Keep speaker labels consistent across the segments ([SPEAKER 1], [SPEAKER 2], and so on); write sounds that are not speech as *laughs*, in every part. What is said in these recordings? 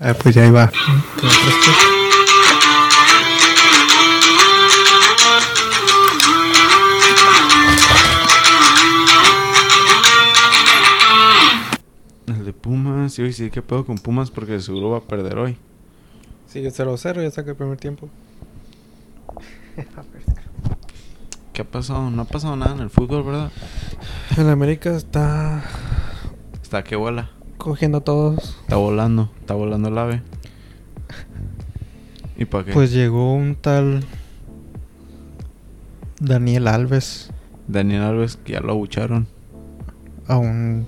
[SPEAKER 1] Ah, pues ya iba.
[SPEAKER 2] El de Pumas, yo sí, ¿qué pedo con Pumas? Porque seguro va a perder hoy.
[SPEAKER 3] Sigue 0-0, ya saca el primer tiempo.
[SPEAKER 2] ¿Qué ha pasado? No ha pasado nada en el fútbol, ¿verdad?
[SPEAKER 3] El América está
[SPEAKER 2] Está que vuela.
[SPEAKER 3] cogiendo a todos.
[SPEAKER 2] Está volando. Está volando el ave. ¿Y para qué?
[SPEAKER 1] Pues llegó un tal Daniel Alves
[SPEAKER 2] Daniel Alves, que ya lo abucharon.
[SPEAKER 1] a un,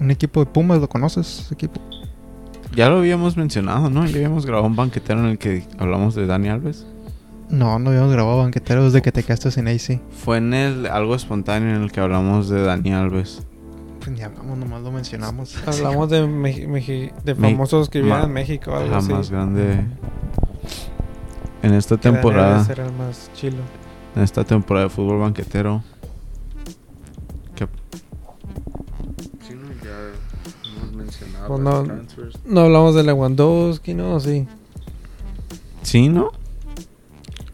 [SPEAKER 1] un equipo de Pumas, ¿lo conoces? ese equipo?
[SPEAKER 2] Ya lo habíamos mencionado, ¿no? Ya habíamos grabado un banquetero en el que hablamos de Dani Alves.
[SPEAKER 1] No, no habíamos grabado banquetero desde que te quedaste sin AC.
[SPEAKER 2] Fue en el algo espontáneo en el que hablamos de Dani Alves.
[SPEAKER 1] Pues ni hablamos, nomás lo mencionamos.
[SPEAKER 3] Hablamos de, Meji- Meji- de
[SPEAKER 2] Me-
[SPEAKER 3] famosos que vivían
[SPEAKER 2] ma-
[SPEAKER 3] en México o algo
[SPEAKER 2] La
[SPEAKER 3] así.
[SPEAKER 2] más grande en esta
[SPEAKER 3] Que Daniel
[SPEAKER 2] temporada.
[SPEAKER 3] Alves Era el más chilo.
[SPEAKER 2] En esta temporada de fútbol banquetero. Que...
[SPEAKER 4] Sí, no, ya hemos mencionado
[SPEAKER 3] Pues
[SPEAKER 4] los
[SPEAKER 3] no-
[SPEAKER 4] transfers.
[SPEAKER 3] No hablamos de Lewandowski, ¿no? Sí.
[SPEAKER 2] Sí, ¿no?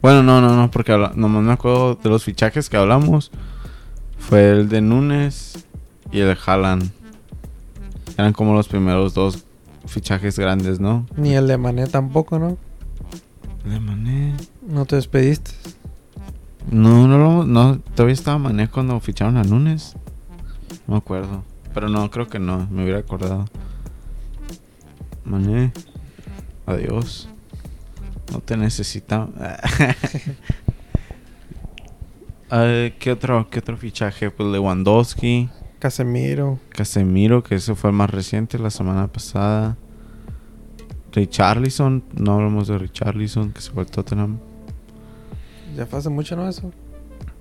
[SPEAKER 2] Bueno, no, no, no, porque habla- nomás me acuerdo de los fichajes que hablamos. Fue el de Núñez y el de Haaland. Eran como los primeros dos fichajes grandes, ¿no?
[SPEAKER 3] Ni el de Mané tampoco, ¿no?
[SPEAKER 2] De Mané.
[SPEAKER 3] No te despediste.
[SPEAKER 2] No, no, lo- no, todavía estaba Mané cuando ficharon a Núñez. No me acuerdo. Pero no, creo que no, me hubiera acordado. Mané, adiós. No te necesita. *laughs* Eh, ¿Qué otro, qué otro fichaje? Pues Lewandowski,
[SPEAKER 3] Casemiro.
[SPEAKER 2] Casemiro, que ese fue el más reciente la semana pasada. Richarlison, no hablamos de Richarlison, que se fue al Tottenham.
[SPEAKER 3] Ya fue hace mucho, ¿no? Eso.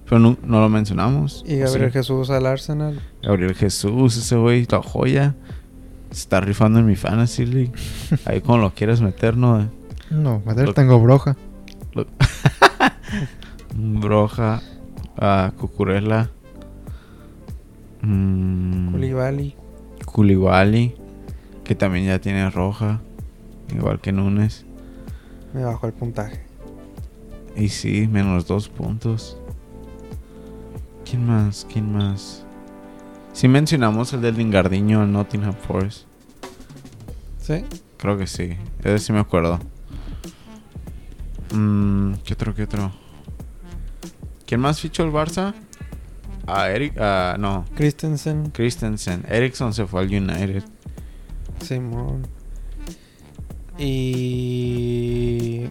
[SPEAKER 2] Pero no, no lo mencionamos.
[SPEAKER 3] Y
[SPEAKER 2] ¿o Pues sí?
[SPEAKER 3] Gabriel Jesús al Arsenal.
[SPEAKER 2] Gabriel Jesús, ese güey, la joya. Se está rifando en mi fantasy league. Ahí cuando lo quieras meter, ¿no?
[SPEAKER 1] No, madre, tengo broja.
[SPEAKER 2] Broja, a Cucurella, mm,
[SPEAKER 3] Koulibaly.
[SPEAKER 2] Koulibaly, que también ya tiene roja, igual que Nunes.
[SPEAKER 3] Me bajó el puntaje.
[SPEAKER 2] Y sí, menos dos puntos. ¿Quién más? ¿Quién más? Si mencionamos el del Lingardiño en Nottingham Forest.
[SPEAKER 3] ¿Sí?
[SPEAKER 2] Creo que sí. Ese sí me acuerdo. Mm, ¿Qué otro? ¿Qué otro? ¿Quién más fichó el Barça? A Eric. ah, no.
[SPEAKER 3] Christensen.
[SPEAKER 2] Christensen. Erickson se fue al United.
[SPEAKER 3] Simón. Y.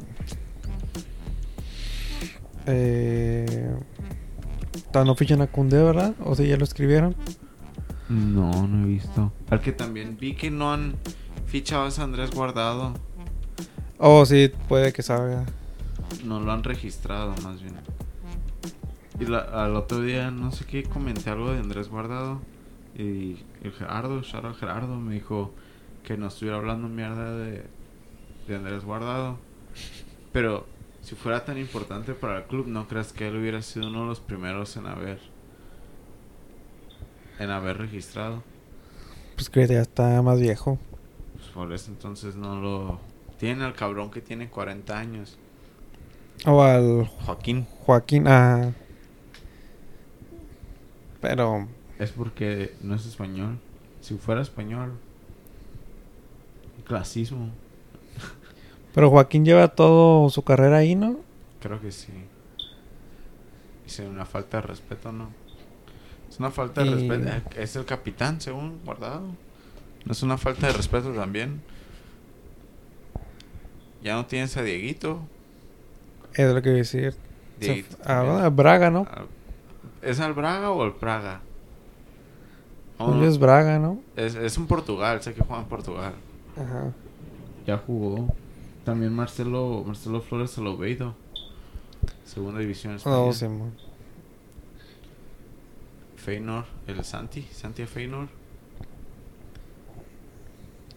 [SPEAKER 3] Eh, ta- no fichan a Cundé, ¿verdad? O sea, ya lo escribieron.
[SPEAKER 2] No, no he visto. Al que también vi que no han fichado es Andrés Guardado.
[SPEAKER 3] Oh, sí, puede que salga.
[SPEAKER 2] No lo han registrado, más bien. Y la- al otro día, no sé qué, comenté algo de Andrés Guardado. Y el Gerardo, Sharo Gerardo, me dijo que no estuviera hablando mierda de, de Andrés Guardado. Pero si fuera tan importante para el club, ¿no crees que él hubiera sido uno de los primeros en haber en haber registrado?
[SPEAKER 3] Pues que ya está más viejo.
[SPEAKER 2] Pues por eso entonces no lo... Tiene al cabrón que tiene 40 años.
[SPEAKER 3] O al
[SPEAKER 2] Joaquín.
[SPEAKER 3] Joaquín. Ah. Pero.
[SPEAKER 2] Es porque no es español. Si fuera español. Clasismo.
[SPEAKER 3] Pero Joaquín lleva toda su carrera ahí, ¿no?
[SPEAKER 2] Creo que sí. Y sería una falta de respeto, ¿no? Es una falta de
[SPEAKER 3] Y-
[SPEAKER 2] respeto. Es el capitán, según guardado. No es una falta de respeto también. Ya no tienes a Dieguito.
[SPEAKER 3] Es lo que iba a decir. Se
[SPEAKER 2] Dieguito
[SPEAKER 3] fu-
[SPEAKER 2] también.
[SPEAKER 3] a, a Braga, ¿no?
[SPEAKER 2] Al- ¿Es al Braga o al Praga? Oh,
[SPEAKER 3] Julio es Braga, ¿no?
[SPEAKER 2] es, es un Portugal, sé que juega en Portugal.
[SPEAKER 3] Ajá.
[SPEAKER 2] Ya jugó. También Marcelo, Marcelo Flores Alobeiro. Segunda división española.
[SPEAKER 3] Ah, No, Oh, Simón.
[SPEAKER 2] Feyenoord, el Santi, Santi de Feyenoord.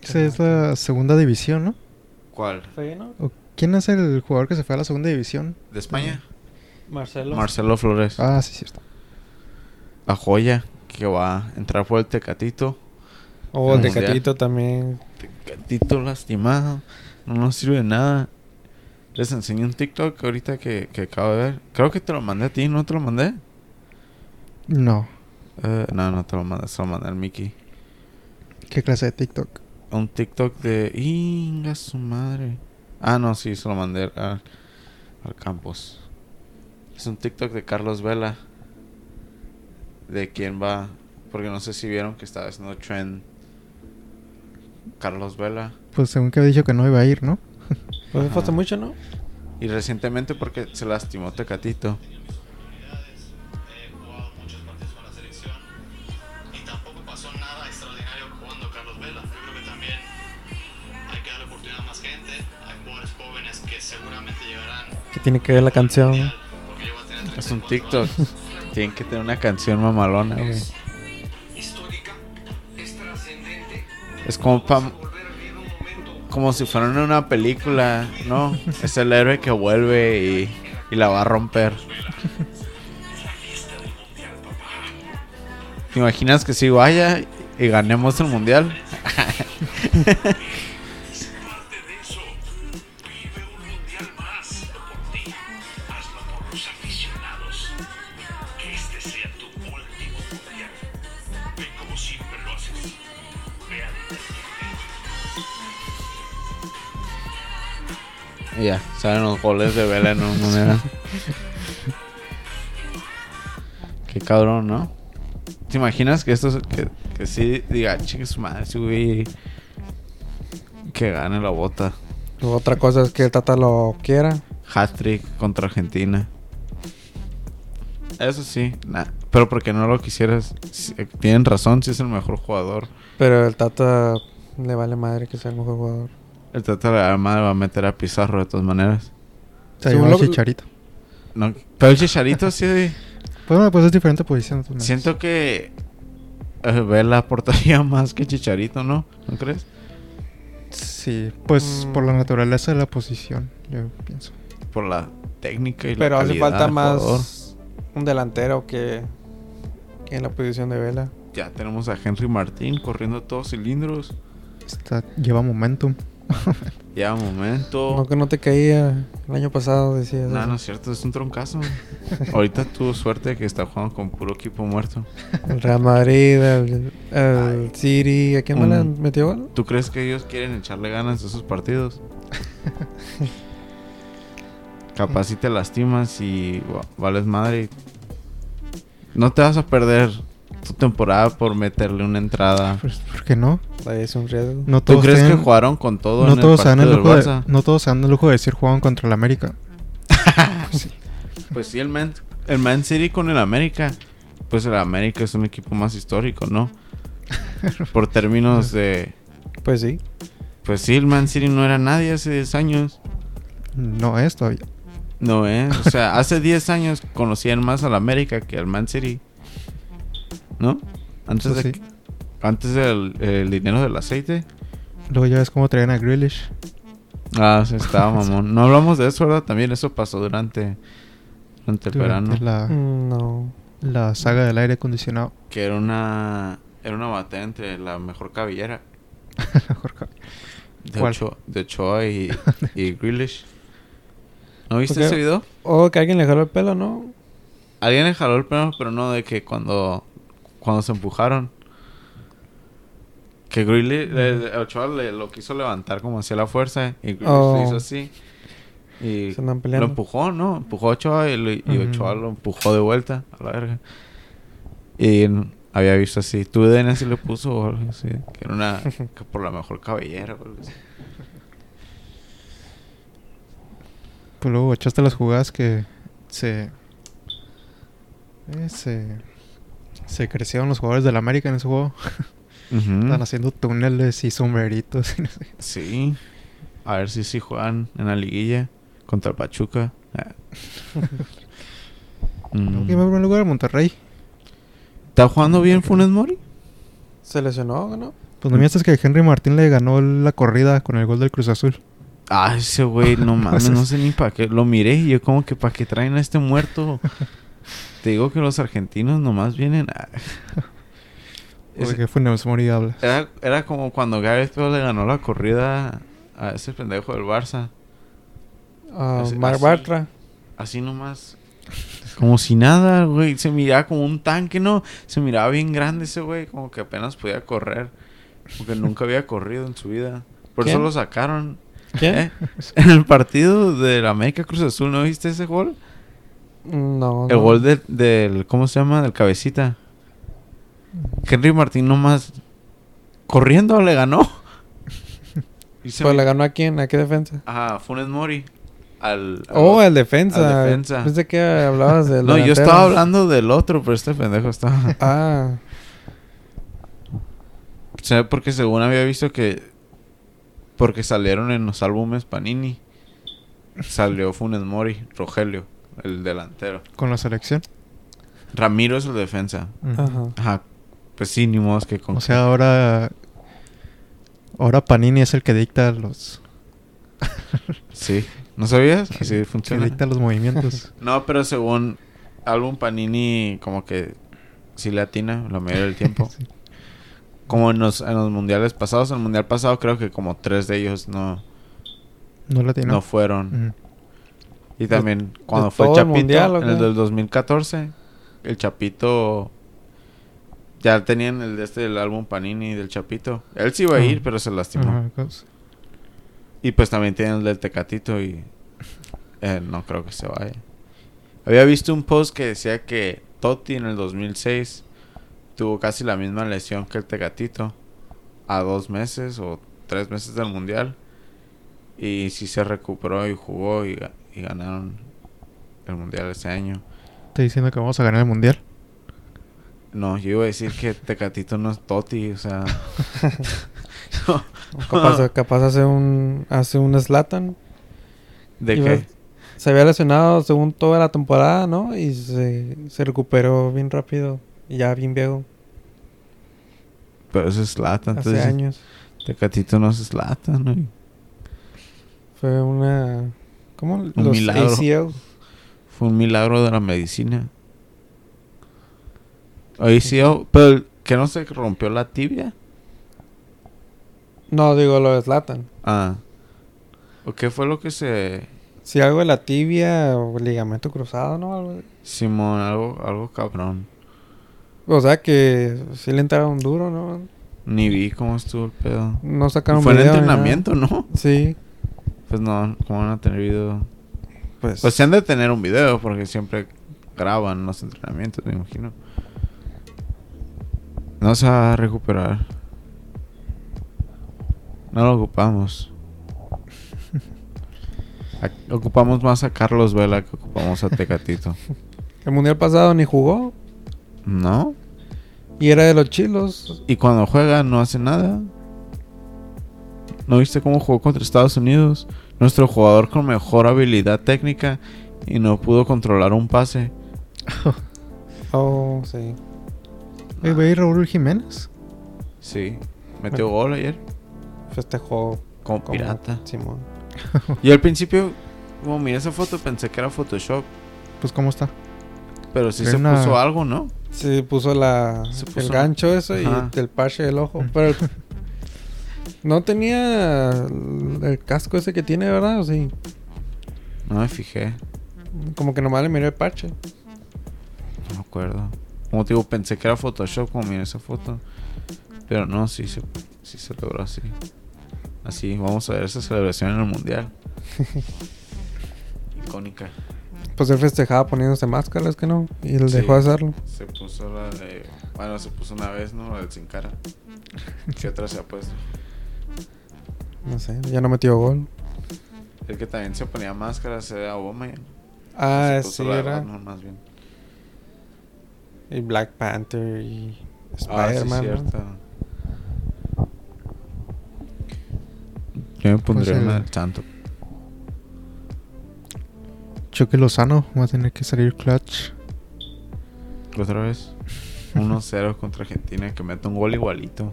[SPEAKER 1] Esa es la segunda división, ¿no?
[SPEAKER 2] ¿Cuál?
[SPEAKER 3] Feyenoord,
[SPEAKER 1] ¿O ¿Quién es el jugador que se fue a la segunda división?
[SPEAKER 2] ¿De España?
[SPEAKER 3] Marcelo.
[SPEAKER 2] Marcelo Flores.
[SPEAKER 1] Ah, sí, cierto.
[SPEAKER 2] La joya que va a entrar por el Tecatito.
[SPEAKER 3] O
[SPEAKER 2] El
[SPEAKER 3] el
[SPEAKER 2] Mundial.
[SPEAKER 3] Tecatito también.
[SPEAKER 2] gatito lastimado. No nos sirve de nada. Les enseñé un TikTok ahorita que, que acabo de ver. Creo que te lo mandé a ti, ¿no te lo mandé?
[SPEAKER 1] No.
[SPEAKER 2] Eh, no, no te lo mandé, se lo mandé al Mickey.
[SPEAKER 1] ¿Qué clase de TikTok?
[SPEAKER 2] Un TikTok de... ¡Inga su madre! Ah, no, sí, se lo mandé al, al Campos. Es un TikTok de Carlos Vela. De quién va... Porque no sé si vieron que estaba haciendo trend Carlos Vela.
[SPEAKER 1] Pues según que había dicho que no iba a ir, ¿no?
[SPEAKER 3] Pues me falta
[SPEAKER 2] Ajá.
[SPEAKER 3] mucho, ¿no?
[SPEAKER 2] Y recientemente porque se lastimó Tecatito.
[SPEAKER 5] He jugado muchos partidos con la selección y tampoco pasó nada extraordinario jugando Carlos Vela. Yo creo que también hay que darle oportunidad a más gente. Hay jugadores jóvenes que seguramente llegarán.
[SPEAKER 3] Que tiene que ver la canción.
[SPEAKER 5] Porque yo voy a tener
[SPEAKER 2] Es un
[SPEAKER 5] 34 *laughs*
[SPEAKER 2] TikTok. Tienen que tener una canción mamalona, güey.
[SPEAKER 3] Pues,
[SPEAKER 5] histórica, es trascendente.
[SPEAKER 2] Es como pa-
[SPEAKER 5] Volver a vivir un momento
[SPEAKER 2] como si fuera en una película, ¿no? Es el héroe que vuelve y, y la va a romper. ¿Te imaginas que si vaya y ganemos el mundial?
[SPEAKER 5] parte de eso. Vive un mundial más por ti. Hazlo por los aficionados. Que este sea tu último mundial. Ve como siempre lo haces. Ve adelante.
[SPEAKER 2] Y ya, salen los goles de Vela en un mundial. Qué cabrón, ¿no? ¿Te imaginas que esto es- que, que sí diga, chicas madre, sí, güey, que gane la bota?
[SPEAKER 3] Otra cosa es que el Tata lo quiera.
[SPEAKER 2] Hat-trick contra Argentina. Eso sí, nah, pero porque no lo quisieras. Si- eh, Tienen razón, si es el mejor jugador.
[SPEAKER 3] Pero el Tata le vale madre que sea el mejor jugador.
[SPEAKER 2] El Tata de la Madre va a meter a Pizarro de todas maneras.
[SPEAKER 1] Se
[SPEAKER 3] Según
[SPEAKER 1] llevó el
[SPEAKER 3] lo-
[SPEAKER 1] chicharito.
[SPEAKER 2] No, pero el Chicharito
[SPEAKER 3] *laughs*
[SPEAKER 2] sí.
[SPEAKER 1] Pues bueno, pues es diferente posición. ¿no?
[SPEAKER 2] Siento que eh, Vela aportaría *laughs* más que Chicharito, ¿no? ¿No crees?
[SPEAKER 1] Sí, pues por la
[SPEAKER 3] Mm.
[SPEAKER 1] naturaleza de la posición, yo pienso.
[SPEAKER 2] Por la técnica y la
[SPEAKER 3] Pero hace
[SPEAKER 2] calidad
[SPEAKER 3] falta
[SPEAKER 2] del jugador.
[SPEAKER 3] más un delantero que, que en la posición de Vela.
[SPEAKER 2] Ya tenemos a Henry Martín corriendo a todos cilindros.
[SPEAKER 1] Está, lleva momentum.
[SPEAKER 2] Ya, momento.
[SPEAKER 3] No que no te caía el año pasado, decías.
[SPEAKER 2] No,
[SPEAKER 3] eso.
[SPEAKER 2] no es cierto, es un troncazo. *laughs* Ahorita tuvo suerte de que está jugando con puro equipo muerto.
[SPEAKER 3] El Real Madrid, el, el City. ¿A quién me la
[SPEAKER 2] Un-
[SPEAKER 3] metió gol?
[SPEAKER 2] ¿Tú crees que ellos quieren echarle ganas a esos *laughs* partidos? Capaz si te lastimas y va- vales madre. No te vas a perder tu temporada por meterle una entrada.
[SPEAKER 1] Pues, ¿Por qué no?
[SPEAKER 3] Ahí es un riesgo.
[SPEAKER 1] No
[SPEAKER 2] ¿Tú
[SPEAKER 1] todos
[SPEAKER 2] crees que
[SPEAKER 1] tienen-
[SPEAKER 2] jugaron con todo
[SPEAKER 1] no
[SPEAKER 2] en
[SPEAKER 1] todos
[SPEAKER 2] el
[SPEAKER 1] se dan
[SPEAKER 2] partido
[SPEAKER 1] el
[SPEAKER 2] del
[SPEAKER 1] lujo de-
[SPEAKER 2] Barça?
[SPEAKER 1] no todos se dan el lujo de decir jugaban contra el América.
[SPEAKER 2] Pues sí, el Man, el Man City con el América. Pues el América es un equipo más histórico, ¿no? *laughs* Por términos de...
[SPEAKER 3] Pues sí.
[SPEAKER 2] Pues sí, el Man City no era nadie hace 10 años.
[SPEAKER 1] No es todavía.
[SPEAKER 2] No es. O *laughs* sea, hace 10 años conocían más al América que al Man City. ¿No? Antes,
[SPEAKER 1] Pues
[SPEAKER 2] de,
[SPEAKER 1] sí.
[SPEAKER 2] antes del el dinero del aceite.
[SPEAKER 1] Luego ya ves cómo traían a Grealish.
[SPEAKER 2] Ah, se estaba *laughs* mamón. No hablamos de eso, ¿verdad? También eso pasó durante, durante el verano.
[SPEAKER 1] Durante la,
[SPEAKER 3] Mm, No.
[SPEAKER 1] la saga del aire acondicionado. *laughs*
[SPEAKER 2] Que era una, era una batalla entre la mejor cabellera
[SPEAKER 1] Jorge.
[SPEAKER 2] de,
[SPEAKER 1] ¿Cuál?
[SPEAKER 2] Ochoa, de Ochoa y, *laughs* y Grealish. ¿No viste
[SPEAKER 3] Porque-
[SPEAKER 2] ese video?
[SPEAKER 3] O que alguien le jaló el pelo, ¿no?
[SPEAKER 2] Alguien le jaló el pelo, pero no de que cuando, cuando se empujaron. Que Greeley, le- Ochoa le, lo quiso levantar como hacía la fuerza. Y Greeley
[SPEAKER 3] Oh.
[SPEAKER 2] lo hizo así. Y
[SPEAKER 3] Se andan
[SPEAKER 2] lo
[SPEAKER 3] peleando.
[SPEAKER 2] empujó, ¿no? Empujó a Ochoa y, lo- y Ochoa
[SPEAKER 1] Ujú.
[SPEAKER 2] lo empujó de vuelta a la verga. Y en- había visto así. Tú de así le puso o algo así, Que era
[SPEAKER 3] *laughs*
[SPEAKER 2] una. que por la mejor cabellera. o algo así.
[SPEAKER 1] Pues luego echaste las jugadas que se. eh, se. Se crecieron los jugadores del América en ese juego.
[SPEAKER 2] Ujú.
[SPEAKER 1] Están haciendo túneles y sombreritos. y no sé.
[SPEAKER 2] Sí. A ver si sí juegan en la liguilla contra el Pachuca. Ah. *laughs*
[SPEAKER 1] Tengo
[SPEAKER 2] Mm.
[SPEAKER 1] que irme a un lugar de Monterrey.
[SPEAKER 2] ¿Está jugando bien Funes Mori?
[SPEAKER 3] Se lesionó, ¿no?
[SPEAKER 1] Pues no mientas que Henry Martín le ganó la corrida con el gol del Cruz Azul.
[SPEAKER 2] Ah, ese güey, no mames, no sé ni para qué. Lo miré y yo como que para qué traen a este muerto. Te digo que los argentinos nomás vienen a... Ese-
[SPEAKER 1] Porque Funes Mori habla.
[SPEAKER 2] Era, era como cuando Gareth Bale le ganó la corrida a ese pendejo del Barça.
[SPEAKER 3] Ah,
[SPEAKER 2] Así-
[SPEAKER 3] Mark
[SPEAKER 2] así.
[SPEAKER 3] Bartra.
[SPEAKER 2] Así nomás. Como si nada, güey. Se miraba como un tanque, ¿no? Se miraba bien grande ese güey. Como que apenas podía correr. Porque nunca había corrido en su vida. Por eso
[SPEAKER 3] ¿Quién?
[SPEAKER 2] lo sacaron.
[SPEAKER 3] ¿Quién?
[SPEAKER 2] ¿eh? En el partido del América Cruz Azul, ¿no viste ese gol?
[SPEAKER 3] No.
[SPEAKER 2] El
[SPEAKER 3] no.
[SPEAKER 2] gol de- del. ¿Cómo se llama? Del cabecita. Henry Martín nomás. Corriendo le ganó. Y se
[SPEAKER 3] Pero
[SPEAKER 2] mi-
[SPEAKER 3] Pues le ganó a quién, a qué defensa.
[SPEAKER 2] Ajá, Funes Mori. Al. al
[SPEAKER 3] Oh, el defensa.
[SPEAKER 2] al defensa.
[SPEAKER 3] Pensé que
[SPEAKER 2] *laughs*
[SPEAKER 3] hablabas del.
[SPEAKER 2] No, yo
[SPEAKER 3] delantero.
[SPEAKER 2] estaba hablando del otro, pero este pendejo estaba.
[SPEAKER 3] Ah,
[SPEAKER 2] O sea, porque según había visto que. Porque salieron en los álbumes Panini. Salió Funes Mori, Rogelio, el delantero.
[SPEAKER 1] Con la selección.
[SPEAKER 2] Ramiro es el defensa.
[SPEAKER 1] Ujú.
[SPEAKER 3] ajá.
[SPEAKER 2] Ajá. Pues sí, ni modo que con.
[SPEAKER 1] O sea, ahora. Ahora Panini es el que dicta los.
[SPEAKER 2] Sí. ¿No sabías? Así
[SPEAKER 1] que
[SPEAKER 2] funciona.
[SPEAKER 1] dicta los *laughs* movimientos.
[SPEAKER 2] No, pero según álbum Panini, como que sí le atina la mayoría del tiempo.
[SPEAKER 1] *laughs* Sí.
[SPEAKER 2] Como en los, en los mundiales pasados. En el mundial pasado creo que como tres de ellos no,
[SPEAKER 1] No la tiene.
[SPEAKER 2] no fueron.
[SPEAKER 1] Ujú.
[SPEAKER 2] Y también cuando
[SPEAKER 3] Pues, de
[SPEAKER 2] fue
[SPEAKER 3] todo el
[SPEAKER 2] Chapito,
[SPEAKER 3] mundial, ¿o
[SPEAKER 2] en el
[SPEAKER 3] qué?
[SPEAKER 2] del 2014, el Chapito ya tenían el de este el álbum Panini del Chapito. Él sí iba a
[SPEAKER 1] Ah.
[SPEAKER 2] ir, pero se lastimó.
[SPEAKER 1] Ajá, pues, cos-
[SPEAKER 2] Y pues también tienen el del Tecatito y eh, no creo que se vaya. Había visto un post que decía que Totti en el 2006 tuvo casi la misma lesión que el Tecatito a dos meses o tres meses del mundial y sí se recuperó y jugó y, ga- y ganaron el mundial ese año.
[SPEAKER 1] Está diciendo que vamos a ganar el mundial.
[SPEAKER 2] No, yo iba a decir que Tecatito no es Totti, o sea, no, *laughs*
[SPEAKER 3] Capaz, capaz hace un. Hace un Slatan. *laughs*
[SPEAKER 2] de
[SPEAKER 3] Y
[SPEAKER 2] que
[SPEAKER 3] ves- Se había lesionado según toda la temporada, ¿no? Y se, se recuperó bien rápido. Y ya bien viejo.
[SPEAKER 2] pero eso es Lata,
[SPEAKER 3] Hace
[SPEAKER 2] entonces
[SPEAKER 3] años.
[SPEAKER 2] Tecatito no es Lata, ¿no?
[SPEAKER 3] Fue una. ¿Cómo? Los
[SPEAKER 2] milagro.
[SPEAKER 3] ACL.
[SPEAKER 2] Fue un milagro de la medicina. Oye, sí, oh, pero que no se rompió la tibia.
[SPEAKER 3] No, digo, lo de Zlatan.
[SPEAKER 2] Ah. ¿O qué fue lo que se.
[SPEAKER 3] Si algo de la tibia o ligamento cruzado, ¿no? Algo-
[SPEAKER 2] Simón, algo, algo cabrón.
[SPEAKER 3] O sea que sí le entraron duro, ¿no?
[SPEAKER 2] Ni vi cómo estuvo el pedo.
[SPEAKER 3] No
[SPEAKER 2] Y
[SPEAKER 3] sacaron
[SPEAKER 2] Fue en
[SPEAKER 3] video ni nada.
[SPEAKER 2] entrenamiento, ¿no?
[SPEAKER 3] Sí.
[SPEAKER 2] Pues no, ¿cómo van a tener video?
[SPEAKER 3] Pues,
[SPEAKER 2] Pues se han de tener un video porque siempre graban los entrenamientos, me imagino. No se va a recuperar. No lo ocupamos. A- ocupamos más a Carlos Vela que ocupamos a Tecatito.
[SPEAKER 3] el mundial pasado ni jugó.
[SPEAKER 2] ¿No?
[SPEAKER 3] Y era de los chilos.
[SPEAKER 2] Y cuando juega no hace nada. ¿No viste cómo jugó contra Estados Unidos? Nuestro jugador con mejor habilidad técnica y no pudo controlar un pase.
[SPEAKER 3] Oh, sí.
[SPEAKER 1] Oye, ¿va a ir Raúl Jiménez?
[SPEAKER 2] Sí, metió gol ayer.
[SPEAKER 3] Festejó
[SPEAKER 2] Como
[SPEAKER 3] como *laughs*
[SPEAKER 2] pirata.
[SPEAKER 3] Simón.
[SPEAKER 2] Yo al principio, como miré esa foto, pensé que era Photoshop.
[SPEAKER 1] Pues, ¿cómo está?
[SPEAKER 2] Pero sí
[SPEAKER 1] Era
[SPEAKER 2] se
[SPEAKER 1] una-
[SPEAKER 2] puso algo, ¿no?
[SPEAKER 3] Sí, puso la
[SPEAKER 2] Se puso-
[SPEAKER 3] el gancho eso
[SPEAKER 2] Ajá. Mm.
[SPEAKER 3] y el parche del ojo. Pero
[SPEAKER 2] *laughs*
[SPEAKER 3] el- no tenía el, el casco ese que tiene, ¿verdad? O sí.
[SPEAKER 2] No me fijé.
[SPEAKER 3] Como que nomás le miré el parche.
[SPEAKER 2] No me acuerdo. Como te digo, pensé que era Photoshop como miré esa foto. Pero no, sí se, sí se logró así. Así, vamos a ver esa celebración en el mundial. Icónica.
[SPEAKER 3] Pues él festejaba poniéndose máscaras, que no. Y él
[SPEAKER 2] Sí.
[SPEAKER 3] dejó de hacerlo.
[SPEAKER 2] Se puso la de. Bueno, se puso una vez, ¿no? La del sin cara. ¿Qué otra se ha puesto?
[SPEAKER 3] No sé, ya no metió gol.
[SPEAKER 2] El que también se ponía máscaras era Obama.
[SPEAKER 3] Ah,
[SPEAKER 2] se puso
[SPEAKER 3] sí,
[SPEAKER 2] la de
[SPEAKER 3] era.
[SPEAKER 2] Batman, más bien.
[SPEAKER 3] Y Black Panther y
[SPEAKER 2] Ah, sí,
[SPEAKER 3] Spider-Man. ¿no?
[SPEAKER 2] cierto. Yo me pondría
[SPEAKER 1] Pues,
[SPEAKER 2] una
[SPEAKER 1] eh,
[SPEAKER 2] del santo.
[SPEAKER 1] Chucky Lozano va a tener que salir clutch.
[SPEAKER 2] Otra vez.
[SPEAKER 3] *laughs*
[SPEAKER 2] 1-0 contra Argentina que mete un gol igualito.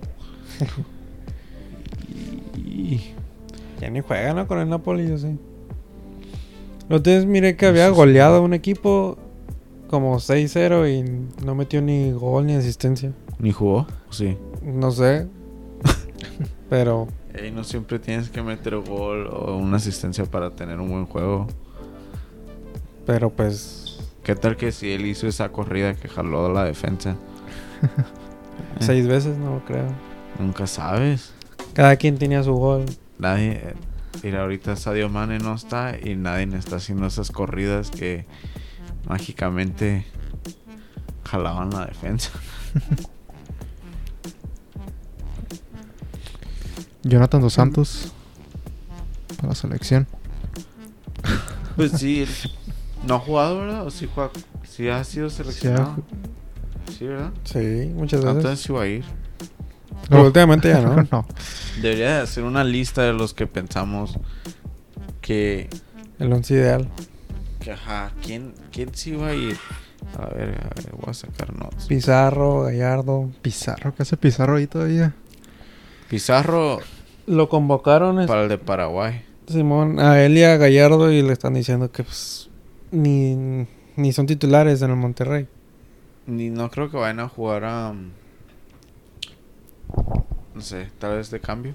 [SPEAKER 2] Y-
[SPEAKER 3] Ya ni juega, ¿no? Con el Napoli, yo sí. Entonces miré que
[SPEAKER 2] No
[SPEAKER 3] había
[SPEAKER 2] sé si-
[SPEAKER 3] goleado a un equipo como 6-0 y no metió ni gol ni asistencia.
[SPEAKER 2] ¿Ni jugó? Sí. *laughs*
[SPEAKER 3] No sé. Pero
[SPEAKER 2] Ey, no siempre tienes que meter gol o una asistencia para tener un buen juego.
[SPEAKER 3] pero pues
[SPEAKER 2] ¿Qué tal que si él hizo esa corrida que jaló a la
[SPEAKER 3] *laughs*
[SPEAKER 2] defensa? Eh.
[SPEAKER 3] seis veces no lo creo.
[SPEAKER 2] Nunca sabes.
[SPEAKER 3] Cada quien tenía su gol.
[SPEAKER 2] Nadie. Mira, ahorita Sadio Mane no está y nadie está haciendo esas corridas que mágicamente jalaban la defensa.
[SPEAKER 1] Jonathan Dos Santos para la selección.
[SPEAKER 2] Pues *laughs* sí, él no ha jugado, ¿verdad? O sí, juega- sí ha sido seleccionado. Sí, ¿verdad?
[SPEAKER 3] Sí, muchas veces.
[SPEAKER 2] Entonces sí va a ir.
[SPEAKER 3] Pero últimamente
[SPEAKER 2] *laughs*
[SPEAKER 3] ya no.
[SPEAKER 1] *laughs* no.
[SPEAKER 2] Debería de hacer una lista de los que pensamos que,
[SPEAKER 3] El once ideal.
[SPEAKER 2] que, ajá, ¿quién, ¿quién sí va a ir? A ver, a ver, voy a sacar notas.
[SPEAKER 3] Pizarro, Gallardo.
[SPEAKER 1] Pizarro, ¿qué hace Pizarro ahí todavía?
[SPEAKER 2] Pizarro
[SPEAKER 3] Lo convocaron este, es-
[SPEAKER 2] para el de Paraguay.
[SPEAKER 3] Simón a él y a Gallardo y le están diciendo que pues ni, ni son titulares en el Monterrey.
[SPEAKER 2] Ni no creo que vayan a jugar a... um, No sé, tal vez de cambio.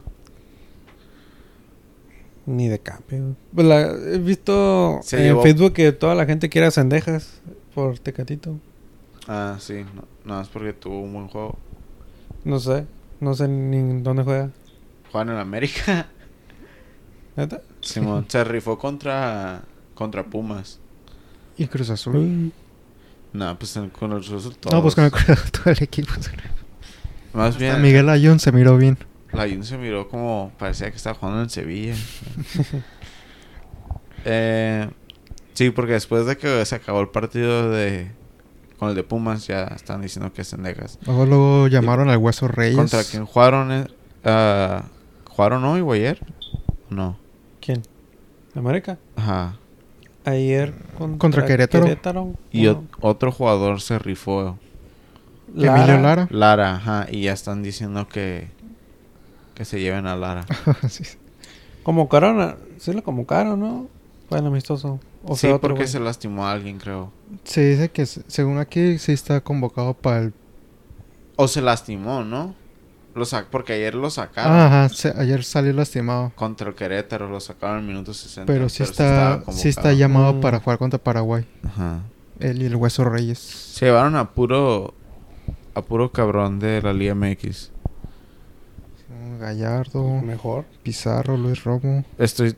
[SPEAKER 3] Ni de cambio. Pues la, he visto
[SPEAKER 2] Se
[SPEAKER 3] en
[SPEAKER 2] llevó-
[SPEAKER 3] Facebook que toda la gente quiere a Sendejas por Tecatito.
[SPEAKER 2] Ah, sí, no, nada más porque tuvo un buen juego.
[SPEAKER 3] No sé. No sé ni en dónde juega.
[SPEAKER 2] Juan en América. *laughs*
[SPEAKER 3] ¿Neta?
[SPEAKER 2] Simón se rifó contra, contra Pumas.
[SPEAKER 1] Y Cruz Azul.
[SPEAKER 2] No, pues en- con los resultados.
[SPEAKER 1] No, pues con el Cruz Azul todo el equipo.
[SPEAKER 2] Más bien,
[SPEAKER 1] Miguel Ayón se miró bien.
[SPEAKER 2] La Jun se miró como parecía que estaba jugando
[SPEAKER 1] *laughs*
[SPEAKER 2] en Sevilla. Eh, sí, porque después de que se acabó el partido de con el de Pumas, ya están diciendo que es Sendejas.
[SPEAKER 1] Luego, luego llamaron al Hueso Reyes.
[SPEAKER 2] ¿Contra quién jugaron? eh? Ah, ¿Jugaron hoy o ayer? No.
[SPEAKER 3] ¿Quién? ¿América?
[SPEAKER 2] Ajá.
[SPEAKER 3] Ayer contra,
[SPEAKER 1] Contra Querétaro.
[SPEAKER 2] Y
[SPEAKER 3] uno.
[SPEAKER 2] ot- otro jugador se rifó.
[SPEAKER 1] Emilio Lara.
[SPEAKER 2] Lara, ajá. Y ya están diciendo que, que se lleven a Lara. *laughs*
[SPEAKER 1] Sí, sí.
[SPEAKER 3] Convocaron a... Sí lo convocaron, ¿no? Fue el amistoso. O
[SPEAKER 2] sí,
[SPEAKER 3] sea, otro
[SPEAKER 2] porque
[SPEAKER 3] güey.
[SPEAKER 2] se lastimó a alguien, creo.
[SPEAKER 1] Se dice que se- según aquí sí está convocado para el...
[SPEAKER 2] O se lastimó, ¿no? Lo sa- porque ayer lo sacaron.
[SPEAKER 1] Ah, ajá, se- ayer salió lastimado.
[SPEAKER 2] Contra el Querétaro lo sacaron en el minuto 60.
[SPEAKER 1] Pero sí
[SPEAKER 2] estaba
[SPEAKER 1] está, sí está
[SPEAKER 2] convocado.
[SPEAKER 1] llamado
[SPEAKER 3] Mm.
[SPEAKER 1] para jugar contra Paraguay.
[SPEAKER 2] Ajá.
[SPEAKER 1] Él y el Hueso Reyes.
[SPEAKER 2] Se llevaron a puro. A puro cabrón de la Liga MX.
[SPEAKER 1] Gallardo,
[SPEAKER 3] Mejor.
[SPEAKER 1] Pizarro, Luis Romo.
[SPEAKER 2] Estoy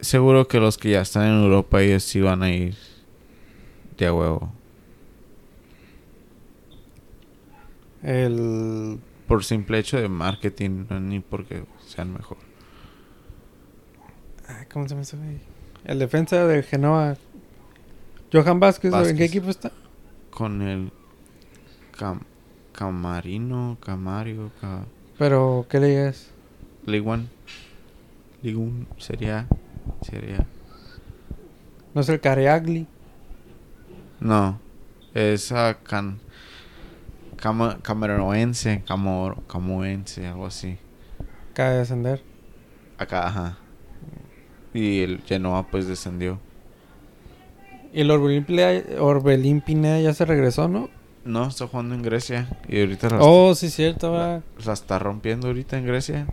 [SPEAKER 2] seguro que los que ya están en Europa ellos sí van a ir. De a huevo.
[SPEAKER 3] El...
[SPEAKER 2] Por simple hecho de marketing, no ni porque sean mejor.
[SPEAKER 3] ay, Ah, ¿Cómo se me ese güey? El defensa del Genoa. Johan Vázquez, ¿en qué
[SPEAKER 2] Vázquez.
[SPEAKER 3] equipo está?
[SPEAKER 2] Con el. Cam- Camarino, Camario, Ca-
[SPEAKER 3] Pero, ¿qué le es?
[SPEAKER 2] League One. League One sería. Sería.
[SPEAKER 3] No es el Cariagli.
[SPEAKER 2] No. Es a can. Cama, cameroense, camor, camoense, algo así.
[SPEAKER 3] Acaba de ascender.
[SPEAKER 2] Acá, ajá. Y el Genoa pues descendió.
[SPEAKER 3] Y el Orbelín Pineda, Orbelín Pineda ya se regresó, ¿no?
[SPEAKER 2] No, está jugando en Grecia. Y ahorita la,
[SPEAKER 3] Oh, sí, cierto, va.
[SPEAKER 2] la está rompiendo ahorita en Grecia.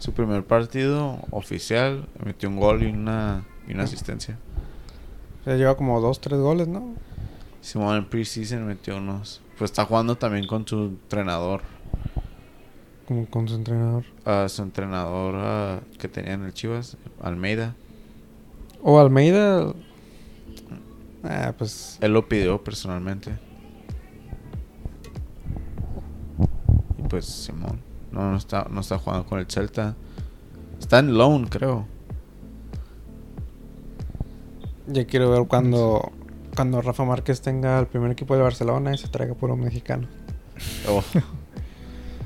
[SPEAKER 2] Su primer partido oficial. Metió un gol y una, y una asistencia.
[SPEAKER 3] Se lleva como dos, tres goles, ¿no?
[SPEAKER 2] Simón en preseason metió unos. Pues está jugando también con su entrenador.
[SPEAKER 3] Como con su entrenador.
[SPEAKER 2] a su entrenador ah, que tenía en el Chivas, Almeida.
[SPEAKER 3] O Almeida. Ah, pues.
[SPEAKER 2] Él lo pidió personalmente. Y pues Simón. No, no está, no está jugando con el Celta. Está en loan, creo.
[SPEAKER 3] Ya quiero ver cuando. Cuando Rafa Márquez tenga el primer equipo de Barcelona y se traiga puro mexicano.
[SPEAKER 2] Oh.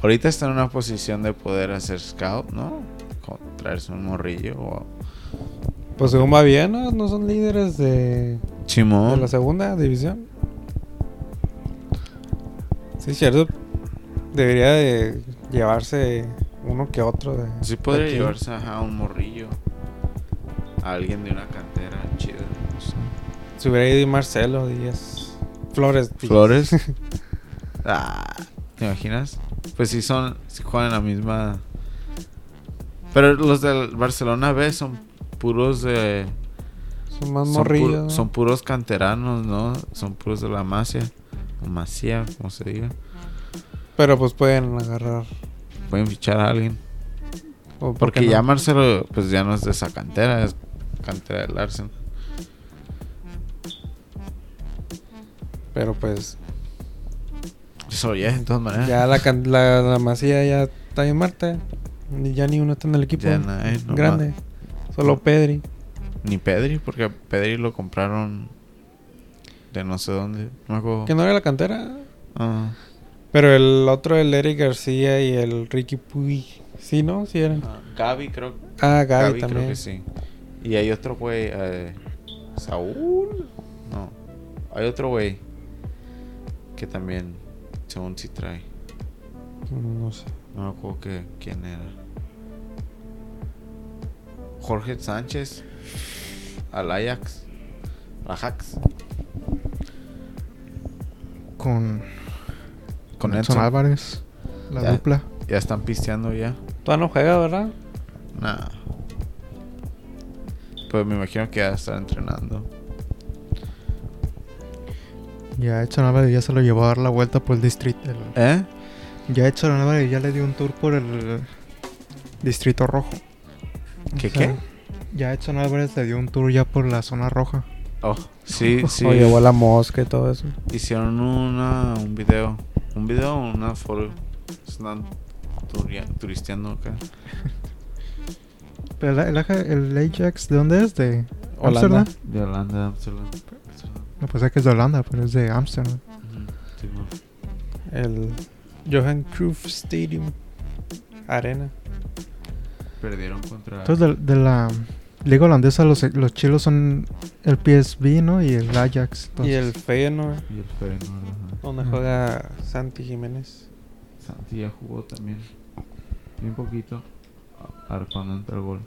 [SPEAKER 2] Ahorita está en una posición de poder hacer scout, ¿no? Co- Traerse un morrillo. o-
[SPEAKER 3] Pues según va bien, ¿no? No son líderes de, de
[SPEAKER 2] Simón.
[SPEAKER 3] la segunda división. Sí, cierto. Debería de llevarse uno que otro. De,
[SPEAKER 2] Sí podría
[SPEAKER 3] aquí.
[SPEAKER 2] llevarse a un morrillo. A alguien de una cantera chida. no sé.
[SPEAKER 3] Si *laughs* hubiera ido Marcelo Díaz. Flores. Díaz.
[SPEAKER 2] Flores. ah, ¿Te imaginas? Pues si son, si juegan en la misma. Pero los del Barcelona B son puros de.
[SPEAKER 3] Son más
[SPEAKER 2] son,
[SPEAKER 3] morrillos.
[SPEAKER 2] pu-
[SPEAKER 3] ¿no?
[SPEAKER 2] son puros canteranos, ¿no? Son puros de la Masia. O Masía, como se diga.
[SPEAKER 3] Pero pues pueden agarrar.
[SPEAKER 2] Pueden fichar a alguien.
[SPEAKER 3] ¿o por
[SPEAKER 2] Porque
[SPEAKER 3] qué no?
[SPEAKER 2] ya Marcelo, pues ya no es de esa cantera, es cantera del Arsenal.
[SPEAKER 3] Pero pues.
[SPEAKER 2] Eso ya, de todas maneras.
[SPEAKER 3] Ya la, can- la, la masía ya está bien muerta. Ni- Ya ni uno está en el equipo
[SPEAKER 2] Ya nadie, nomás.
[SPEAKER 3] grande. Solo Pedri.
[SPEAKER 2] Ni Pedri, porque a Pedri lo compraron de no sé dónde. No me acuerdo.
[SPEAKER 3] Que no era la cantera.
[SPEAKER 2] Ah,
[SPEAKER 3] Pero el otro, el Eric García y el Ricky Puy. Sí, ¿no? Sí eran.
[SPEAKER 2] ah, Gaby, creo.
[SPEAKER 3] Ah, Gaby,
[SPEAKER 2] Gaby, creo
[SPEAKER 3] también.
[SPEAKER 2] que sí. Y hay otro güey. eh, Saúl. No. Hay otro güey. Que también, según si trae.
[SPEAKER 3] Mm, No sé.
[SPEAKER 2] No me acuerdo que, quién era. Jorge Sánchez. Al Ajax. Ajax.
[SPEAKER 1] Con
[SPEAKER 2] Con
[SPEAKER 1] Edson
[SPEAKER 2] Edson.
[SPEAKER 1] Álvarez. La
[SPEAKER 2] Ya.
[SPEAKER 1] dupla.
[SPEAKER 2] Ya están pisteando ya.
[SPEAKER 3] Todavía no juega, ¿verdad?
[SPEAKER 2] Nah. Pues me imagino que ya están entrenando.
[SPEAKER 1] Ya Edson Álvarez ya se lo llevó a dar la vuelta por el distrito. el-
[SPEAKER 2] ¿Eh?
[SPEAKER 1] Ya Edson Álvarez ya le dio un tour por el distrito rojo.
[SPEAKER 2] ¿Qué
[SPEAKER 1] O sea,
[SPEAKER 2] qué?
[SPEAKER 1] Ya Edson Álvarez le dio un tour ya por la zona roja.
[SPEAKER 2] Oh,
[SPEAKER 3] *laughs*
[SPEAKER 2] sí, sí.
[SPEAKER 3] O llevó a la mosca y todo eso.
[SPEAKER 2] Hicieron una, un video. Un video o una foto. Están turia- turisteando acá.
[SPEAKER 1] Pero el, el Aja- el Ajax, ¿de dónde es? ¿De
[SPEAKER 3] Holanda.
[SPEAKER 1] Amsterdam?
[SPEAKER 2] De Holanda, Amsterdam. Amsterdam.
[SPEAKER 1] No, pues sé que es de Holanda, pero es de Amsterdam.
[SPEAKER 3] Ah.
[SPEAKER 2] Ujú, Simón.
[SPEAKER 3] El Johan Cruyff Stadium. Arena.
[SPEAKER 2] Perdieron contra.
[SPEAKER 1] Entonces, de, de la liga holandesa, los, los chilos son el PSV, ¿no? Y el Ajax. entonces.
[SPEAKER 3] Y el Feyenoord,
[SPEAKER 2] Y el Feyenoord, ajá.
[SPEAKER 3] donde
[SPEAKER 1] Ujú.
[SPEAKER 3] juega Santi Jiménez.
[SPEAKER 2] Santi ya jugó también. Bien poquito. A ver cuando entra el gol.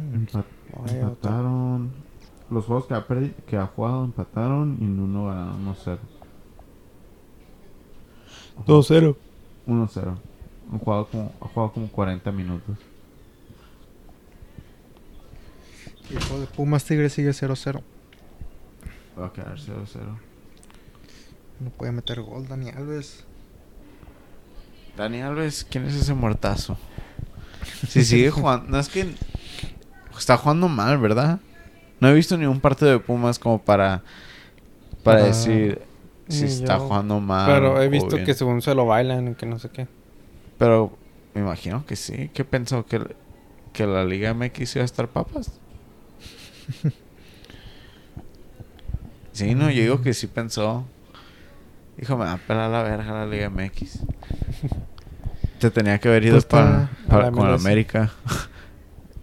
[SPEAKER 2] Empat-
[SPEAKER 3] Oye, otra-
[SPEAKER 2] empataron. Los juegos que ha, perdi- que ha jugado empataron y en uno ganaron 1-0.
[SPEAKER 3] 2-0.
[SPEAKER 2] 1-0. Han jugado como- Ha jugado como 40 minutos.
[SPEAKER 1] Y el juego de Pumas Tigres sigue 0-0.
[SPEAKER 2] Va a quedar 0-0.
[SPEAKER 1] No puede meter gol, Dani Alves.
[SPEAKER 2] Dani Alves, ¿quién es ese muertazo? Si *laughs* sigue jugando. No es que. Está jugando mal, ¿verdad? No he visto ni un partido de Pumas como para. Para
[SPEAKER 1] Ah,
[SPEAKER 2] decir si
[SPEAKER 3] ni
[SPEAKER 2] está
[SPEAKER 3] yo.
[SPEAKER 2] jugando mal.
[SPEAKER 3] Pero he
[SPEAKER 2] o
[SPEAKER 3] visto
[SPEAKER 2] Ah, bien.
[SPEAKER 3] que según se lo bailan y que no sé qué.
[SPEAKER 2] Pero me imagino que sí. ¿Qué pensó? ¿Que, l- que la Liga MX iba a estar papas? *laughs* sí, no, yo digo que sí pensó. Hijo, me va a pelar la verga la Liga MX. Te tenía que haber ido
[SPEAKER 1] Pues
[SPEAKER 2] para,
[SPEAKER 1] está-
[SPEAKER 2] para-
[SPEAKER 3] a la
[SPEAKER 2] con la
[SPEAKER 3] MLS.
[SPEAKER 2] América.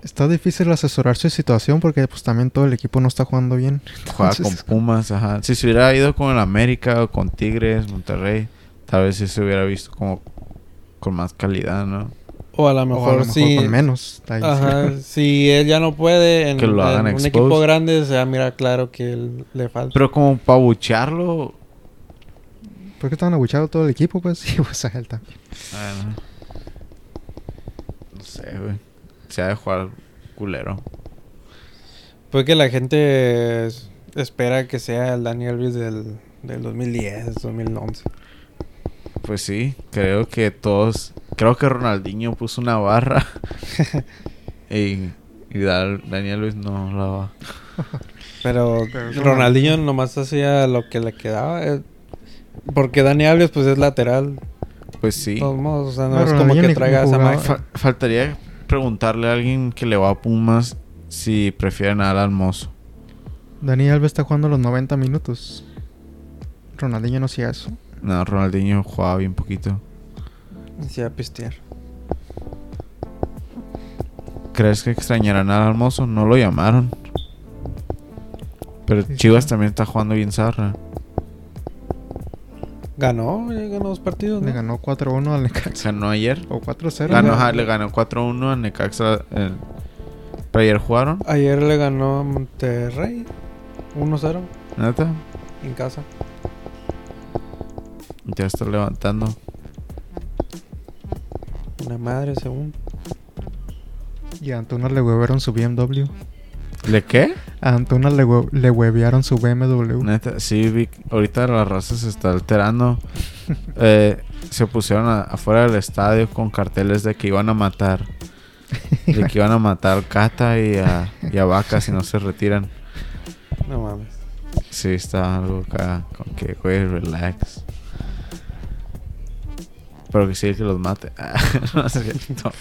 [SPEAKER 1] Está difícil asesorar su situación porque pues también todo el equipo no está jugando bien.
[SPEAKER 2] Jugaba con
[SPEAKER 1] Entonces-
[SPEAKER 2] Pumas, ajá. Si se hubiera ido con el América o con Tigres, Monterrey, tal vez sí se hubiera visto como con más calidad, ¿no?
[SPEAKER 3] O a lo
[SPEAKER 1] O
[SPEAKER 3] mejor,
[SPEAKER 1] a lo mejor
[SPEAKER 3] sí.
[SPEAKER 1] con menos. Ahí sí.
[SPEAKER 2] *laughs*
[SPEAKER 3] Ajá, si él ya no puede en,
[SPEAKER 2] Que lo
[SPEAKER 3] en
[SPEAKER 2] hagan
[SPEAKER 3] un
[SPEAKER 2] exposed.
[SPEAKER 3] equipo grande, se va a mirar claro que él le falta.
[SPEAKER 2] Pero como para buchearlo,
[SPEAKER 1] ¿Por qué estaban abuchado todo el equipo? Pues *laughs* y pues a él también.
[SPEAKER 2] Ah, no. No sé, güey. Se ha de jugar culero.
[SPEAKER 3] Pues que la gente es- espera que sea el Daniel Alves del, del 2010, 2011.
[SPEAKER 2] Pues sí, creo que todos. Creo que Ronaldinho puso una
[SPEAKER 1] *laughs*
[SPEAKER 2] barra. y y Dal- Daniel Luis no la va.
[SPEAKER 3] Pero
[SPEAKER 1] Pero es
[SPEAKER 3] Ronaldinho nomás hacía lo que le quedaba. eh, Porque Dani Alves pues es lateral.
[SPEAKER 2] Pues
[SPEAKER 3] De
[SPEAKER 2] sí.
[SPEAKER 3] todos modos, o sea, no,
[SPEAKER 1] No,
[SPEAKER 3] es como
[SPEAKER 1] Ronaldinho
[SPEAKER 3] que
[SPEAKER 1] ni-
[SPEAKER 3] traiga
[SPEAKER 1] ni
[SPEAKER 3] esa
[SPEAKER 1] jugaba.
[SPEAKER 3] magia.
[SPEAKER 2] Fa- faltaría preguntarle a alguien que le va a Pumas si prefieren al almozo.
[SPEAKER 1] Dani Alves está jugando los 90 minutos. Ronaldinho no hacía eso.
[SPEAKER 2] No, Ronaldinho jugaba bien poquito.
[SPEAKER 3] Y se va a pistear.
[SPEAKER 2] ¿Crees que extrañarán al almozo? No lo llamaron. Pero
[SPEAKER 1] Sí, sí.
[SPEAKER 2] Chivas también está jugando bien zarra.
[SPEAKER 3] Ganó, ya ganó dos partidos.
[SPEAKER 1] Le
[SPEAKER 3] ¿no?
[SPEAKER 1] ganó 4-1 al Necaxa.
[SPEAKER 2] Ganó ayer.
[SPEAKER 1] O 4-0.
[SPEAKER 2] Ganó,
[SPEAKER 1] ¿no?
[SPEAKER 2] ajá, le ganó 4-1 a Necaxa. eh, pero ayer jugaron.
[SPEAKER 3] Ayer le ganó a Monterrey 1-0.
[SPEAKER 2] ¿Neta?
[SPEAKER 3] en casa.
[SPEAKER 2] Ya está levantando.
[SPEAKER 3] Una madre, según.
[SPEAKER 1] Y a Antuna le huevearon su BMW.
[SPEAKER 2] ¿Le qué?
[SPEAKER 1] A Antuna le, hue- le huevearon su BMW.
[SPEAKER 2] Neta, sí, vi. Ahorita la raza se está alterando. Eh, se pusieron a- afuera del estadio con carteles de que iban a matar. De que iban a matar al Cata y a, y a Vaca si no se retiran.
[SPEAKER 3] No mames.
[SPEAKER 2] Sí, está algo acá. Con que, güey, relax. Pero que sí, que los mate. *laughs* No es cierto.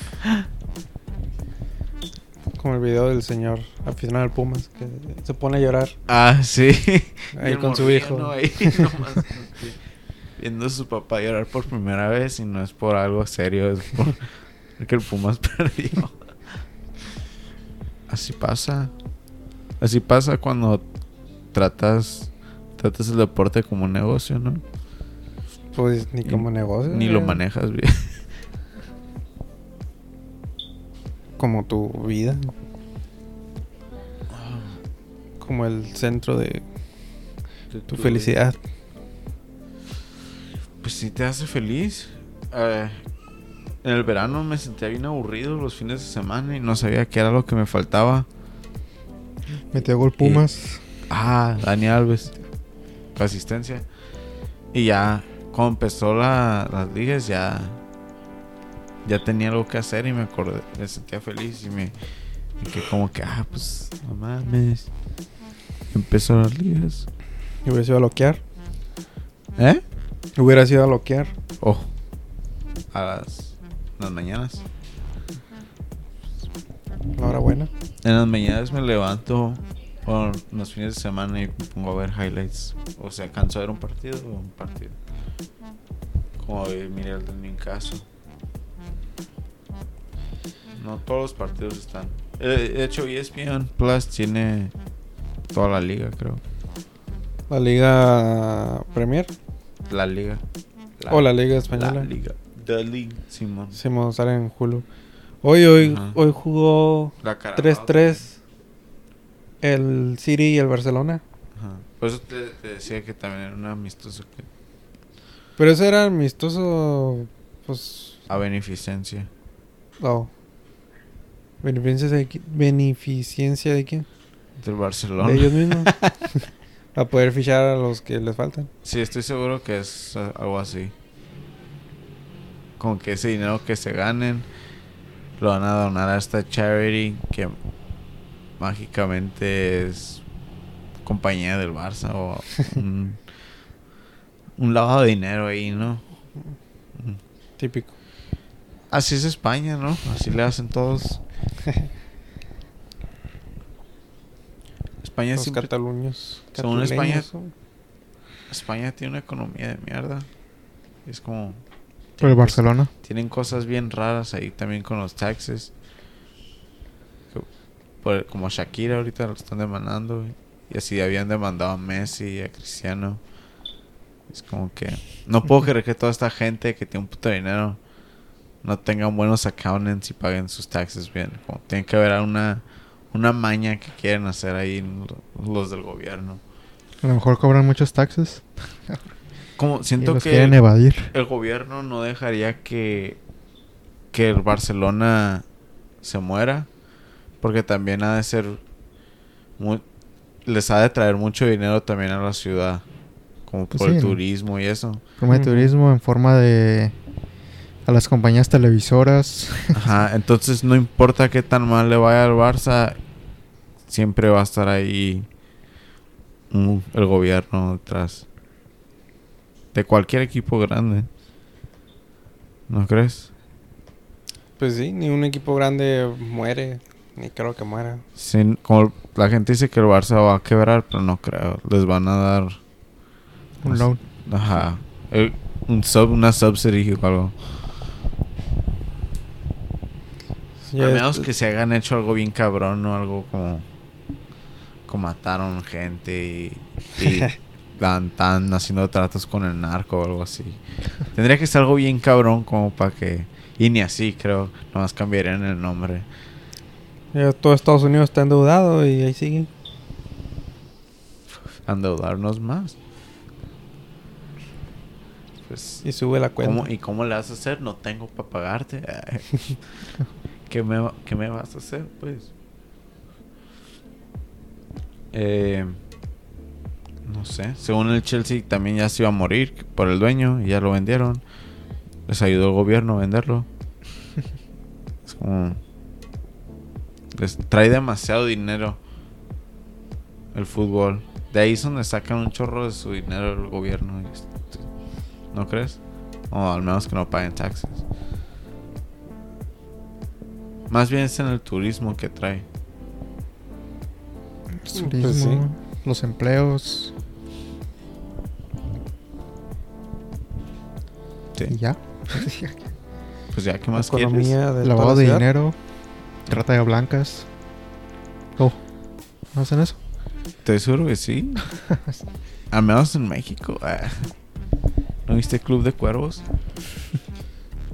[SPEAKER 3] Como el video del señor aficionado al Pumas que se pone a llorar
[SPEAKER 2] Ah, sí. Y
[SPEAKER 3] ahí
[SPEAKER 2] el
[SPEAKER 3] con su
[SPEAKER 2] morrillo,
[SPEAKER 3] hijo.
[SPEAKER 2] ¿no? Ahí *laughs* nomás, este, viendo a su papá llorar por primera vez y no es por algo serio, es por *laughs* que el Pumas perdió. Así pasa. Así pasa cuando tratas tratas el deporte como un negocio, ¿no?
[SPEAKER 3] Pues ni como negocio. eh,
[SPEAKER 2] Ni lo
[SPEAKER 3] güey.
[SPEAKER 2] manejas bien.
[SPEAKER 3] Como tu vida. Como el centro de tu felicidad.
[SPEAKER 2] Pues sí te hace feliz. Eh, en el verano me sentía bien aburrido los fines de semana y no sabía qué era lo que me faltaba.
[SPEAKER 1] Metió gol Pumas.
[SPEAKER 2] Ah, Dani Alves. Asistencia. Y ya, cuando empezó la- las ligas, ya. Ya tenía algo que hacer y me acordé. Me sentía feliz y me. y que como que, ah, pues, no mames. Empezó las ligas.
[SPEAKER 3] Y hubiera sido a bloquear.
[SPEAKER 2] ¿Eh?
[SPEAKER 3] Hubiera sido a bloquear.
[SPEAKER 2] Oh. A las. las mañanas.
[SPEAKER 3] La hora buena.
[SPEAKER 2] En las mañanas me levanto. O en los fines de semana y me pongo a ver highlights. O sea, canso de ver un partido o un partido. Como hoy miré el de Newcastle. No todos los partidos están. Eh, de hecho, ESPN Plus tiene toda la liga, creo.
[SPEAKER 3] La Liga Premier.
[SPEAKER 2] La liga.
[SPEAKER 3] o Oh, la Liga Española.
[SPEAKER 2] La liga. The League, Simón.
[SPEAKER 3] Sí, me sale en Hulu. Hoy, hoy,
[SPEAKER 2] Ajá.
[SPEAKER 3] hoy jugó
[SPEAKER 2] La Carabao
[SPEAKER 3] 3-3 el City y el Barcelona.
[SPEAKER 2] Ajá. Por eso te, te decía que también era un amistoso que-
[SPEAKER 3] Pero ese era amistoso, pues,
[SPEAKER 2] a beneficencia.
[SPEAKER 3] no. ¿Beneficencia de, qui- beneficencia de quién?
[SPEAKER 2] Del Barcelona.
[SPEAKER 3] De ellos mismos. *laughs* a poder fichar a los que les faltan.
[SPEAKER 2] Sí, estoy seguro que es eh, algo así. Con que ese dinero que se ganen lo van a donar a esta charity que mágicamente es compañía del Barça o un, *laughs* un lavado de dinero ahí, ¿no?
[SPEAKER 3] Típico.
[SPEAKER 2] Así es España, ¿no? Así le hacen todos. España
[SPEAKER 3] Los
[SPEAKER 2] siempre-
[SPEAKER 3] cataluños.
[SPEAKER 2] Según España-
[SPEAKER 3] Cataluños, ¿no?
[SPEAKER 2] España tiene una economía de mierda. Es como
[SPEAKER 1] Pero el Barcelona.
[SPEAKER 2] tienen cosas bien raras ahí también con los taxes. Que por- como a Shakira ahorita lo están demandando. güey. Y así habían demandado a Messi y a Cristiano. Es como que... No puedo creer que toda esta gente que tiene un puto dinero no tengan buenos accountants y paguen sus taxes bien. Como tiene que haber una, una maña que quieren hacer ahí lo- los del gobierno.
[SPEAKER 1] A lo mejor cobran muchos taxes.
[SPEAKER 2] Como
[SPEAKER 1] y
[SPEAKER 2] siento
[SPEAKER 1] los
[SPEAKER 2] que...
[SPEAKER 1] quieren evadir.
[SPEAKER 2] el gobierno no dejaría que, que el Barcelona se muera. Porque también ha de ser. mu- les ha de traer mucho dinero también a la ciudad. Como
[SPEAKER 1] Pues
[SPEAKER 2] por
[SPEAKER 1] sí,
[SPEAKER 2] el
[SPEAKER 1] ¿no?
[SPEAKER 2] turismo
[SPEAKER 1] *laughs*
[SPEAKER 2] y eso.
[SPEAKER 1] Forma de
[SPEAKER 3] Ujú.
[SPEAKER 1] turismo en forma de. a las compañías televisoras.
[SPEAKER 2] Ajá, entonces no importa qué tan mal le vaya al Barça, siempre va a estar ahí un- el gobierno detrás. De cualquier equipo grande. ¿No crees?
[SPEAKER 3] Pues sí, ni un equipo grande muere. Ni creo que muera.
[SPEAKER 2] Sí, como la gente dice que el Barça va a quebrar, pero no creo. Les van a dar. Pues
[SPEAKER 1] un loan.
[SPEAKER 2] Ajá. eh, un sub, una subsidy o algo.
[SPEAKER 3] Ya
[SPEAKER 2] A menos
[SPEAKER 3] es-
[SPEAKER 2] que se hayan hecho algo bien cabrón o algo como. Como mataron gente y. y dan- tan haciendo tratos con el narco o algo así. Tendría que ser algo bien cabrón como para que. Y ni así, creo. Nomás cambiarían el nombre.
[SPEAKER 3] ya todo Estados Unidos está endeudado y ahí sigue.
[SPEAKER 2] endeudarnos más. Pues,
[SPEAKER 3] Y sube la cuenta.
[SPEAKER 2] ¿cómo- ¿Y cómo le vas a hacer? No tengo para pagarte. ¿Qué, me, va- qué me vas a hacer, pues? Eh, no sé. Según el Chelsea, también ya se iba a morir por el dueño y ya lo vendieron. Les ayudó el gobierno a venderlo. Es como. Les trae demasiado dinero el fútbol. De ahí es donde sacan un chorro de su dinero el gobierno. y es- ¿No crees? O al menos que no paguen taxes. Más bien es en el turismo que trae.
[SPEAKER 1] El
[SPEAKER 3] Pues sí.
[SPEAKER 1] turismo, los empleos y ya.
[SPEAKER 2] Pues ya, ¿qué
[SPEAKER 3] La
[SPEAKER 2] más quieres?
[SPEAKER 3] economía de toda
[SPEAKER 1] Lavado
[SPEAKER 3] la
[SPEAKER 1] de
[SPEAKER 3] ciudad.
[SPEAKER 1] dinero, trata de blancas. Oh, ¿no hacen eso?
[SPEAKER 2] Te juro que sí. Al menos en México. ah. ¿No viste Club de Cuervos?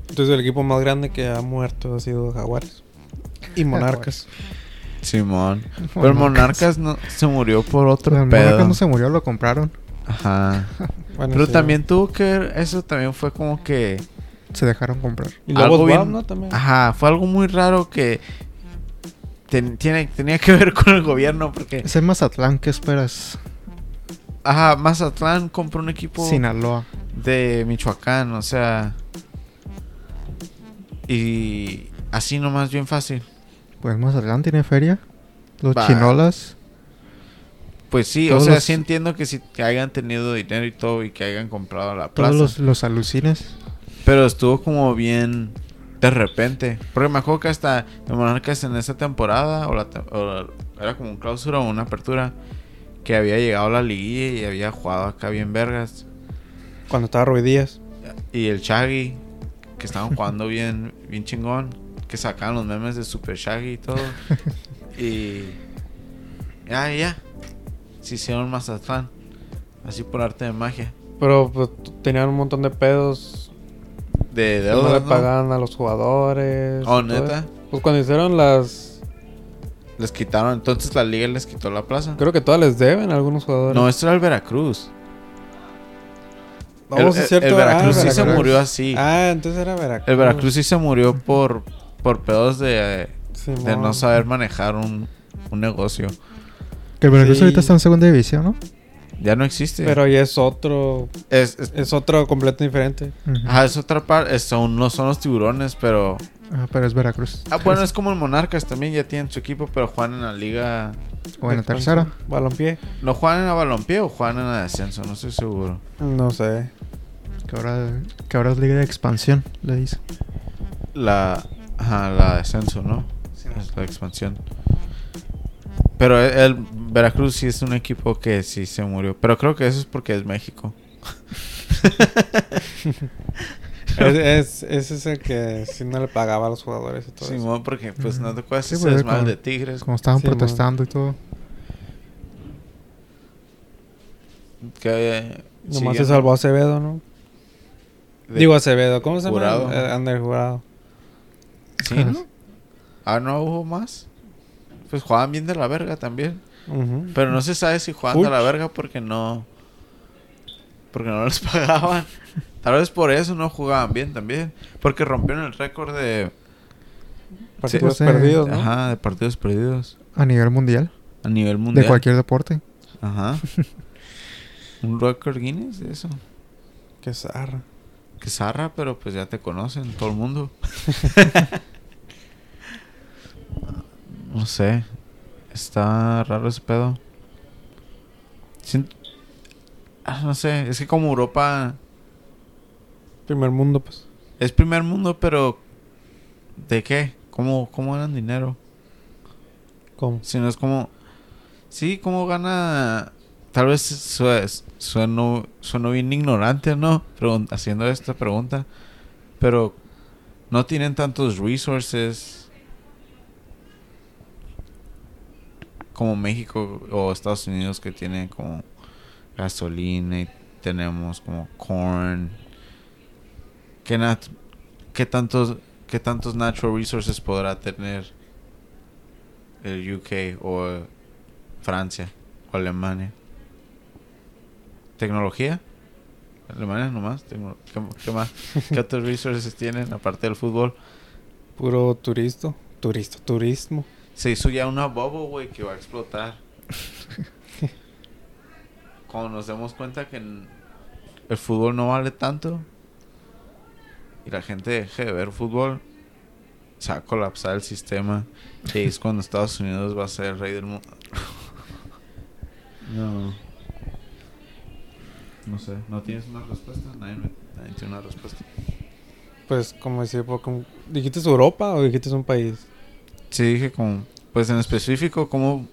[SPEAKER 3] Entonces el equipo más grande que ha muerto ha sido Jaguares. Y Monarcas.
[SPEAKER 2] Simón. Pero Monarcas no, se murió por otro
[SPEAKER 1] Pero el
[SPEAKER 2] pedo.
[SPEAKER 1] Monarcas no se murió, lo compraron.
[SPEAKER 2] Ajá.
[SPEAKER 3] Bueno,
[SPEAKER 2] Pero
[SPEAKER 3] sí.
[SPEAKER 2] también tuvo que ver, eso también fue como que...
[SPEAKER 1] Se dejaron comprar.
[SPEAKER 3] Y Lobos
[SPEAKER 2] algo bien- Ah.
[SPEAKER 3] Guap, ¿no? También.
[SPEAKER 2] Ajá, fue algo muy raro que ten- tiene, tenía que ver con el gobierno porque...
[SPEAKER 1] Es en Mazatlán, ¿qué esperas?
[SPEAKER 2] Ajá, Mazatlán compró un equipo
[SPEAKER 1] Sinaloa.
[SPEAKER 2] de Michoacán, o sea... Y así nomás bien fácil.
[SPEAKER 1] Pues Mazatlán tiene feria. Los
[SPEAKER 2] Va.
[SPEAKER 1] chinolas.
[SPEAKER 2] Pues sí,
[SPEAKER 1] Todos
[SPEAKER 2] o sea,
[SPEAKER 1] los-
[SPEAKER 2] sí entiendo que, sí, que hayan tenido dinero y todo y que hayan comprado la plaza.
[SPEAKER 1] Todos los, los alucines.
[SPEAKER 2] Pero estuvo como bien de repente. Porque me acuerdo que hasta el Monarcas en esa temporada, o la tem- o la- era como un clausura o una apertura, que había llegado a la liguilla y había jugado acá bien vergas.
[SPEAKER 3] Cuando estaba Ruiz Díaz.
[SPEAKER 2] Y el Shaggy, que estaban
[SPEAKER 3] *laughs*
[SPEAKER 2] jugando bien, bien chingón, que sacaban los memes de Super Shaggy y
[SPEAKER 3] *laughs*
[SPEAKER 2] todo. y. Ya, ya. Se hicieron Mazatlán. Así por arte de magia.
[SPEAKER 3] Pero pues, t- tenían un montón de pedos.
[SPEAKER 2] De
[SPEAKER 3] que no
[SPEAKER 2] deudas.
[SPEAKER 3] le
[SPEAKER 2] ¿no?
[SPEAKER 3] pagaban a los jugadores.
[SPEAKER 2] Oh,
[SPEAKER 3] y todo
[SPEAKER 2] neta.
[SPEAKER 3] eso. Pues cuando hicieron las...
[SPEAKER 2] Les quitaron, entonces la liga les quitó la plaza.
[SPEAKER 3] Creo que todas les deben a algunos jugadores.
[SPEAKER 2] No, esto era el Veracruz.
[SPEAKER 3] No,
[SPEAKER 2] el,
[SPEAKER 3] sí
[SPEAKER 2] el-
[SPEAKER 3] es cierto.
[SPEAKER 2] el
[SPEAKER 3] Ah,
[SPEAKER 2] Veracruz sí se
[SPEAKER 3] Veracruz.
[SPEAKER 2] murió así.
[SPEAKER 3] Ah, entonces era Veracruz.
[SPEAKER 2] el Veracruz sí se murió por, por pedos de,
[SPEAKER 3] Simón.
[SPEAKER 2] de no saber manejar un, un negocio.
[SPEAKER 1] Que el Veracruz
[SPEAKER 3] Sí.
[SPEAKER 1] ahorita está en segunda división, ¿no?
[SPEAKER 2] Ya no existe.
[SPEAKER 3] Pero ahí es otro...
[SPEAKER 2] es, es-
[SPEAKER 3] Es otro completo diferente.
[SPEAKER 1] Ujú.
[SPEAKER 2] ajá, es otra parte. Son, no son los tiburones, pero.
[SPEAKER 1] Ah, pero es Veracruz.
[SPEAKER 2] Ah, bueno, es como el Monarcas también. Ya tienen su equipo, pero juegan en la liga.
[SPEAKER 1] O en la tercera.
[SPEAKER 3] Balompié.
[SPEAKER 2] ¿No juegan en la balompié o juegan en la descenso? No estoy seguro.
[SPEAKER 3] No sé.
[SPEAKER 1] Que ahora, que ahora es liga de expansión, le dice.
[SPEAKER 2] La, ajá, la descenso, ¿no? Es la expansión. Pero el, el Veracruz sí es un equipo que sí se murió. Pero creo que eso es porque es México.
[SPEAKER 3] Es, es, ese es el que sí no le pagaba a los jugadores y todo eso.
[SPEAKER 2] Simón, porque pues no te acuerdas
[SPEAKER 1] Sí,
[SPEAKER 2] ese
[SPEAKER 1] pues,
[SPEAKER 2] desmadre
[SPEAKER 1] como-
[SPEAKER 2] de Tigres.
[SPEAKER 1] Como estaban
[SPEAKER 3] Sí, mon.
[SPEAKER 1] protestando y todo.
[SPEAKER 2] Que, eh,
[SPEAKER 3] Nomás
[SPEAKER 2] siguen
[SPEAKER 3] se salvó Acevedo, ¿no?
[SPEAKER 2] de-
[SPEAKER 3] Digo Acevedo, ¿cómo se llama?
[SPEAKER 2] Jurado.
[SPEAKER 3] Eh, Ander Jurado.
[SPEAKER 2] Sí, ¿no? Ah, no hubo más. Pues jugaban bien de la verga también.
[SPEAKER 3] Ujú.
[SPEAKER 2] Pero no se sabe si jugaban de la verga porque no. Porque no les *laughs* pagaban. Tal vez por eso no jugaban bien también. Porque rompieron el récord de.
[SPEAKER 3] Partidos
[SPEAKER 1] pues, eh,
[SPEAKER 3] perdidos, ¿no?
[SPEAKER 2] Ajá, de partidos perdidos.
[SPEAKER 1] A nivel mundial.
[SPEAKER 2] A nivel mundial.
[SPEAKER 1] De cualquier deporte. *laughs*
[SPEAKER 2] Ajá. Un récord Guinness de eso.
[SPEAKER 3] Qué zarra.
[SPEAKER 2] Que zarra, pero pues ya te conocen, todo
[SPEAKER 1] *laughs*
[SPEAKER 2] el mundo. no sé. Está raro ese pedo. Siento- Ah, no sé, es que como Europa
[SPEAKER 3] Primer mundo, pues.
[SPEAKER 2] es primer mundo, pero ¿de qué? ¿Cómo, cómo ganan dinero?
[SPEAKER 3] ¿Cómo?
[SPEAKER 2] Si no es como. Sí, como gana. Tal vez sue- sueno, sueno bien ignorante, ¿no? Pregun- haciendo esta pregunta. Pero no tienen tantos resources como México o Estados Unidos que tienen como gasolina y tenemos como corn. ¿Qué, nat- qué tantos, ¿Qué tantos natural resources podrá tener el UK o Francia o Alemania. tecnología. Alemanes nomás. tecno- ¿Qué, qué más? ¿Qué otros resources tienen aparte del fútbol?
[SPEAKER 3] Puro turisto. Turisto, turismo.
[SPEAKER 2] Se hizo ya una bobo, güey, que va a explotar. Cuando nos demos cuenta que n- el fútbol no vale tanto y la gente deje de ver fútbol, se va a colapsar el sistema. Y ahí es cuando Estados Unidos va a ser el rey del mundo. No. No sé, ¿no tienes una respuesta? Nadie, me- nadie tiene una respuesta.
[SPEAKER 3] Pues, como decía, por- como- ¿dijiste Europa o dijiste un país?
[SPEAKER 2] Sí, dije como, pues en específico, ¿cómo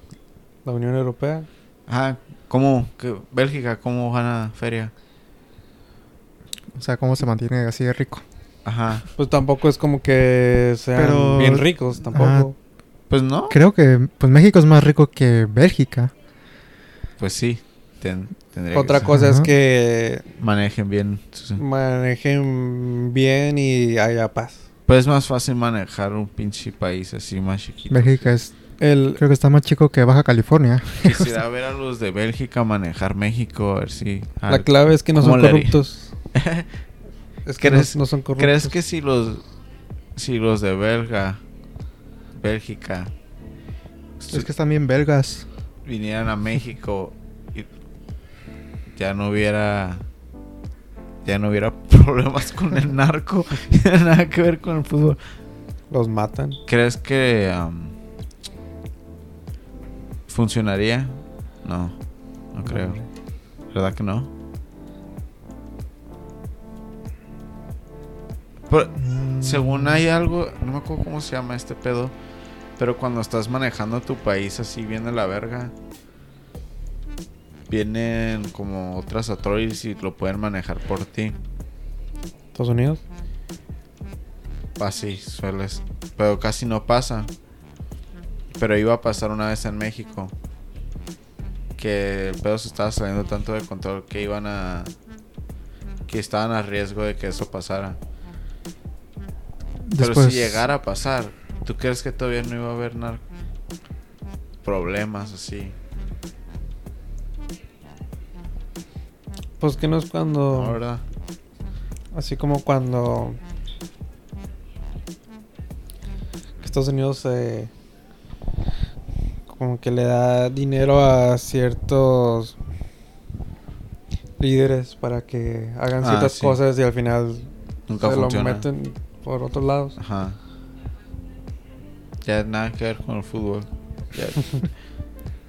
[SPEAKER 3] La Unión Europea.
[SPEAKER 2] Ah, ¿cómo? ¿Qué- Bélgica, ¿cómo gana feria?
[SPEAKER 1] O sea, cómo se mantiene así de rico.
[SPEAKER 2] Ajá.
[SPEAKER 3] Pues tampoco es como que sean
[SPEAKER 1] Pero-
[SPEAKER 3] bien ricos, tampoco.
[SPEAKER 2] Pues no.
[SPEAKER 1] Creo que pues México es más rico que Bélgica.
[SPEAKER 2] Pues sí. ten- tendría que
[SPEAKER 3] Otra
[SPEAKER 2] ser.
[SPEAKER 3] cosa Mm. es
[SPEAKER 1] Ah, Ajá.
[SPEAKER 3] que
[SPEAKER 2] Manejen bien. sus- em-
[SPEAKER 3] manejen bien y haya paz.
[SPEAKER 2] Pues es más fácil manejar un pinche país así más chiquito.
[SPEAKER 1] Bélgica es
[SPEAKER 3] El,
[SPEAKER 1] creo que está más chico que Baja California. *laughs*
[SPEAKER 2] Quisiera ver a los de Bélgica manejar México, a ver si... a-
[SPEAKER 3] la clave es que no
[SPEAKER 2] ¿cómo
[SPEAKER 3] son
[SPEAKER 2] le haría? *laughs*
[SPEAKER 3] corruptos. Es que no,
[SPEAKER 2] ¿Crees-
[SPEAKER 3] no son corruptos.
[SPEAKER 2] ¿Crees que si los... Si los de Belga... Bélgica...
[SPEAKER 1] Es que están bien belgas.
[SPEAKER 2] vinieran a México y ya no hubiera ya no hubiera *laughs* problemas con el narco *laughs* y nada que ver con el fútbol.
[SPEAKER 3] Los matan.
[SPEAKER 2] ¿Crees que um, am, funcionaría? No, no creo. ¿Verdad que no? Pero, según hay algo, no me acuerdo cómo se llama este pedo, pero cuando estás manejando tu país así viene la verga. Vienen como otras authorities y lo pueden manejar por ti.
[SPEAKER 3] Estados Unidos.
[SPEAKER 2] Así sueles. Pero casi no pasa. Pero iba a pasar una vez en México. Que el pedo se estaba saliendo tanto de control que iban a. que estaban a riesgo de que eso pasara. Pero si llegara a pasar, ¿tú crees que todavía no iba a haber nar- problemas así?
[SPEAKER 3] Pues que no es cuando.
[SPEAKER 2] No, ¿verdad?
[SPEAKER 3] Así como cuando Estados Unidos eh, como que le da dinero a ciertos líderes para que hagan
[SPEAKER 2] Ah,
[SPEAKER 3] ciertas
[SPEAKER 2] sí.
[SPEAKER 3] cosas y al final
[SPEAKER 2] Nunca
[SPEAKER 3] se
[SPEAKER 2] funciona.
[SPEAKER 3] lo meten por otros lados.
[SPEAKER 2] Ajá. Ya nada que ver con el fútbol. Ya.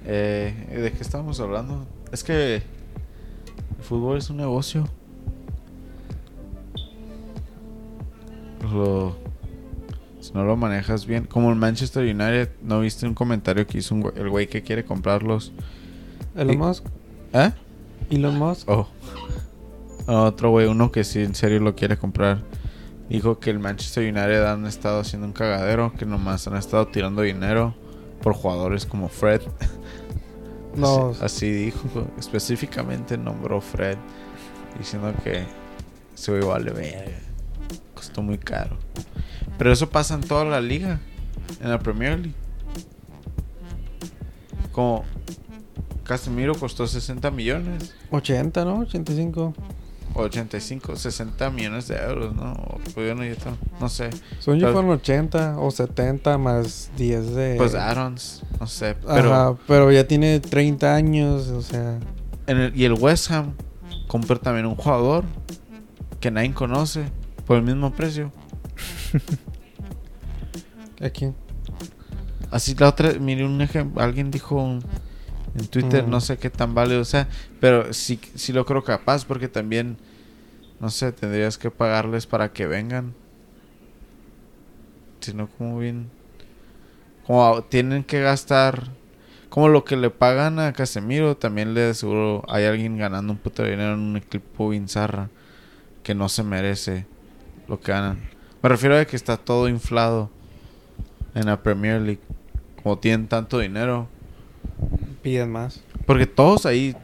[SPEAKER 2] Eh, ¿De qué estábamos hablando? Es que el fútbol es un negocio. Lo- si no lo manejas bien, como el Manchester United, ¿no viste un comentario que hizo un güe- el güey que quiere comprarlos?
[SPEAKER 3] Elon
[SPEAKER 2] Y-
[SPEAKER 3] Musk,
[SPEAKER 2] ¿Eh?
[SPEAKER 3] Elon Musk,
[SPEAKER 2] Oh. Otro güey, uno que sí en serio lo quiere comprar. Dijo que el Manchester United han estado haciendo un cagadero, que nomás han estado tirando dinero por jugadores como Fred.
[SPEAKER 3] no,
[SPEAKER 2] Así, así dijo, específicamente nombró Fred, diciendo que se güey vale verga. Costó muy caro. Pero eso pasa en toda la liga, en la Premier League. Como Casemiro costó 60 millones.
[SPEAKER 3] 80, ¿no? 85.
[SPEAKER 2] 85, 60 millones de euros, ¿no? O, pues, yo no, yo tam- no sé.
[SPEAKER 3] Son yo
[SPEAKER 2] Pero-
[SPEAKER 3] fueron 80 o 70 más 10 de...
[SPEAKER 2] Pues Aarons, no sé. Pero
[SPEAKER 3] Eh, Ajá, pero ya tiene 30 años, o sea...
[SPEAKER 2] en el- y el West Ham compró también un jugador que nadie conoce por el mismo precio.
[SPEAKER 3] ¿A quién?
[SPEAKER 2] Así la otra, miré un ejemplo, alguien dijo un- en Twitter,
[SPEAKER 3] Mm.
[SPEAKER 2] no sé qué tan válido sea, pero sí, sí lo creo capaz porque también, no sé, tendrías que pagarles para que vengan. Si no, como bien... Como a- tienen que gastar... Como lo que le pagan a Casemiro, también le seguro hay alguien ganando un puto de dinero en un equipo bizarra que no se merece lo que ganan. Me refiero a que está todo inflado en la Premier League. Como tienen tanto dinero.
[SPEAKER 3] Piden más.
[SPEAKER 2] Porque todos ahí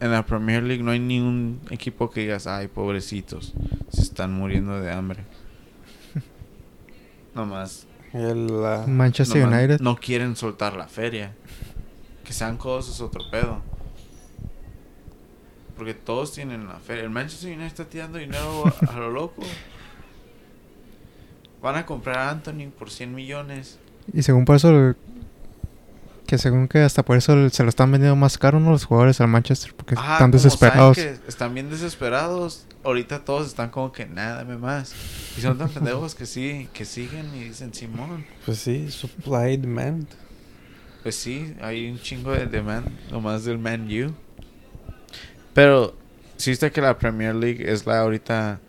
[SPEAKER 2] en la Premier League no hay ningún equipo que digas, ay, pobrecitos, se están muriendo de hambre. Nomás.
[SPEAKER 3] El, la-
[SPEAKER 1] Manchester
[SPEAKER 2] nomás
[SPEAKER 1] United.
[SPEAKER 2] No quieren soltar la feria. Que sean codos es otro pedo. Porque todos tienen la feria. El Manchester United está tirando dinero a lo loco. Van a comprar a Anthony por 100 millones.
[SPEAKER 1] Y según por eso, el- que según que hasta por eso el- se lo están vendiendo más caro ¿no? los jugadores al Manchester, porque
[SPEAKER 2] Ah,
[SPEAKER 1] están
[SPEAKER 2] como saben
[SPEAKER 1] desesperados.
[SPEAKER 2] que están bien desesperados. Ahorita todos están como que nada, dame más. Y son tan pendejos que sí, que siguen y dicen, Simón,
[SPEAKER 3] Pues sí, supply demand.
[SPEAKER 2] pues sí, hay un chingo de demand, nomás del Man U. Pero, sí está que la Premier League es la ahorita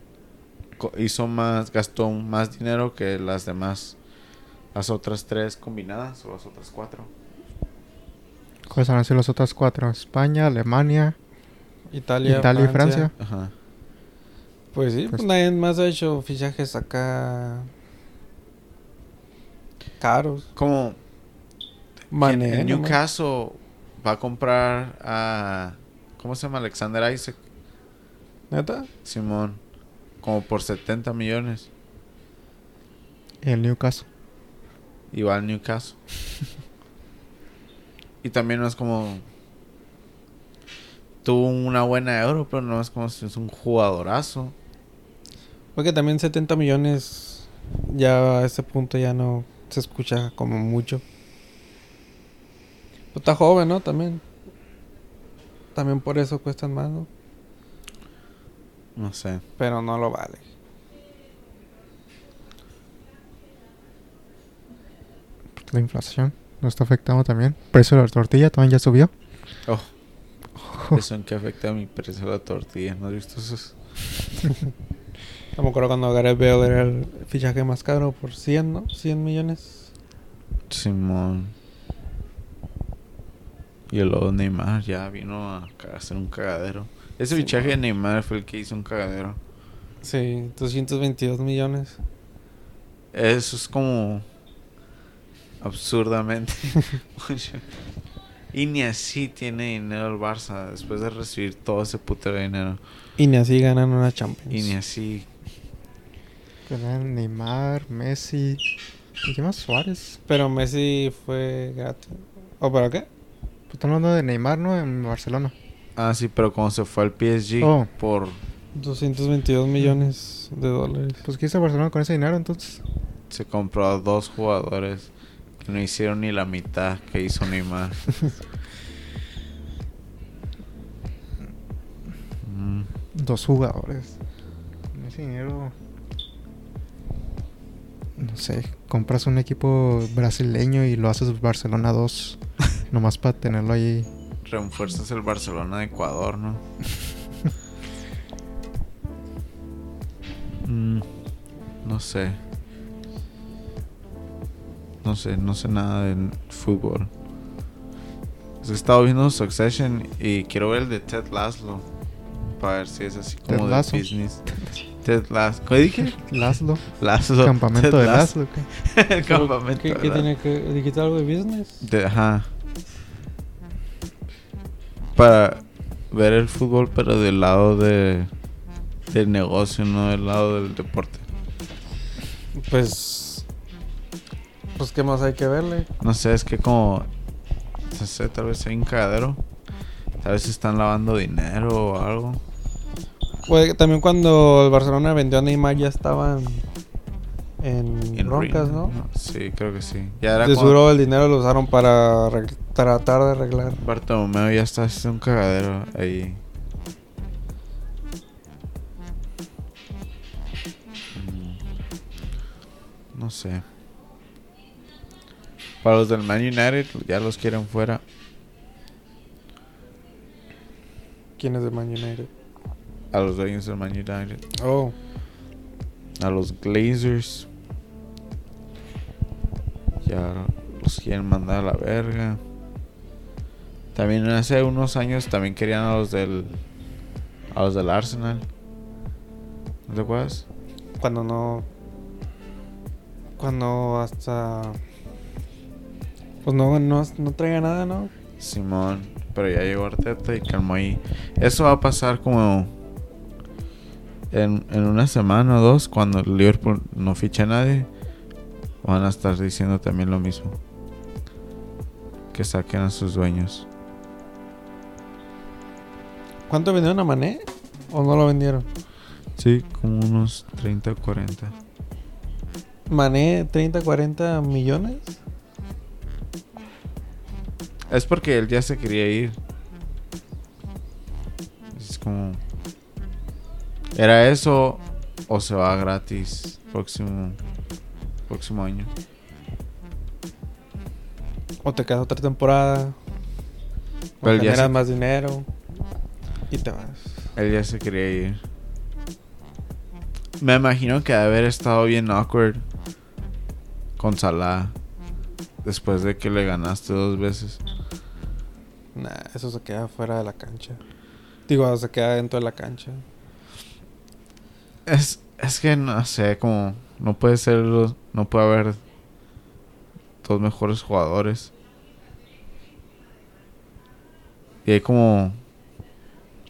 [SPEAKER 2] co- hizo más, gastó más dinero que las demás, las otras tres combinadas o las otras cuatro.
[SPEAKER 1] ¿Cuáles van a ser Pues, las otras cuatro? España, Alemania,
[SPEAKER 3] Italia,
[SPEAKER 1] Italia y Francia.
[SPEAKER 2] Ajá.
[SPEAKER 3] Pues sí,
[SPEAKER 1] Pues-
[SPEAKER 3] pues nadie más ha hecho fichajes acá caros.
[SPEAKER 2] Como En
[SPEAKER 3] Mané,
[SPEAKER 2] en
[SPEAKER 3] nomás.
[SPEAKER 2] Newcastle va a comprar a. ¿Cómo se llama? Alexander Isaac
[SPEAKER 3] ¿Neta?
[SPEAKER 2] Simón. Como por 70 millones.
[SPEAKER 1] Y el Newcastle.
[SPEAKER 2] Y va al
[SPEAKER 3] *laughs*
[SPEAKER 2] Newcastle. y también no es como. Tuvo una buena euro, pero no es como si es un jugadorazo.
[SPEAKER 3] Porque también 70 millones ya a este punto ya no se escucha como mucho. Pero está joven, ¿no? También. También por eso cuestan más, ¿no?
[SPEAKER 2] No
[SPEAKER 3] *laughs*
[SPEAKER 2] sé.
[SPEAKER 3] Pero no lo vale.
[SPEAKER 1] La inflación nos está afectando también. Precio de la tortilla también ya subió.
[SPEAKER 2] Oh. Eso en que afecta a mi precio de la tortilla. ¿No has visto esos?
[SPEAKER 3] No me acuerdo cuando Gareth Bale era el fichaje más caro por 100, ¿no? 100 millones.
[SPEAKER 2] Simón. Y luego Neymar ya vino a ca- hacer un cagadero. Ese fichaje de Neymar fue el que hizo un cagadero.
[SPEAKER 3] Sí, 222 millones.
[SPEAKER 2] Eso es como absurdamente. mucho. y ni así tiene dinero el Barça después de recibir todo ese putero de dinero.
[SPEAKER 3] Y ni así ganan una Champions.
[SPEAKER 2] Y ni así.
[SPEAKER 1] Ganan Neymar, Messi. ¿Y qué más? Suárez.
[SPEAKER 3] Pero Messi fue gratis. ¿O para qué?
[SPEAKER 1] Pues Están hablando de Neymar, ¿no? En Barcelona.
[SPEAKER 2] Ah, sí, pero cuando se fue al PSG
[SPEAKER 1] Oh.
[SPEAKER 2] por
[SPEAKER 3] 222 millones de dólares.
[SPEAKER 1] Pues ¿qué hizo Barcelona con ese dinero entonces?
[SPEAKER 2] se compró a dos jugadores que no hicieron ni la mitad que hizo Neymar. Mm,
[SPEAKER 1] Dos jugadores. Con ese dinero. No sé, compras un equipo brasileño y lo haces Barcelona 2. nomás para tenerlo ahí.
[SPEAKER 2] Refuerzas el Barcelona de
[SPEAKER 1] *laughs*
[SPEAKER 2] Ecuador, ¿no? Mm, no sé. No sé, no sé nada de fútbol. Es que He estado viendo Succession y quiero ver el de Ted Laszlo. Para ver si es así
[SPEAKER 1] Ted
[SPEAKER 2] como de
[SPEAKER 1] Lasso. *laughs*
[SPEAKER 2] business. Ted Laszlo. ¿Qué dije?
[SPEAKER 1] Laszlo.
[SPEAKER 2] Lazo.
[SPEAKER 1] Campamento
[SPEAKER 2] Ted
[SPEAKER 1] de
[SPEAKER 2] Lasso.
[SPEAKER 1] Laszlo. ¿qué?
[SPEAKER 2] el *laughs* campamento
[SPEAKER 3] ¿Qué,
[SPEAKER 2] de
[SPEAKER 3] qué
[SPEAKER 2] Lazo.
[SPEAKER 3] tiene que dijiste algo de business?
[SPEAKER 2] De- ajá. Para ver el fútbol, pero del lado de del negocio, no del lado del deporte.
[SPEAKER 3] Pues. Pues, ¿qué más hay que verle?
[SPEAKER 2] No sé, es que como. No sé, tal vez hay un cagadero. Tal vez están lavando dinero o algo.
[SPEAKER 3] Pues, también cuando el Barcelona vendió a Neymar ya estaban en,
[SPEAKER 2] En
[SPEAKER 3] broncas,
[SPEAKER 2] ruina,
[SPEAKER 3] ¿no?
[SPEAKER 2] Sí, creo que sí. Ya era
[SPEAKER 3] De
[SPEAKER 2] cuando-
[SPEAKER 3] seguro el dinero lo usaron para arregl- tratar de arreglar.
[SPEAKER 2] Bartolomeo ya está haciendo un cagadero ahí. Mm. No sé. Para los del Man United ya los quieren fuera.
[SPEAKER 3] ¿Quién es de Man United?
[SPEAKER 2] A los dueños del Man United.
[SPEAKER 3] Oh,
[SPEAKER 2] A los Glazers. Ya los quieren mandar a la verga. También hace unos años también querían a los del. A los del Arsenal. ¿No te acuerdas?
[SPEAKER 3] cuando no. Cuando hasta. Pues no, no, no traiga nada, ¿no?
[SPEAKER 2] Simón. Pero ya llegó Arteta y calmó ahí. Eso va a pasar como. En, en una semana o dos, cuando el Liverpool no ficha a nadie, van a estar diciendo también lo mismo. Que saquen a sus dueños.
[SPEAKER 3] ¿Cuánto vendieron a Mané? ¿O no lo vendieron?
[SPEAKER 2] Sí, como unos 30 o 40.
[SPEAKER 3] Mané, 30, 40 millones.
[SPEAKER 2] Es porque él ya se quería ir. Es como. Era eso o se va gratis próximo próximo año.
[SPEAKER 3] O te quedas otra temporada. O
[SPEAKER 2] Pero ya
[SPEAKER 3] generas
[SPEAKER 2] se-
[SPEAKER 3] más dinero. Y te vas.
[SPEAKER 2] Él ya se quería ir. Me imagino que ha de haber estado bien awkward con Salah después de que le ganaste dos veces.
[SPEAKER 3] Nah, eso se queda fuera de la cancha. Digo, se queda dentro de la cancha.
[SPEAKER 2] Es, es que no sé, como no puede ser los, no puede haber dos mejores jugadores. Y hay como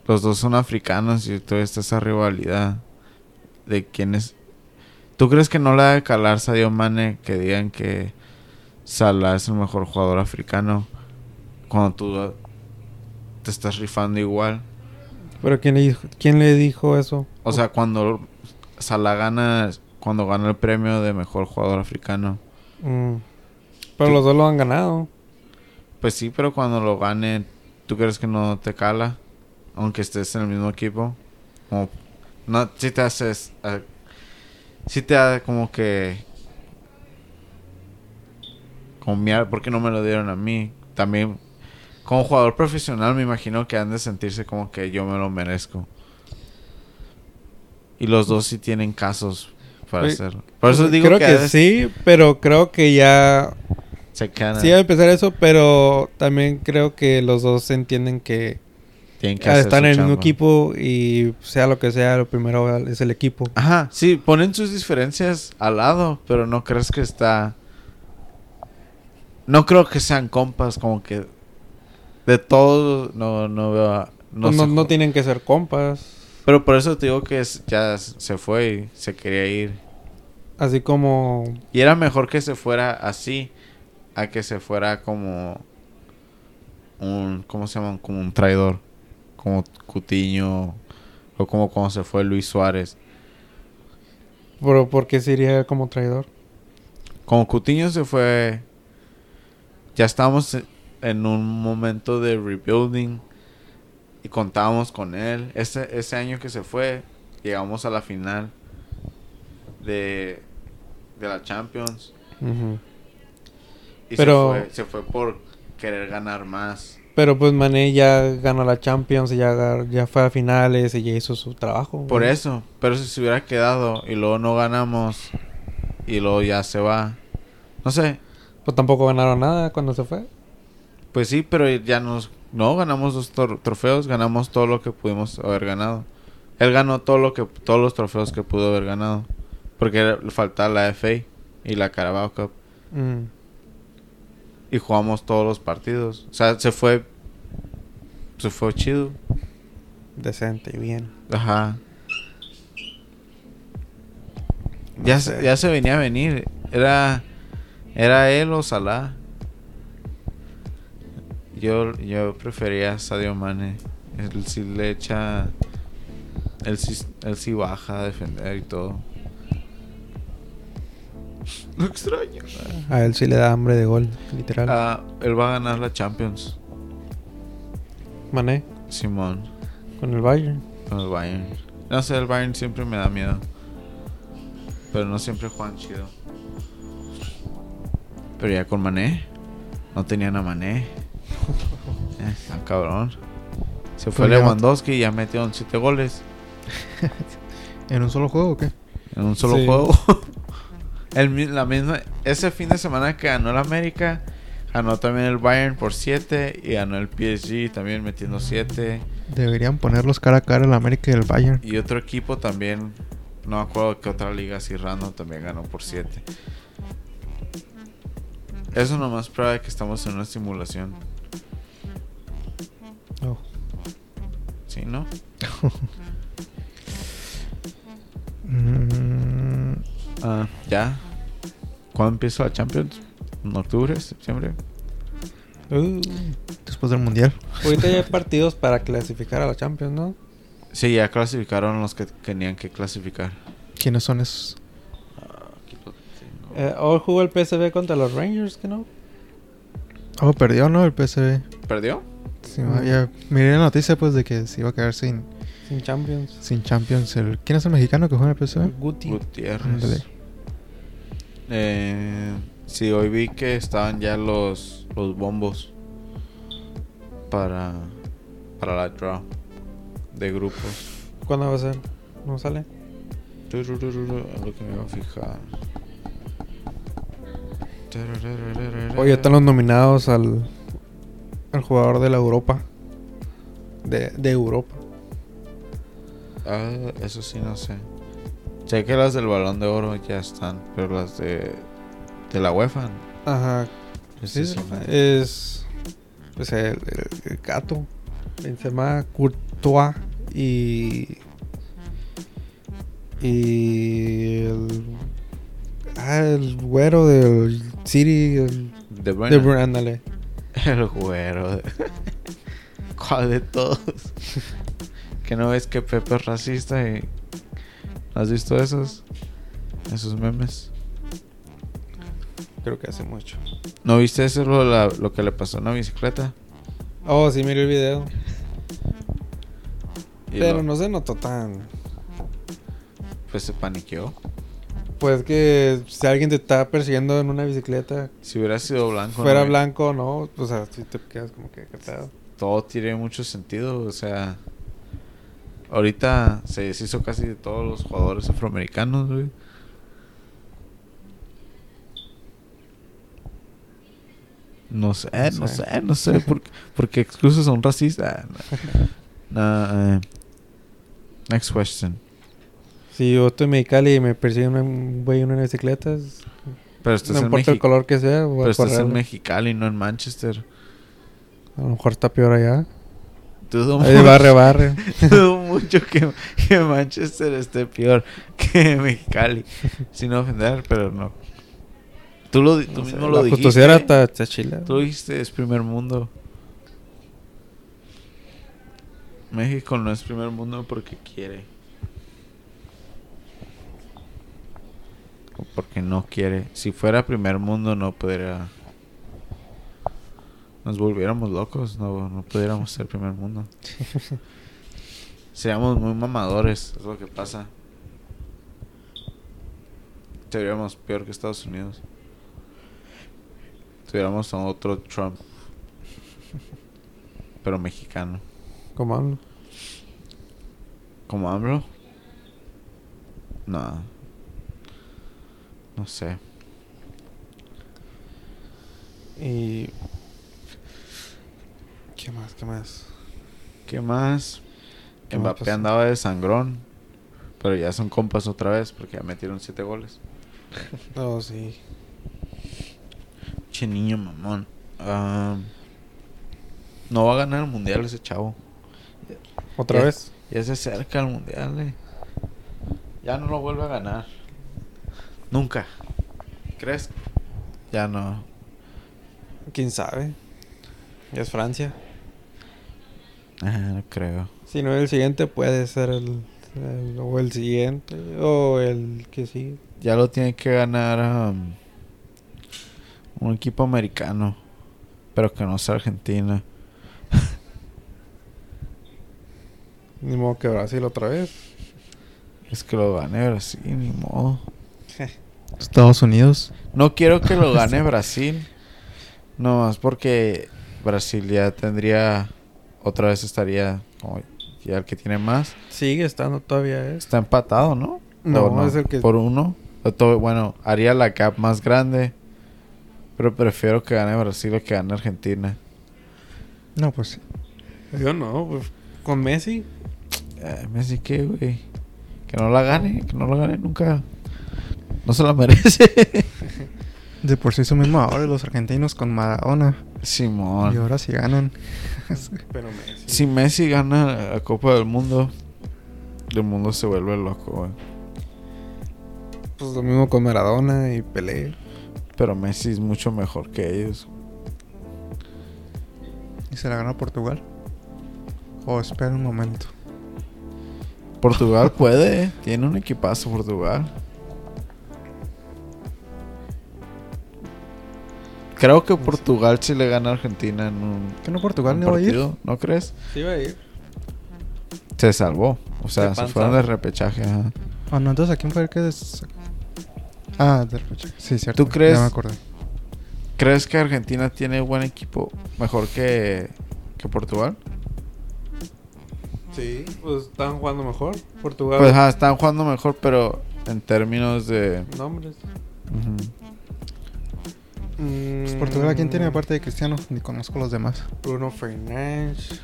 [SPEAKER 2] los dos son africanos y toda está esa rivalidad de quiénes. ¿Tú crees que no la ha de calar Sadio Mane que digan que Salah es el mejor jugador africano cuando tú te estás rifando igual?
[SPEAKER 3] Pero ¿quién le dijo, quién le dijo eso?
[SPEAKER 2] O sea, cuando Salah gana, cuando gana el premio de mejor jugador africano.
[SPEAKER 3] Mm. Pero los dos lo han ganado.
[SPEAKER 2] Pues sí, pero cuando lo gane, ¿tú crees que no te cala? Aunque estés en el mismo equipo. Como- no, si te haces. ah, sí te da como que. Como mirar, ¿por qué no me lo dieron a mí? También, como jugador profesional, me imagino que han de sentirse como que yo me lo merezco. Y los dos sí tienen casos para
[SPEAKER 3] Oye,
[SPEAKER 2] hacerlo. Por eso digo
[SPEAKER 3] creo
[SPEAKER 2] que,
[SPEAKER 3] que,
[SPEAKER 2] a veces
[SPEAKER 3] sí, pero creo que ya
[SPEAKER 2] se quedan.
[SPEAKER 3] sí va a empezar eso, pero también creo que los dos entienden que,
[SPEAKER 2] tienen que hacer
[SPEAKER 3] están
[SPEAKER 2] su
[SPEAKER 3] en el mismo
[SPEAKER 2] chamba.
[SPEAKER 3] equipo y sea lo que sea, lo primero es el equipo.
[SPEAKER 2] Ajá, sí, ponen sus diferencias al lado, pero no crees que está. No creo que sean compas, como que. De todos, no, no veo. a- No,
[SPEAKER 3] No,
[SPEAKER 2] sé
[SPEAKER 3] no,
[SPEAKER 2] cómo-
[SPEAKER 3] tienen que ser compas.
[SPEAKER 2] Pero por eso te digo que es- ya se fue y se quería ir.
[SPEAKER 3] Así como
[SPEAKER 2] Y era mejor que se fuera así, a que se fuera como. Un. ¿Cómo se llama? Como un traidor. Como Cutiño. O como cuando se fue Luis Suárez.
[SPEAKER 3] pero porque sería como traidor.
[SPEAKER 2] Con Cutiño se fue. Ya estábamos en un momento de rebuilding. Y contábamos con él. Ese, ese año que se fue, llegamos a la final de, de la Champions.
[SPEAKER 3] Ujú.
[SPEAKER 2] Y
[SPEAKER 3] Pero-
[SPEAKER 2] se, fue, se fue por querer ganar más.
[SPEAKER 3] Pero pues Mané ya ganó la Champions, y ya, ga- ya fue a finales y ya hizo su trabajo. Pues,
[SPEAKER 2] Por
[SPEAKER 3] güey.
[SPEAKER 2] eso. Pero si se hubiera quedado y luego no ganamos. Y luego ya se va. No sé.
[SPEAKER 3] Pues tampoco ganaron nada cuando se fue.
[SPEAKER 2] Pues sí, pero ya nos... No, ganamos dos tor- trofeos, ganamos todo lo que pudimos haber ganado. Él ganó todo lo que, todos los trofeos que pudo haber ganado. Porque era- le faltaba la FA y la Carabao Cup.
[SPEAKER 3] Mm.
[SPEAKER 2] Y jugamos todos los partidos. O sea, se fue... Se fue chido.
[SPEAKER 3] Decente y bien.
[SPEAKER 2] Ajá. Ya, se- ya se venía a venir. Era... Era él o Salah. Yo, yo prefería a Sadio Mane. Él sí le echa... Él sí, él sí baja a defender y todo. Lo extraño.
[SPEAKER 3] A él sí le da hambre de gol, literal.
[SPEAKER 2] Ah, él va a ganar la Champions.
[SPEAKER 3] Mané
[SPEAKER 2] Simón.
[SPEAKER 3] con el Bayern.
[SPEAKER 2] Con el Bayern. No sé, el Bayern siempre me da miedo. Pero no siempre juegan chido. Pero ya con Mané. No tenían a Mané. Eh, Está cabrón. Se fue
[SPEAKER 1] Pero ya no-
[SPEAKER 2] Lewandowski y ya metieron 7 goles.
[SPEAKER 1] ¿En un solo juego o qué?
[SPEAKER 2] En un solo
[SPEAKER 3] Sí.
[SPEAKER 2] juego. *laughs* El mi- la misma, ese fin de semana que ganó el América, ganó también el Bayern por 7 y ganó el PSG también metiendo 7.
[SPEAKER 1] Deberían ponerlos cara a cara el América y el Bayern.
[SPEAKER 2] Y otro equipo también, no me acuerdo que otra liga así random también ganó por 7. Eso nomás prueba de que estamos en una simulación.
[SPEAKER 3] Oh.
[SPEAKER 2] ¿Sí, no?
[SPEAKER 1] Mm,
[SPEAKER 2] Ah, ya. ¿Cuándo empieza la Champions? ¿En octubre? ¿Septiembre?
[SPEAKER 3] Uh,
[SPEAKER 1] después del mundial.
[SPEAKER 3] ahorita ya hay partidos para clasificar a la Champions, ¿no?
[SPEAKER 2] Sí, ya clasificaron los que tenían que clasificar.
[SPEAKER 1] ¿Quiénes son esos?
[SPEAKER 2] Aquí lo tengo.
[SPEAKER 3] Eh, hoy jugó el PSV contra los Rangers, ¿qué no?
[SPEAKER 1] Oh, perdió, ¿no? El PSV.
[SPEAKER 2] ¿Perdió?
[SPEAKER 1] Sí,
[SPEAKER 3] Mm.
[SPEAKER 1] ya miré la noticia, pues, de que se iba a quedar sin,
[SPEAKER 3] Sin Champions.
[SPEAKER 1] sin Champions. El, ¿Quién es el mexicano que juega en el PSV?
[SPEAKER 3] Guti.
[SPEAKER 1] Ándale.
[SPEAKER 2] Gutiérrez. Eh, sí, hoy vi que estaban ya los, los bombos para, para la draw de grupos.
[SPEAKER 3] ¿Cuándo va a ser? ¿No sale?
[SPEAKER 2] Tururururu, a lo que me iba a fijar. Tararararara.
[SPEAKER 3] Oye, están los nominados al, al jugador de la Europa. De, de Europa.
[SPEAKER 2] Ah, eso sí, no sé. Sé que las del balón de oro ya están, pero las de, de la UEFA.
[SPEAKER 3] Ajá.
[SPEAKER 2] Pues
[SPEAKER 3] Sí,
[SPEAKER 2] sí, no.
[SPEAKER 3] es. Pues el, el- el gato. Benzema, Courtois y. Y. El, ah, el güero del City. El,
[SPEAKER 2] De
[SPEAKER 3] de
[SPEAKER 2] Bruyne.
[SPEAKER 3] Bruyne, ándale.
[SPEAKER 2] *laughs* El güero. ¿Cuál de todos? ¿Que no ves que Pepe es racista y... ¿No ¿Has visto esos? Esos memes.
[SPEAKER 3] Creo que hace mucho.
[SPEAKER 2] ¿No viste eso lo, la- lo que le pasó a una bicicleta?
[SPEAKER 3] Oh, sí, miré el video.
[SPEAKER 2] Y
[SPEAKER 3] Pero
[SPEAKER 2] lo-
[SPEAKER 3] no se notó tan.
[SPEAKER 2] Pues se paniqueó.
[SPEAKER 3] Pues que si alguien te está persiguiendo en una bicicleta,
[SPEAKER 2] Si hubiera sido blanco...
[SPEAKER 3] fuera
[SPEAKER 2] no-
[SPEAKER 3] blanco, no. O sea, si te quedas como que qué pedo.
[SPEAKER 2] Todo tiene mucho sentido, o sea... Ahorita se deshizo casi de todos los jugadores afroamericanos, güey. No sé, no
[SPEAKER 3] sé.
[SPEAKER 2] sé, no sé, por,
[SPEAKER 3] *laughs*
[SPEAKER 2] porque excusas son racistas. Nah, Ah, eh, next question.
[SPEAKER 3] Si yo estoy en Mexicali y me persigue una- un güey en una bicicleta, Pues es- Pues
[SPEAKER 2] Pero
[SPEAKER 3] no
[SPEAKER 2] estás en
[SPEAKER 3] importa el
[SPEAKER 2] México.
[SPEAKER 3] color que sea, voy a
[SPEAKER 2] Pero estás en
[SPEAKER 3] correrle.
[SPEAKER 2] Mexicali, no en Manchester.
[SPEAKER 3] A lo mejor está peor allá.
[SPEAKER 2] Dudo
[SPEAKER 3] Ahí de
[SPEAKER 2] mucho-
[SPEAKER 3] barre, a *laughs* barre.
[SPEAKER 2] *laughs* Dudo mucho que, que Manchester esté peor que *laughs* Mexicali. Sin ofender, pero no. Tú, lo, di- tú
[SPEAKER 3] No sé,
[SPEAKER 2] mismo lo
[SPEAKER 3] la
[SPEAKER 2] dijiste.
[SPEAKER 3] costosera está, está chila.
[SPEAKER 2] Tú dijiste es primer mundo. México no es primer mundo porque quiere. O porque no quiere. Si fuera primer mundo no pudiera... Nos volviéramos locos, no, no pudiéramos ser primer mundo. Seríamos muy mamadores, es lo que pasa. Seríamos peor que Estados Unidos. Tuviéramos a otro Trump. Pero mexicano.
[SPEAKER 3] Como hablo.
[SPEAKER 2] ¿Como AMLO? No. No sé.
[SPEAKER 3] Y. ¿Qué más? ¿Qué más?
[SPEAKER 2] ¿Qué más?
[SPEAKER 3] ¿Qué más
[SPEAKER 2] Mbappé
[SPEAKER 3] pasó?
[SPEAKER 2] andaba de sangrón. Pero ya son compas otra vez porque ya metieron siete goles.
[SPEAKER 3] No, sí.
[SPEAKER 2] Che niño mamón. Ah, no va a ganar el mundial ese chavo.
[SPEAKER 3] ¿Otra
[SPEAKER 2] Ya-
[SPEAKER 3] vez?
[SPEAKER 2] Ya se acerca al mundial, eh. Ya no lo vuelve a ganar. Nunca. ¿Crees? Ya no.
[SPEAKER 3] ¿Quién sabe? Ya es Francia.
[SPEAKER 2] Ah, no creo.
[SPEAKER 3] Si no, el siguiente puede ser el. el- o el siguiente. O el que sigue.
[SPEAKER 2] Ya lo tiene que ganar um, un equipo americano. Pero que no sea Argentina.
[SPEAKER 3] Ni modo que Brasil otra vez.
[SPEAKER 2] Es que lo gane Brasil, ni modo.
[SPEAKER 1] Estados Unidos.
[SPEAKER 2] No quiero que *laughs* lo gane Brasil. No más porque Brasil ya tendría. Otra vez estaría. como ya el que tiene más.
[SPEAKER 3] Sigue estando todavía, ¿eh?
[SPEAKER 2] Está empatado, ¿no?
[SPEAKER 3] No,
[SPEAKER 2] ¿O
[SPEAKER 3] es el que-
[SPEAKER 2] Por uno. O to- Bueno, haría la cap más grande. Pero prefiero que gane Brasil o que gane Argentina.
[SPEAKER 1] No, pues sí.
[SPEAKER 3] Yo no, pues. Con Messi.
[SPEAKER 2] Eh, Messi, ¿qué, güey? Que no la gane, que no la gane nunca. No se la *laughs* merece.
[SPEAKER 1] De por sí son mismo ahora los argentinos con Maradona. Y
[SPEAKER 2] Simón.
[SPEAKER 1] ahora sí ganan.
[SPEAKER 3] Pero Messi.
[SPEAKER 2] Si Messi gana la Copa del Mundo, el mundo se vuelve loco, güey.
[SPEAKER 3] Pues lo mismo con Maradona y Pelé.
[SPEAKER 2] Pero Messi es mucho mejor que ellos.
[SPEAKER 1] y se la gana Portugal. O espera un momento. *laughs*
[SPEAKER 2] Portugal puede, eh. tiene un equipazo Portugal. Creo que Portugal sí le gana a Argentina en un,
[SPEAKER 1] ¿Que no Portugal
[SPEAKER 2] un
[SPEAKER 1] no va a ir?
[SPEAKER 2] partido, ¿no crees?
[SPEAKER 3] Sí, va a ir.
[SPEAKER 2] Se salvó, o sea, se
[SPEAKER 3] panza.
[SPEAKER 2] fueron de repechaje. ajá.
[SPEAKER 1] Ah, no, entonces ¿a quién fue el que des- Ah, del repechaje. Sí, cierto.
[SPEAKER 2] ¿Tú crees?
[SPEAKER 1] Ya me acordé.
[SPEAKER 2] ¿Crees que Argentina tiene buen equipo mejor que, que Portugal?
[SPEAKER 3] Sí, pues están jugando mejor. Portugal.
[SPEAKER 2] Pues ajá, están jugando mejor, pero en términos de...
[SPEAKER 3] Nombres.
[SPEAKER 2] ujú.
[SPEAKER 1] Pues Portugal, ¿a quién tiene aparte de Cristiano? Ni conozco los demás.
[SPEAKER 3] Bruno Fernández.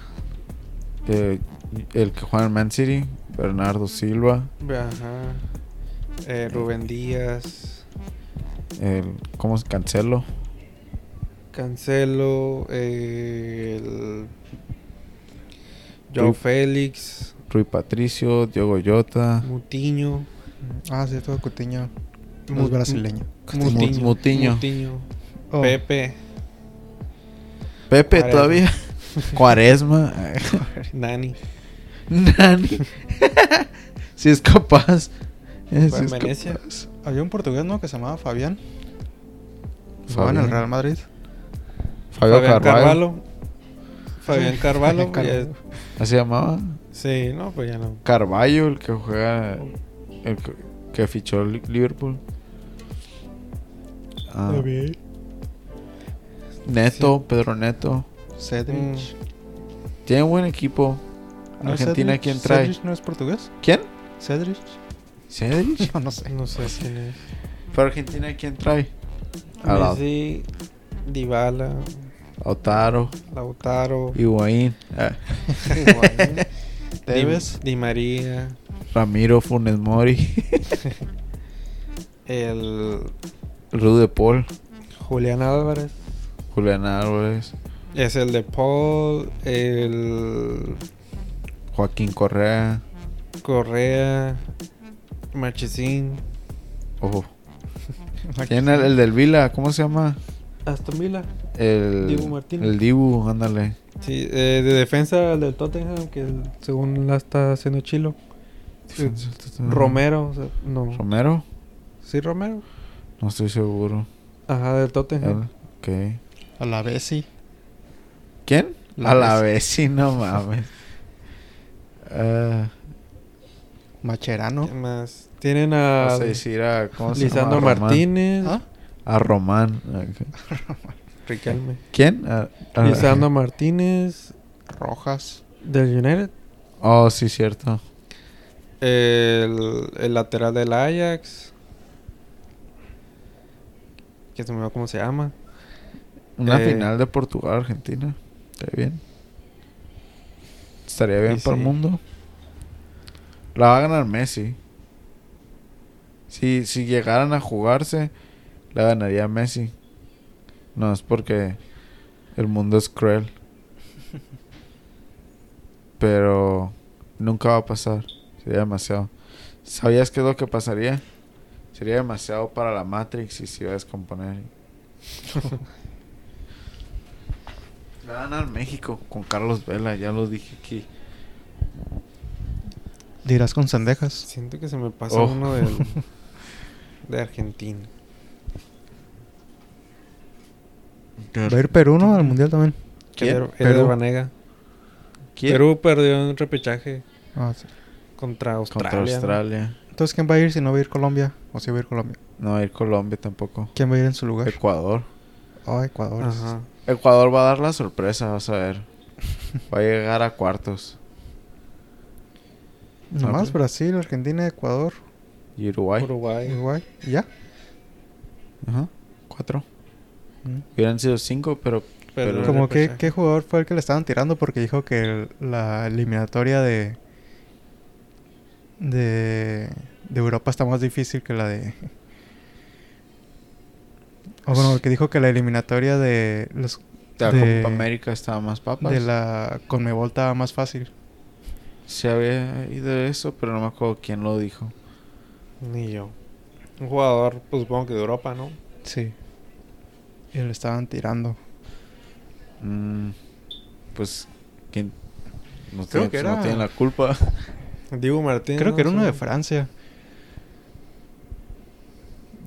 [SPEAKER 2] Eh, el que juega en Man City, Bernardo Silva,
[SPEAKER 3] Ajá. Eh, Rubén Díaz.
[SPEAKER 2] el, ¿cómo es? Cancelo.
[SPEAKER 3] Cancelo. eh, el... Joe
[SPEAKER 2] Rui-
[SPEAKER 3] Félix.
[SPEAKER 2] Rui Patricio, Diogo Jota,
[SPEAKER 3] Mutiño.
[SPEAKER 2] Mm.
[SPEAKER 1] Ah, sí, todo Cutiño.
[SPEAKER 3] Mu-
[SPEAKER 2] Pues,
[SPEAKER 1] Los brasileño.
[SPEAKER 2] Mutiño. Mutiño.
[SPEAKER 3] Mutiño.
[SPEAKER 1] Oh,
[SPEAKER 3] Pepe.
[SPEAKER 2] Pepe
[SPEAKER 3] Cuaresma.
[SPEAKER 2] todavía, Cuaresma,
[SPEAKER 3] Nani.
[SPEAKER 2] Nani. si es capaz. Eh,
[SPEAKER 3] Juega
[SPEAKER 2] si
[SPEAKER 3] en
[SPEAKER 2] es
[SPEAKER 3] Venecia.
[SPEAKER 2] capaz.
[SPEAKER 1] Oh, Había un portugués, ¿no? Que se llamaba Fabián. Jugaba en el
[SPEAKER 2] Fabián.
[SPEAKER 1] Real Madrid.
[SPEAKER 2] Fabio
[SPEAKER 3] Fabián
[SPEAKER 2] Carvalho.
[SPEAKER 3] Carvalho. Fabián Carvalho.
[SPEAKER 1] Fabián
[SPEAKER 3] ya-
[SPEAKER 1] *laughs* Carvalho.
[SPEAKER 2] Así llamaba.
[SPEAKER 3] Sí, no, pues ya no.
[SPEAKER 2] Carvalho, el que juega. El que, que fichó Li- Liverpool. Ah, Neto, Pedro Neto.
[SPEAKER 1] Cedric.
[SPEAKER 2] Tiene buen equipo.
[SPEAKER 1] ¿No Mm, es
[SPEAKER 2] Argentina,
[SPEAKER 1] Cedric?
[SPEAKER 2] ¿quién trae?
[SPEAKER 1] ¿Cedric no es portugués?
[SPEAKER 2] ¿Quién?
[SPEAKER 1] ¿Cedric?
[SPEAKER 2] ¿Cedric?
[SPEAKER 1] *laughs*
[SPEAKER 2] *laughs*
[SPEAKER 1] No, no sé.
[SPEAKER 3] No sé quién es.
[SPEAKER 2] Pero Argentina, ¿quién trae? A la-
[SPEAKER 3] Messi, Dybala,
[SPEAKER 2] Lautaro,
[SPEAKER 3] Lautaro,
[SPEAKER 2] Higuaín, eh,
[SPEAKER 3] *laughs*
[SPEAKER 1] Tevez.
[SPEAKER 3] Di, Di María,
[SPEAKER 2] Ramiro Funes Mori, *laughs*
[SPEAKER 3] el
[SPEAKER 2] Rude Paul,
[SPEAKER 3] Julián Álvarez,
[SPEAKER 2] Julián Álvarez,
[SPEAKER 3] es el de Paul, el
[SPEAKER 2] Joaquín Correa.
[SPEAKER 3] Correa, Marchesín,
[SPEAKER 2] Ojo. ¿Quién el, el del Vila? ¿Cómo se llama?
[SPEAKER 3] Aston Villa.
[SPEAKER 2] El
[SPEAKER 3] Dibu Martínez.
[SPEAKER 2] El Dibu, ándale.
[SPEAKER 3] Sí, eh, de defensa el del Tottenham, que el- según la está haciendo Chilo. Sí,
[SPEAKER 2] Mm.
[SPEAKER 3] Romero, o sea, no.
[SPEAKER 2] ¿Romero?
[SPEAKER 3] Sí, Romero.
[SPEAKER 2] No estoy seguro.
[SPEAKER 3] Ajá, del Tottenham.
[SPEAKER 2] Él, ok.
[SPEAKER 1] A la vez sí.
[SPEAKER 2] ¿Quién?
[SPEAKER 1] La
[SPEAKER 2] A la vez, sí, no
[SPEAKER 3] *laughs*
[SPEAKER 2] mames. Ah,
[SPEAKER 1] Macherano.
[SPEAKER 3] ¿Quién más? Tienen a
[SPEAKER 2] vas a decir a. ¿Cómo se llama?
[SPEAKER 3] Lisandro
[SPEAKER 2] A Román.
[SPEAKER 3] Martínez.
[SPEAKER 1] ¿Ah?
[SPEAKER 2] A Román. ok.
[SPEAKER 3] Riquelme.
[SPEAKER 2] ¿Quién? A- a-
[SPEAKER 3] Lisandro Martínez
[SPEAKER 1] Rojas.
[SPEAKER 3] del United.
[SPEAKER 2] *laughs* Oh, sí, cierto.
[SPEAKER 3] El, el lateral del Ajax. Que se me va cómo se llama.
[SPEAKER 2] Una
[SPEAKER 3] Eh,
[SPEAKER 2] final de Portugal-Argentina. Estaría bien. Estaría bien
[SPEAKER 3] Y
[SPEAKER 2] para
[SPEAKER 3] sí.
[SPEAKER 2] el mundo. La va a ganar Messi. Si, si llegaran a jugarse, la ganaría Messi. No, es porque el mundo es cruel. Pero nunca va a pasar. Sería demasiado. ¿Sabías qué es lo que pasaría? Sería demasiado para la Matrix y se iba a descomponer. La van al México con Carlos Vela, ya lo dije aquí.
[SPEAKER 1] Dirás con sandejas.
[SPEAKER 3] Siento que se me pasó
[SPEAKER 2] Oh.
[SPEAKER 3] uno del, de Argentina.
[SPEAKER 1] Va a ir Perú, ¿no? Al mundial también.
[SPEAKER 2] ¿Quién?
[SPEAKER 3] Eder- Eder
[SPEAKER 1] Perú.
[SPEAKER 3] Banega.
[SPEAKER 2] ¿Quién?
[SPEAKER 3] Perú perdió un repechaje
[SPEAKER 1] Ah, sí.
[SPEAKER 3] contra Australia.
[SPEAKER 2] Contra Australia.
[SPEAKER 1] Entonces, ¿quién va a ir si no va a ir Colombia? ¿O si va a ir Colombia?
[SPEAKER 2] No va a ir Colombia tampoco.
[SPEAKER 1] ¿Quién va a ir en su lugar?
[SPEAKER 2] Ecuador.
[SPEAKER 1] Ah, Ecuador.
[SPEAKER 3] Ajá.
[SPEAKER 2] Ecuador va a dar la sorpresa, vas a ver. Va a llegar a cuartos.
[SPEAKER 1] Nomás
[SPEAKER 2] Ok.
[SPEAKER 1] Brasil, Argentina, Ecuador,
[SPEAKER 2] Y Uruguay.
[SPEAKER 3] Uruguay.
[SPEAKER 1] Uruguay. ¿Y ya?
[SPEAKER 2] Ajá. Cuatro.
[SPEAKER 1] Mm.
[SPEAKER 2] Hubieran sido cinco, pero Pero-
[SPEAKER 1] Como que,
[SPEAKER 3] repechaje.
[SPEAKER 1] ¿qué jugador fue el que le estaban tirando? Porque dijo que el- la eliminatoria de, de de Europa está más difícil que la de... O bueno, que dijo que la eliminatoria de los
[SPEAKER 2] la
[SPEAKER 1] De-
[SPEAKER 2] Copa América estaba más papas.
[SPEAKER 1] de la Conmebol estaba más fácil.
[SPEAKER 2] Se había ido eso, pero no me acuerdo quién lo dijo.
[SPEAKER 3] Ni yo. Un jugador, pues supongo que de Europa, ¿no?
[SPEAKER 1] Sí. Y le estaban tirando.
[SPEAKER 2] Mm. pues, ¿quién? No,
[SPEAKER 1] Creo
[SPEAKER 2] tiene,
[SPEAKER 1] que
[SPEAKER 2] no
[SPEAKER 1] era-
[SPEAKER 2] tiene la culpa.
[SPEAKER 3] Diego Martín.
[SPEAKER 1] Creo
[SPEAKER 3] ¿no?
[SPEAKER 1] que era uno
[SPEAKER 3] Sí.
[SPEAKER 1] de Francia.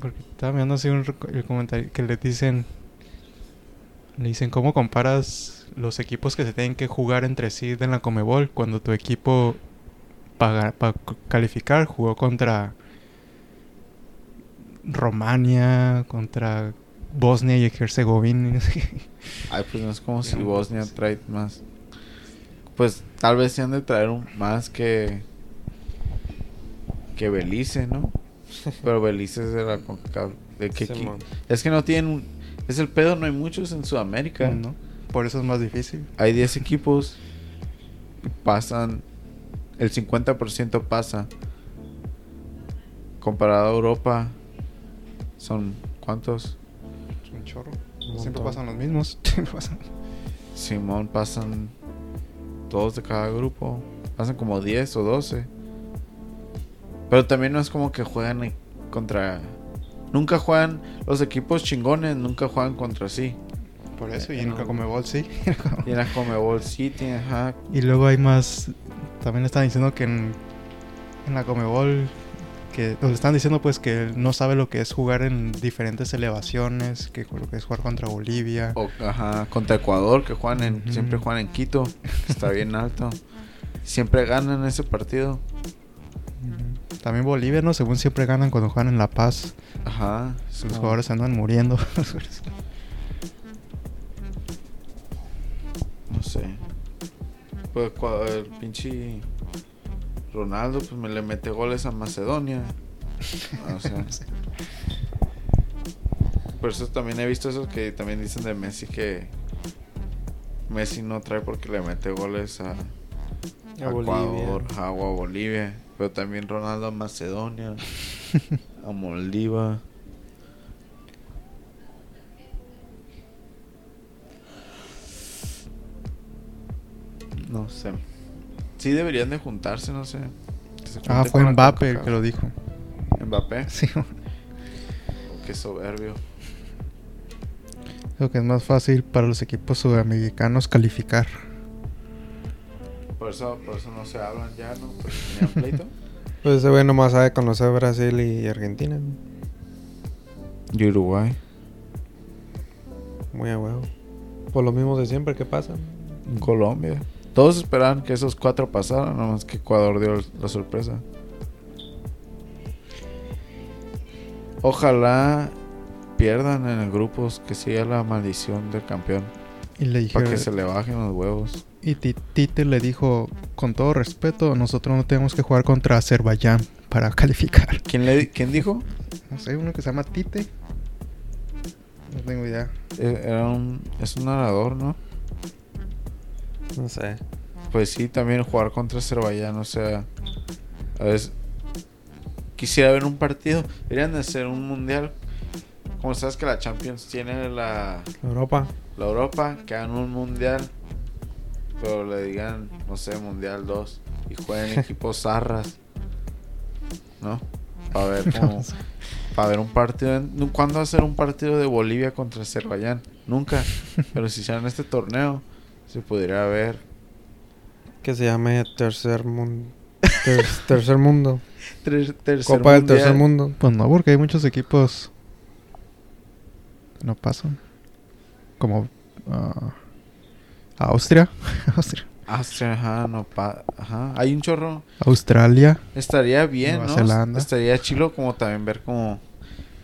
[SPEAKER 1] Porque estaba mirando así un reco- el comentario que le dicen. Le dicen, ¿cómo comparas los equipos que se tienen que jugar entre sí en la Comebol cuando tu equipo para, calificar jugó contra Romania, contra Bosnia y Herzegovina? y no sé qué.
[SPEAKER 3] *laughs*
[SPEAKER 2] Ay, pues no es como si
[SPEAKER 1] Ya,
[SPEAKER 2] Bosnia
[SPEAKER 1] pues.
[SPEAKER 2] trae más. Pues tal vez se han de traer un más que. que Belice, ¿no? Pero Belice es de la CONCACAF, de que aquí-
[SPEAKER 3] Simón.
[SPEAKER 2] Es que no tienen. un- Es el pedo, no hay muchos en Sudamérica.
[SPEAKER 1] ¿No? Por eso es más difícil.
[SPEAKER 2] Hay 10 equipos. y Pasan. El 50% pasa. Comparado a Europa. Son. ¿Cuántos?
[SPEAKER 1] Un chorro.
[SPEAKER 2] Un
[SPEAKER 1] Siempre
[SPEAKER 2] montón.
[SPEAKER 1] pasan los mismos. *laughs* Siempre pasan.
[SPEAKER 2] Simón pasan todos de cada grupo. Pasan como 10 o 12. Pero también no es como que juegan e- contra... Nunca juegan... Los equipos chingones nunca juegan
[SPEAKER 1] *laughs*
[SPEAKER 2] contra sí.
[SPEAKER 1] Por eso,
[SPEAKER 2] Eh,
[SPEAKER 1] y en
[SPEAKER 2] no.
[SPEAKER 1] la Comebol sí.
[SPEAKER 2] Y en la Comebol City, ajá.
[SPEAKER 1] Y luego hay más. También están diciendo que en, en la Comebol. Que nos están diciendo pues que no sabe lo que es jugar en diferentes elevaciones. Que lo que es jugar contra Bolivia.
[SPEAKER 2] O, ajá, contra Ecuador, que juegan en,
[SPEAKER 1] Ujú.
[SPEAKER 2] siempre juegan en Quito, que está bien alto. Siempre ganan ese partido.
[SPEAKER 1] Ujú. También Bolivia, ¿no? Según siempre ganan cuando juegan en La Paz.
[SPEAKER 2] Ajá. es
[SPEAKER 1] Los
[SPEAKER 2] como-
[SPEAKER 1] jugadores andan
[SPEAKER 2] *laughs*
[SPEAKER 1] muriendo.
[SPEAKER 2] No sé. Pues cua- el pinche Ronaldo pues me le mete goles a Macedonia. O sea, por eso también he visto eso que también dicen de Messi que Messi no trae porque le mete goles a,
[SPEAKER 3] A
[SPEAKER 2] a Ecuador,
[SPEAKER 3] Bolivia.
[SPEAKER 2] a- o a Bolivia, pero también Ronaldo a
[SPEAKER 1] *laughs*
[SPEAKER 2] Macedonia, a Moldova. No sé. Sí deberían de juntarse, no sé. Que se
[SPEAKER 1] ah,
[SPEAKER 2] junten
[SPEAKER 1] fue
[SPEAKER 2] con la
[SPEAKER 1] Mbappe el
[SPEAKER 2] CONCACAF.
[SPEAKER 1] que lo dijo.
[SPEAKER 2] Mbappé,
[SPEAKER 1] Sí,
[SPEAKER 2] qué soberbio.
[SPEAKER 1] creo que es más fácil para los equipos sudamericanos calificar.
[SPEAKER 2] Por eso, por eso no se hablan ya, ¿no? Porque
[SPEAKER 1] *laughs*
[SPEAKER 2] tenían pleito.
[SPEAKER 3] Pues ese güey nomás sabe conocer Brasil y Argentina. ¿no?
[SPEAKER 2] Y Uruguay.
[SPEAKER 3] Muy a huevo. Por lo mismo de siempre que pasa.
[SPEAKER 2] Colombia. Todos esperaban que esos cuatro pasaran, nomás que Ecuador dio la sorpresa. Ojalá pierdan en el grupo, que siga la maldición del campeón,
[SPEAKER 1] Y le
[SPEAKER 2] para
[SPEAKER 1] dijeron.
[SPEAKER 2] que se le bajen los huevos.
[SPEAKER 1] Y Ti- Tite le dijo, con todo respeto, nosotros no tenemos que jugar contra Azerbaiyán para *laughs* calificar.
[SPEAKER 2] ¿Quién, le, quién dijo?
[SPEAKER 1] No sé, uno que se llama Tite. No tengo idea.
[SPEAKER 2] Eh, Era un, es un nadador, ¿no?
[SPEAKER 3] No sé.
[SPEAKER 2] Pues sí, también jugar contra Azerbaiyán, o sea, a veces quisiera ver un partido, deberían de hacer un mundial. Como sabes que la Champions tiene la,
[SPEAKER 3] Europa.
[SPEAKER 2] la Europa, que hagan un mundial, pero le digan, no sé, mundial 2 y jueguen
[SPEAKER 3] *laughs*
[SPEAKER 2] equipos zarras, ¿no? Para
[SPEAKER 3] *laughs*
[SPEAKER 2] ver, cómo- pa' ver un partido. en- nu- ¿Cuándo va a ser un partido de Bolivia contra Azerbaiyán? Nunca,
[SPEAKER 3] *laughs*
[SPEAKER 2] pero si hicieran este torneo, se pudiera ver.
[SPEAKER 3] Que se llame Tercer Mundo. *laughs* tercer Mundo.
[SPEAKER 2] Ter- tercer
[SPEAKER 3] Copa del
[SPEAKER 2] mundial.
[SPEAKER 3] Tercer Mundo.
[SPEAKER 1] Pues no, porque hay muchos equipos que no pasan. Como ah, Austria. *laughs* Austria.
[SPEAKER 2] Austria, Ah, ajá, no pa- ajá. Hay un chorro.
[SPEAKER 1] Australia.
[SPEAKER 2] Estaría bien,
[SPEAKER 1] Nueva
[SPEAKER 2] ¿no?
[SPEAKER 1] Zelanda.
[SPEAKER 2] Estaría chilo como también ver como...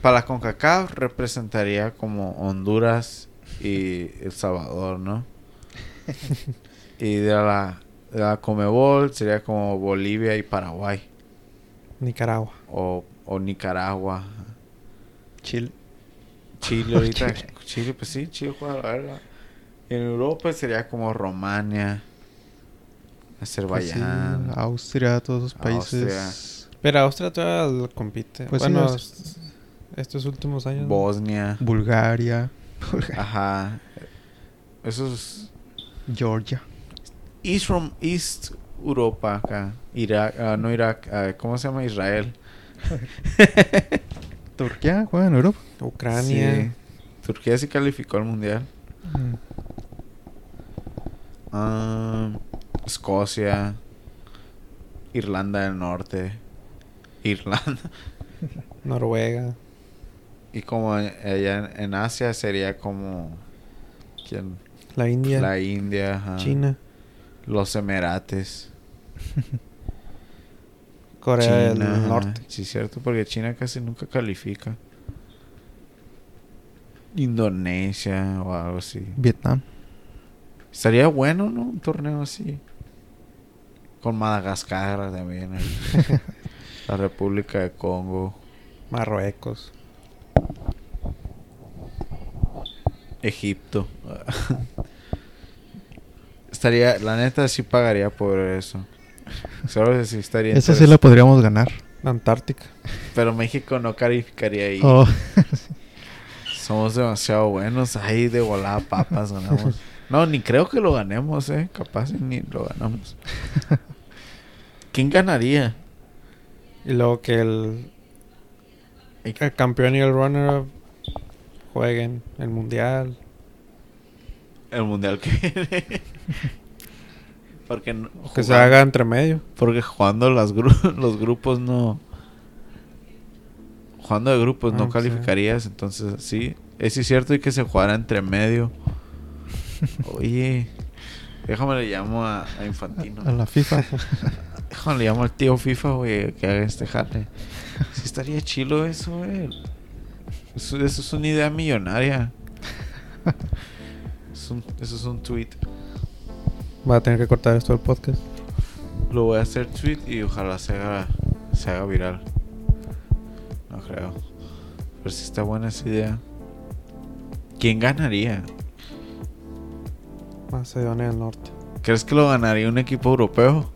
[SPEAKER 2] Para la CONCACAF representaría como Honduras y El
[SPEAKER 1] *laughs*
[SPEAKER 2] Salvador, ¿no? y de la, de la Comebol sería como Bolivia y Paraguay.
[SPEAKER 3] Nicaragua.
[SPEAKER 2] O, o Nicaragua.
[SPEAKER 1] Chile.
[SPEAKER 2] Chile ahorita. Chile, pues sí, Chile juega a la verga. Y en Europa sería como Romania.
[SPEAKER 1] Pues sí,
[SPEAKER 2] Azerbaiyán.
[SPEAKER 1] Austria, todos esos países.
[SPEAKER 3] Pero Austria todavía lo compite.
[SPEAKER 1] Pues sí,
[SPEAKER 3] bueno,
[SPEAKER 1] no
[SPEAKER 3] es- estos últimos años.
[SPEAKER 1] *laughs*
[SPEAKER 3] ¿no?
[SPEAKER 2] Bosnia.
[SPEAKER 1] Bulgaria. Bulgaria.
[SPEAKER 2] Ajá. Esos.
[SPEAKER 1] Georgia.
[SPEAKER 2] East from East Europa acá. Irak. ah, no Irak. ah, ¿Cómo se llama? Israel.
[SPEAKER 1] Turquía juega Ah, en Europa.
[SPEAKER 3] Ucrania.
[SPEAKER 1] Mm.
[SPEAKER 2] Sí. Turquía sí calificó al mundial. Ah, Escocia, Irlanda del Norte, *laughs* Irlanda.
[SPEAKER 3] Noruega.
[SPEAKER 2] Y como allá en, en Asia sería como... ¿Quién?
[SPEAKER 3] La India.
[SPEAKER 2] La India, ajá.
[SPEAKER 3] China.
[SPEAKER 2] Los Emirates.
[SPEAKER 3] Corea
[SPEAKER 2] China, ajá.
[SPEAKER 3] del Norte.
[SPEAKER 2] Sí, cierto, porque China casi nunca califica. Indonesia o algo así.
[SPEAKER 1] Vietnam.
[SPEAKER 2] Estaría bueno, ¿no? Un torneo así. Con Madagascar también. ahí.
[SPEAKER 1] *laughs*
[SPEAKER 2] La República de Congo.
[SPEAKER 3] Marruecos.
[SPEAKER 2] Egipto. *laughs* estaría, la neta sí pagaría por eso. Solo que sí estaría.
[SPEAKER 1] Esa sí la
[SPEAKER 2] interesante.
[SPEAKER 1] podríamos ganar.
[SPEAKER 3] Antártica.
[SPEAKER 2] Pero México no calificaría ahí.
[SPEAKER 1] Oh,
[SPEAKER 2] Somos demasiado buenos. Ahí de volada papas ganamos. No, ni creo que lo ganemos, eh. Capaz y ni lo
[SPEAKER 1] *laughs*
[SPEAKER 2] ganamos. ¿Quién ganaría?
[SPEAKER 3] Y luego que el, el campeón y el runner-up jueguen el mundial.
[SPEAKER 2] El mundial que viene. *laughs* Porque, no-
[SPEAKER 3] Que se
[SPEAKER 2] jugando-
[SPEAKER 3] haga entre medio.
[SPEAKER 2] porque jugando las gru- *laughs* los grupos no. Jugando de grupos
[SPEAKER 3] Ah,
[SPEAKER 2] no
[SPEAKER 3] sí.
[SPEAKER 2] calificarías. Entonces, sí. Es sí cierto y que se jugara entre
[SPEAKER 3] *laughs*
[SPEAKER 2] medio. Oye. Déjame le llamo a, a Infantino.
[SPEAKER 1] a la *laughs* FIFA.
[SPEAKER 2] Déjame, le llamo al tío FIFA, güey, que haga este jale. Sí estaría chilo eso, güey. Eso, eso es una idea
[SPEAKER 3] *laughs*
[SPEAKER 2] millonaria. Es un- eso es un tweet.
[SPEAKER 3] Va a tener que cortar esto del podcast.
[SPEAKER 2] Lo voy a hacer tweet y ojalá se haga, se haga viral. No creo. Pero si está buena esa idea. ¿Quién ganaría?
[SPEAKER 3] Macedonia del Norte.
[SPEAKER 2] ¿Crees que lo ganaría un equipo europeo?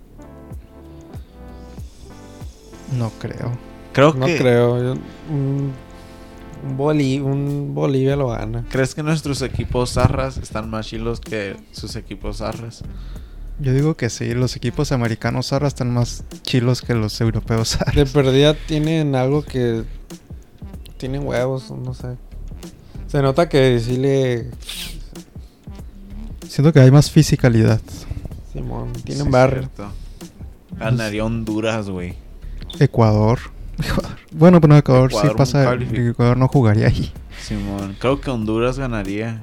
[SPEAKER 1] No creo.
[SPEAKER 2] Creo
[SPEAKER 3] No
[SPEAKER 2] que.
[SPEAKER 3] creo. yo- un, un Boli- un Bolivia lo gana.
[SPEAKER 2] ¿Crees que nuestros equipos zarras están más chilos que sus equipos zarras?
[SPEAKER 1] Yo digo que sí, los equipos americanos ahora están más chilos que los europeos *laughs* zarra.
[SPEAKER 3] De perdida *laughs* tienen algo que. Tienen huevos, no sé. Se nota que sí le.
[SPEAKER 1] Siento que hay más fisicalidad.
[SPEAKER 3] Simón,
[SPEAKER 2] Sí,
[SPEAKER 3] tienen barrio.
[SPEAKER 2] cierto. Ganaría Honduras, güey.
[SPEAKER 1] Ecuador. *laughs* Ecuador. Bueno, pero no, Ecuador,
[SPEAKER 2] Ecuador
[SPEAKER 1] sí pasa.
[SPEAKER 2] no califica.
[SPEAKER 1] Ecuador no jugaría ahí.
[SPEAKER 2] Simón, creo que Honduras ganaría.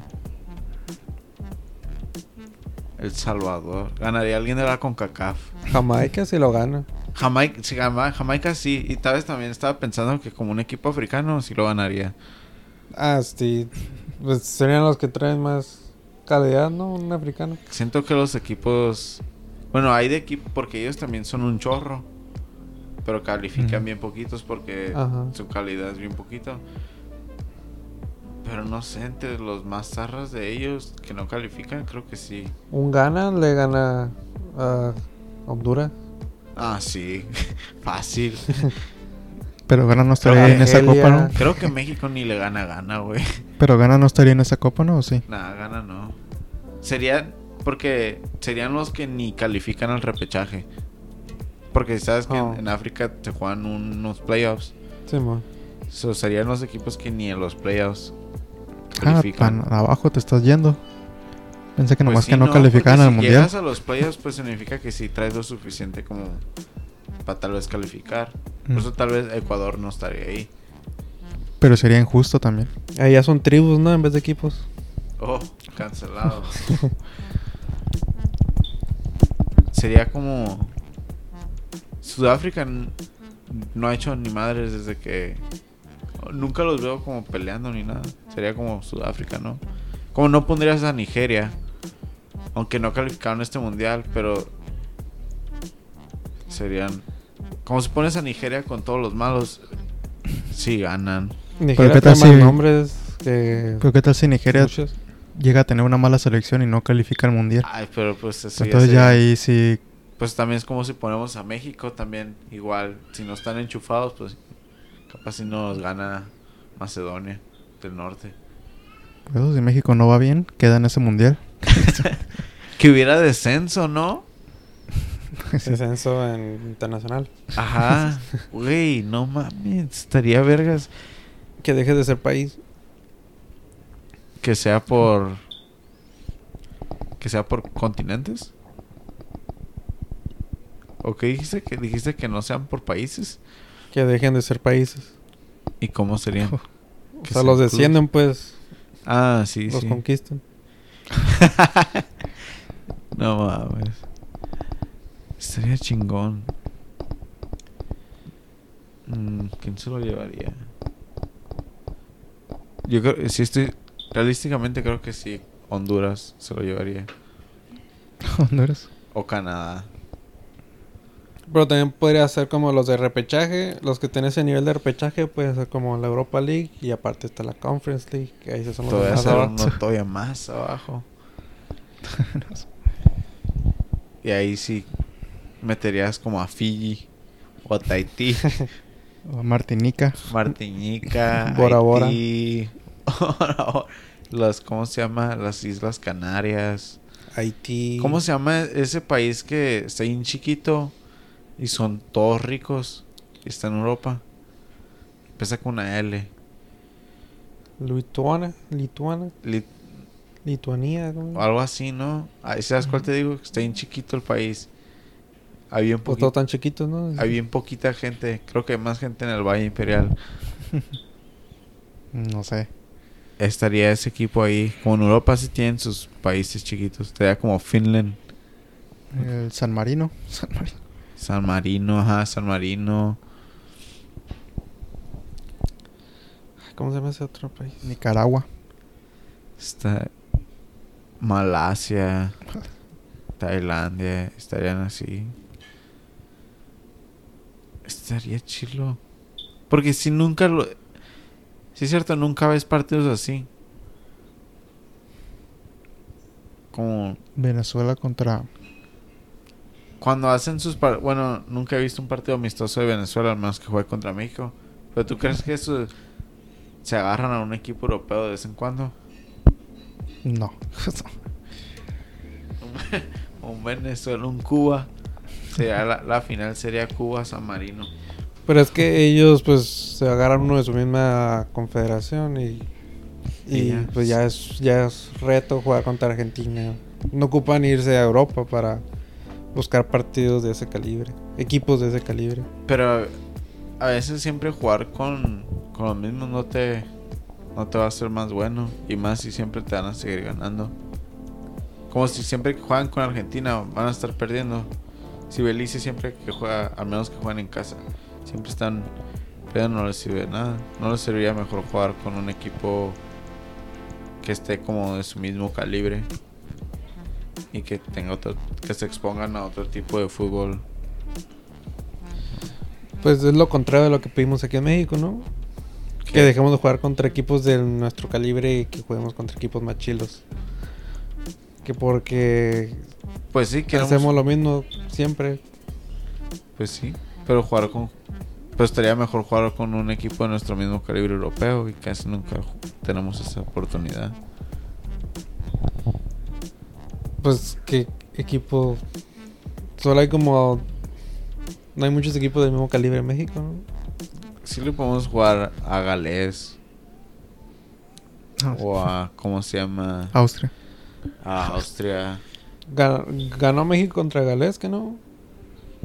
[SPEAKER 2] El Salvador. Ganaría alguien de la CONCACAF.
[SPEAKER 3] Jamaica sí lo gana.
[SPEAKER 2] Jamaica, sí, Jama- Jamaica sí. Y tal vez también estaba pensando que como un equipo africano sí lo ganaría.
[SPEAKER 3] Ah, sí. Pues serían los que traen más calidad, ¿no? Un africano.
[SPEAKER 2] Siento que los equipos... Bueno, hay de equipo porque ellos también son un chorro. Pero califican
[SPEAKER 1] Ujú.
[SPEAKER 2] bien poquitos porque
[SPEAKER 3] Ajá.
[SPEAKER 2] su calidad es bien poquita. Pero no sé, entre los más zarras de ellos que no califican, creo que sí.
[SPEAKER 3] Un gana le gana a Honduras.
[SPEAKER 2] Ah, sí. *laughs* Fácil.
[SPEAKER 1] Pero Gana no estaría en esa
[SPEAKER 3] Argelia.
[SPEAKER 1] copa, ¿no?
[SPEAKER 2] Creo que México ni le gana gana, güey.
[SPEAKER 1] Pero Gana no estaría en esa copa, ¿no? ¿O sí?
[SPEAKER 2] Nada, gana no. Serían. Porque serían los que ni califican al repechaje. Porque sabes que en-
[SPEAKER 3] Oh.
[SPEAKER 2] en, África te juegan unos playoffs.
[SPEAKER 3] Simón.
[SPEAKER 2] So, serían los equipos que ni en los playoffs
[SPEAKER 1] Ah,
[SPEAKER 2] califican.
[SPEAKER 1] tan abajo te estás yendo. Pensé que
[SPEAKER 2] Pues
[SPEAKER 1] nomás
[SPEAKER 2] sí,
[SPEAKER 1] que no,
[SPEAKER 2] no,
[SPEAKER 1] calificaban
[SPEAKER 2] porque
[SPEAKER 1] al
[SPEAKER 2] si
[SPEAKER 1] mundial.
[SPEAKER 2] llegas a los playoffs, pues significa que sí traes lo suficiente como para tal vez calificar. Por
[SPEAKER 1] Mm.
[SPEAKER 2] eso tal vez Ecuador no estaría ahí.
[SPEAKER 1] Pero sería injusto también.
[SPEAKER 3] Ahí ya son tribus, ¿no? En vez de equipos.
[SPEAKER 2] Oh, cancelado. Sería como. Sudáfrica n- no ha hecho ni madres desde que. Nunca los veo como peleando ni nada. Sería como Sudáfrica, ¿no? Como no pondrías a Nigeria. Aunque no calificaron este mundial, pero. Serían. Como si pones a Nigeria con todos los malos. Sí ganan.
[SPEAKER 3] Nigeria
[SPEAKER 1] qué tal
[SPEAKER 3] trae más
[SPEAKER 1] si-
[SPEAKER 3] nombres que
[SPEAKER 1] Pero ¿qué tal si Nigeria
[SPEAKER 3] *laughs* muchos.
[SPEAKER 1] llega a tener una mala selección y no califica al mundial?
[SPEAKER 2] Ay, pero pues eso ya
[SPEAKER 1] Entonces ya
[SPEAKER 2] sería-
[SPEAKER 1] ahí sí.
[SPEAKER 2] pues también es como si ponemos a México también igual si no están enchufados pues capaz si no nos gana Macedonia del Norte
[SPEAKER 1] Eso pues, si México no va bien, queda en ese mundial. *laughs*
[SPEAKER 2] que hubiera descenso no
[SPEAKER 3] Descenso en internacional.
[SPEAKER 2] ajá *laughs* güey no mames estaría vergas
[SPEAKER 3] Que deje de ser país.
[SPEAKER 2] que sea por que sea por continentes. ¿O qué dijiste? Que dijiste que no sean por países.
[SPEAKER 3] Que dejen de ser países.
[SPEAKER 2] ¿Y cómo
[SPEAKER 3] *laughs*
[SPEAKER 2] serían?
[SPEAKER 3] O
[SPEAKER 2] Que
[SPEAKER 3] sea,
[SPEAKER 2] se
[SPEAKER 3] los
[SPEAKER 2] incluya.
[SPEAKER 3] descienden, pues.
[SPEAKER 2] Ah, sí,
[SPEAKER 3] los
[SPEAKER 2] sí.
[SPEAKER 3] conquistan.
[SPEAKER 2] *laughs* no mames. Estaría chingón. Mm, ¿Quién se lo llevaría? Yo creo, si estoy, realísticamente creo que sí, Honduras se lo llevaría.
[SPEAKER 1] Honduras.
[SPEAKER 2] O Canadá.
[SPEAKER 3] Pero también podría ser como los de repechaje. Los que tienen ese nivel de repechaje, puede ser como la Europa League. Y aparte está la Conference League. Que ahí se son los
[SPEAKER 2] Todavía
[SPEAKER 3] más
[SPEAKER 2] ser
[SPEAKER 3] abajo.
[SPEAKER 2] uno todavía más abajo. Y ahí sí meterías como a Fiji o a Tahití.
[SPEAKER 1] O Martinica.
[SPEAKER 2] Martinica,
[SPEAKER 3] *laughs* Bora Bora.
[SPEAKER 2] Haití, *laughs* Bora Bora, las ¿cómo se llama? Las Islas Canarias.
[SPEAKER 3] Haití.
[SPEAKER 2] ¿Cómo se llama ese país que está bien chiquito y son todos ricos? Y está en Europa. Empieza con una L.
[SPEAKER 3] Lituana. Lituana.
[SPEAKER 2] Lit-
[SPEAKER 3] Lituania. ¿cómo?
[SPEAKER 2] algo así, ¿no? Ahí sabes cuál te digo, está bien chiquito el país. Hay bien,
[SPEAKER 3] Pues
[SPEAKER 2] poqui-
[SPEAKER 3] todos tan chiquitos, ¿no?
[SPEAKER 2] hay bien poquita gente, creo que hay más gente en el Valle Imperial.
[SPEAKER 1] No sé.
[SPEAKER 2] Estaría ese equipo ahí. Como en Europa sí tienen sus países chiquitos. Estaría como Finland.
[SPEAKER 1] El San Marino. San *laughs* Marino.
[SPEAKER 2] San Marino, ajá, San Marino.
[SPEAKER 3] ¿Cómo se llama ese otro país?
[SPEAKER 1] Nicaragua.
[SPEAKER 2] Está Malasia, Tailandia, estarían así. Estaría chilo. Porque si nunca lo. Si es cierto, nunca ves partidos así. Como
[SPEAKER 1] Venezuela contra.
[SPEAKER 2] cuando hacen sus par- bueno nunca he visto un partido amistoso de Venezuela al menos que juegue contra México pero tú crees que eso se agarran a un equipo europeo de vez en cuando
[SPEAKER 1] No.
[SPEAKER 2] un Venezuela un Cuba sería la, la final sería Cuba San Marino
[SPEAKER 3] Pero es que ellos pues se agarran uno de su misma confederación y, y,
[SPEAKER 2] Y ya.
[SPEAKER 3] pues ya es, ya es reto jugar contra Argentina. No ocupan irse a Europa para buscar partidos de ese calibre, equipos de ese calibre.
[SPEAKER 2] pero a veces siempre jugar con con los mismos no te no te va a hacer más bueno y más si siempre te van a seguir ganando como si siempre que juegan con Argentina van a estar perdiendo si Belice siempre que juega al menos que juegan en casa siempre están pero no les sirve de nada no les serviría mejor jugar con un equipo que esté como de su mismo calibre y que tenga otro que se expongan a otro tipo de fútbol
[SPEAKER 3] Pues es lo contrario de lo que pedimos aquí en México, ¿no? Que dejemos de jugar contra equipos de nuestro calibre y que juguemos contra equipos más chilos. Que porque
[SPEAKER 2] pues sí que
[SPEAKER 3] hacemos lo mismo siempre.
[SPEAKER 2] Pues sí, pero jugar con. Pero estaría mejor jugar con un equipo de nuestro mismo calibre europeo y casi nunca ju- tenemos esa oportunidad.
[SPEAKER 3] Pues qué equipo. Solo hay como. No hay muchos equipos del mismo calibre en México, ¿no?
[SPEAKER 2] Sí le podemos jugar a Gales
[SPEAKER 1] Ah,
[SPEAKER 2] o a. ¿Cómo se llama?
[SPEAKER 1] Austria.
[SPEAKER 2] A Austria.
[SPEAKER 3] Ga- Ganó México contra Gales, que no.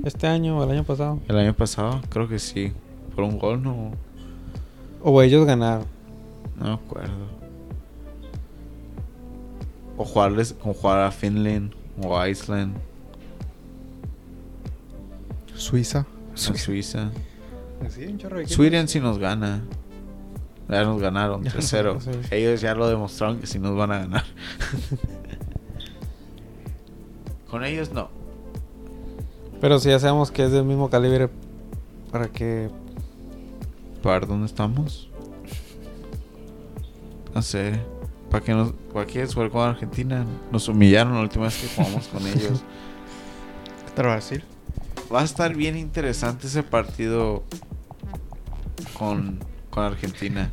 [SPEAKER 3] Este año o el año pasado.
[SPEAKER 2] El año pasado, creo que sí. Por un gol, no,
[SPEAKER 3] O ellos ganaron.
[SPEAKER 2] no me acuerdo. O jugarles, o jugar a Finland o a Iceland,
[SPEAKER 1] Suiza.
[SPEAKER 2] a Suiza.
[SPEAKER 1] Pues Sí, un chorro de
[SPEAKER 2] Sweden si nos gana. Ya nos ganaron
[SPEAKER 3] Ya nos
[SPEAKER 2] 3-0.
[SPEAKER 3] ganaron, sí.
[SPEAKER 2] Ellos ya lo demostraron que si nos van a
[SPEAKER 3] *laughs*
[SPEAKER 2] ganar. Con ellos no.
[SPEAKER 3] Pero si ya sabemos que es del mismo calibre, para que.
[SPEAKER 2] ¿Para ver dónde estamos? No sé. ¿Para qué, nos, ¿Para qué jugar con Argentina? Nos humillaron la última vez que jugamos con ellos.
[SPEAKER 1] Contra Brasil.
[SPEAKER 2] Va a estar bien interesante ese partido con, con Argentina.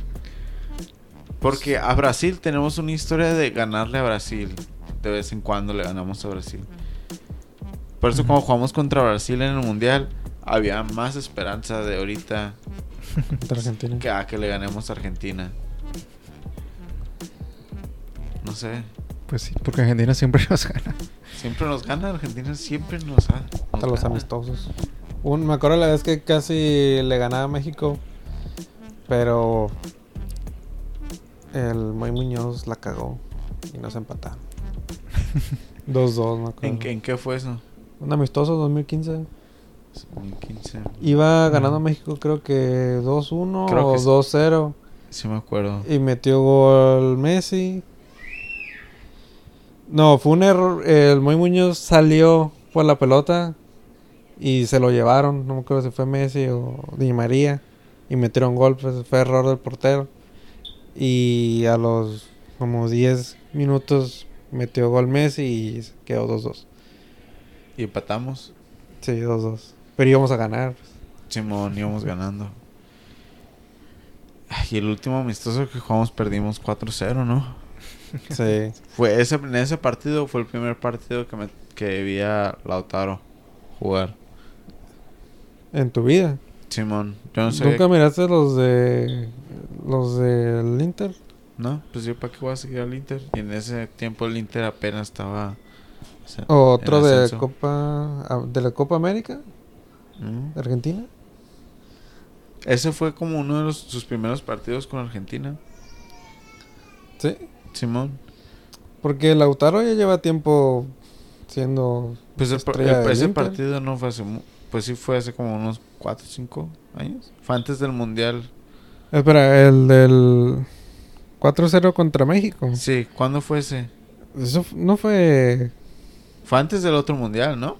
[SPEAKER 2] Porque a Brasil tenemos una historia de ganarle a Brasil. De vez en cuando le ganamos a Brasil. Por eso cuando jugamos contra Brasil en el Mundial, había más esperanza de ahorita
[SPEAKER 3] Contra Argentina.
[SPEAKER 2] que a que le ganemos a Argentina. No sé.
[SPEAKER 1] Pues sí, porque Argentina *laughs* siempre nos gana.
[SPEAKER 2] Siempre nos gana, Argentina siempre nos, ha- nos
[SPEAKER 3] Hasta los
[SPEAKER 2] gana.
[SPEAKER 3] amistosos. Un, me acuerdo la vez que casi le ganaba a México, pero el Moy Muñoz la cagó y
[SPEAKER 2] *laughs*
[SPEAKER 3] nos empataron. 2-2, me acuerdo.
[SPEAKER 2] ¿En, qué- en qué fue eso?
[SPEAKER 3] Un amistoso 2015.
[SPEAKER 2] 2015.
[SPEAKER 3] Iba ganando México creo que 2-1
[SPEAKER 2] Creo
[SPEAKER 3] o
[SPEAKER 2] que sí.
[SPEAKER 3] 2-0
[SPEAKER 2] Sí me acuerdo.
[SPEAKER 3] y metió gol Messi. No, fue un error. El Moy Muñoz salió por la pelota y se lo llevaron. No me acuerdo si fue Messi o Di María. Y metieron gol, pues fue error del portero. Y a los como 10 minutos metió gol Messi y quedó 2-2.
[SPEAKER 2] Y empatamos.
[SPEAKER 3] Sí, 2-2. Pero íbamos a ganar. pues.
[SPEAKER 2] *laughs* Simón, íbamos ganando. Ay, Y el último amistoso que jugamos perdimos 4-0, ¿no?
[SPEAKER 3] Sí.
[SPEAKER 2] Fue ese, en ese partido fue el primer partido que, me, que vi a Lautaro jugar.
[SPEAKER 3] En tu vida.
[SPEAKER 2] Simón, yo no sé.
[SPEAKER 3] ¿Nunca miraste los de. los del Inter?
[SPEAKER 2] No, pues yo para qué voy a seguir al Inter. Y en ese tiempo el Inter apenas estaba. o sea,
[SPEAKER 3] O
[SPEAKER 2] en
[SPEAKER 3] otro de
[SPEAKER 2] ascenso.
[SPEAKER 3] Copa ah, de la Copa América
[SPEAKER 2] Mm.
[SPEAKER 3] de Argentina.
[SPEAKER 2] Ese fue como uno de los- sus primeros partidos con Argentina.
[SPEAKER 3] Sí,
[SPEAKER 2] Simón.
[SPEAKER 3] porque Lautaro ya lleva tiempo siendo
[SPEAKER 2] Pues el par-
[SPEAKER 3] Estrella
[SPEAKER 2] el-
[SPEAKER 3] del
[SPEAKER 2] ese
[SPEAKER 3] Inter.
[SPEAKER 2] partido no fue hace. mu- Pues sí, fue hace como unos 4 o 5 años. Fue antes del Mundial.
[SPEAKER 3] Espera, el del 4-0 contra México.
[SPEAKER 2] Sí, ¿cuándo fue ese?
[SPEAKER 3] Eso f- no fue
[SPEAKER 2] Fue antes del otro Mundial, ¿no?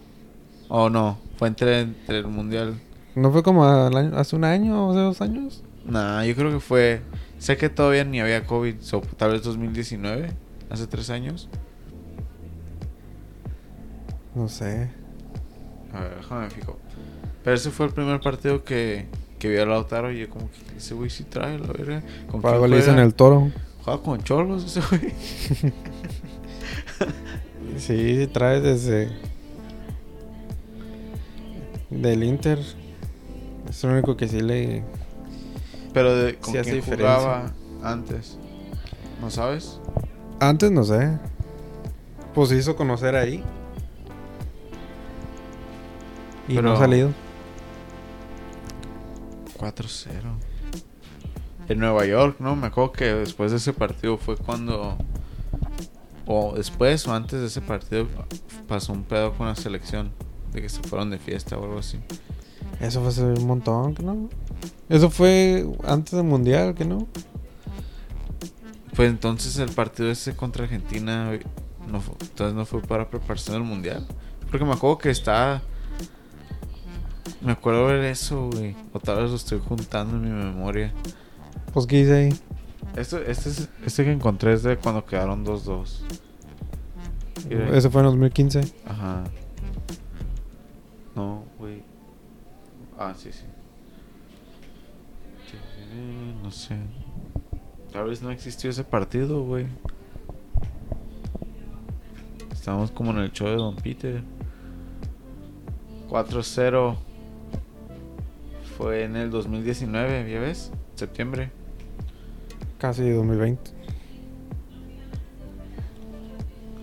[SPEAKER 2] ¿O no? Fue entre, entre el Mundial.
[SPEAKER 3] no fue como al año- hace un año o hace dos años.
[SPEAKER 2] Nah, yo creo que fue. Sé que todavía ni había COVID, so, tal vez 2019, hace 3 años.
[SPEAKER 3] No sé.
[SPEAKER 2] A ver, déjame fijo. Pero ese fue el primer partido que, que vi a Lautaro y yo como que ese güey sí trae la verga. ¿Con
[SPEAKER 3] Por algo
[SPEAKER 2] quién
[SPEAKER 3] le dicen
[SPEAKER 2] juega?
[SPEAKER 3] el toro.
[SPEAKER 2] Juega con Cholos ese güey.
[SPEAKER 3] Sí, sí trae desde del Inter. Es lo único que sí le
[SPEAKER 2] Pero de, con
[SPEAKER 3] Sí hace
[SPEAKER 2] quién
[SPEAKER 3] diferencia.
[SPEAKER 2] jugaba antes. ¿No sabes?
[SPEAKER 3] Antes no sé. Pues se hizo conocer ahí. Y
[SPEAKER 2] Pero-
[SPEAKER 3] no ha salido.
[SPEAKER 2] 4-0. En Nueva York, ¿no? Me acuerdo que después de ese partido fue cuando... O después o antes de ese partido pasó un pedo con la selección. De que se fueron de fiesta o algo así.
[SPEAKER 3] Eso fue hace un montón, ¿que ¿no? Eso fue antes del mundial, ¿que no?
[SPEAKER 2] Pues entonces el partido ese contra Argentina no fu- entonces no fue para preparación del mundial. Porque me acuerdo que estaba. Me acuerdo ver eso, güey. O tal vez lo estoy juntando en mi memoria.
[SPEAKER 3] Pues qué hice ahí.
[SPEAKER 2] Esto, este, es- este que encontré es de cuando quedaron 2-2. Mira.
[SPEAKER 3] Eso fue en 2015.
[SPEAKER 2] Ajá. No, güey. Ah, sí, sí. No sé. Tal vez no existió ese partido, güey. Estamos como en el show de Don Peter. 4-0. Fue en el 2019, ¿ya ves? Septiembre.
[SPEAKER 3] Casi 2020.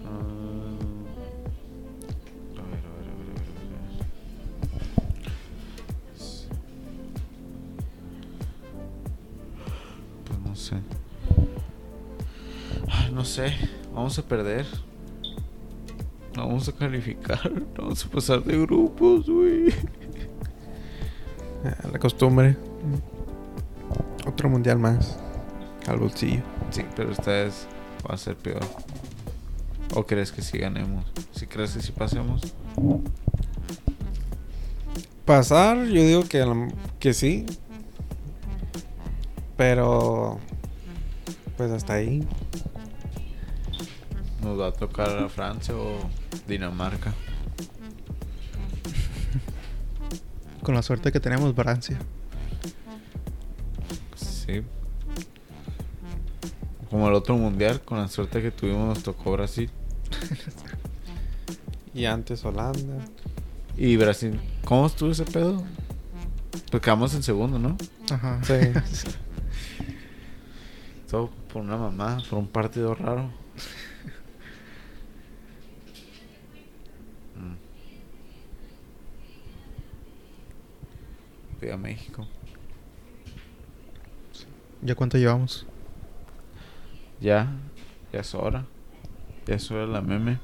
[SPEAKER 2] Ah, A ver, a ver, a ver, a ver, a ver, a ver. Sí. Pues no sé. Ah, No sé, vamos a perder. No vamos a calificar, *laughs* no vamos a pasar de grupos, güey.
[SPEAKER 3] *laughs* Ah, La costumbre. Otro mundial más. Al bolsillo.
[SPEAKER 2] Sí, pero esta vez va a ser peor. ¿O crees que sí ganemos? ¿Si crees que sí pasemos?
[SPEAKER 3] Pasar, yo digo que, a lo m- que sí. Pero. Pues hasta ahí.
[SPEAKER 2] ¿Nos va a tocar a Francia o Dinamarca?
[SPEAKER 1] Con la suerte que tenemos, Francia.
[SPEAKER 2] Sí. Como el otro mundial, con la suerte que tuvimos nos tocó Brasil.
[SPEAKER 3] Y antes Holanda.
[SPEAKER 2] Y Brasil, ¿cómo estuvo ese pedo? Pues quedamos en segundo, ¿no?
[SPEAKER 1] Ajá.
[SPEAKER 3] Sí.
[SPEAKER 2] Todo por una mamá, por un partido raro. pida México.
[SPEAKER 1] *laughs* ¿Ya cuánto llevamos?
[SPEAKER 2] Ya, ya es hora. Ya es hora de la meme.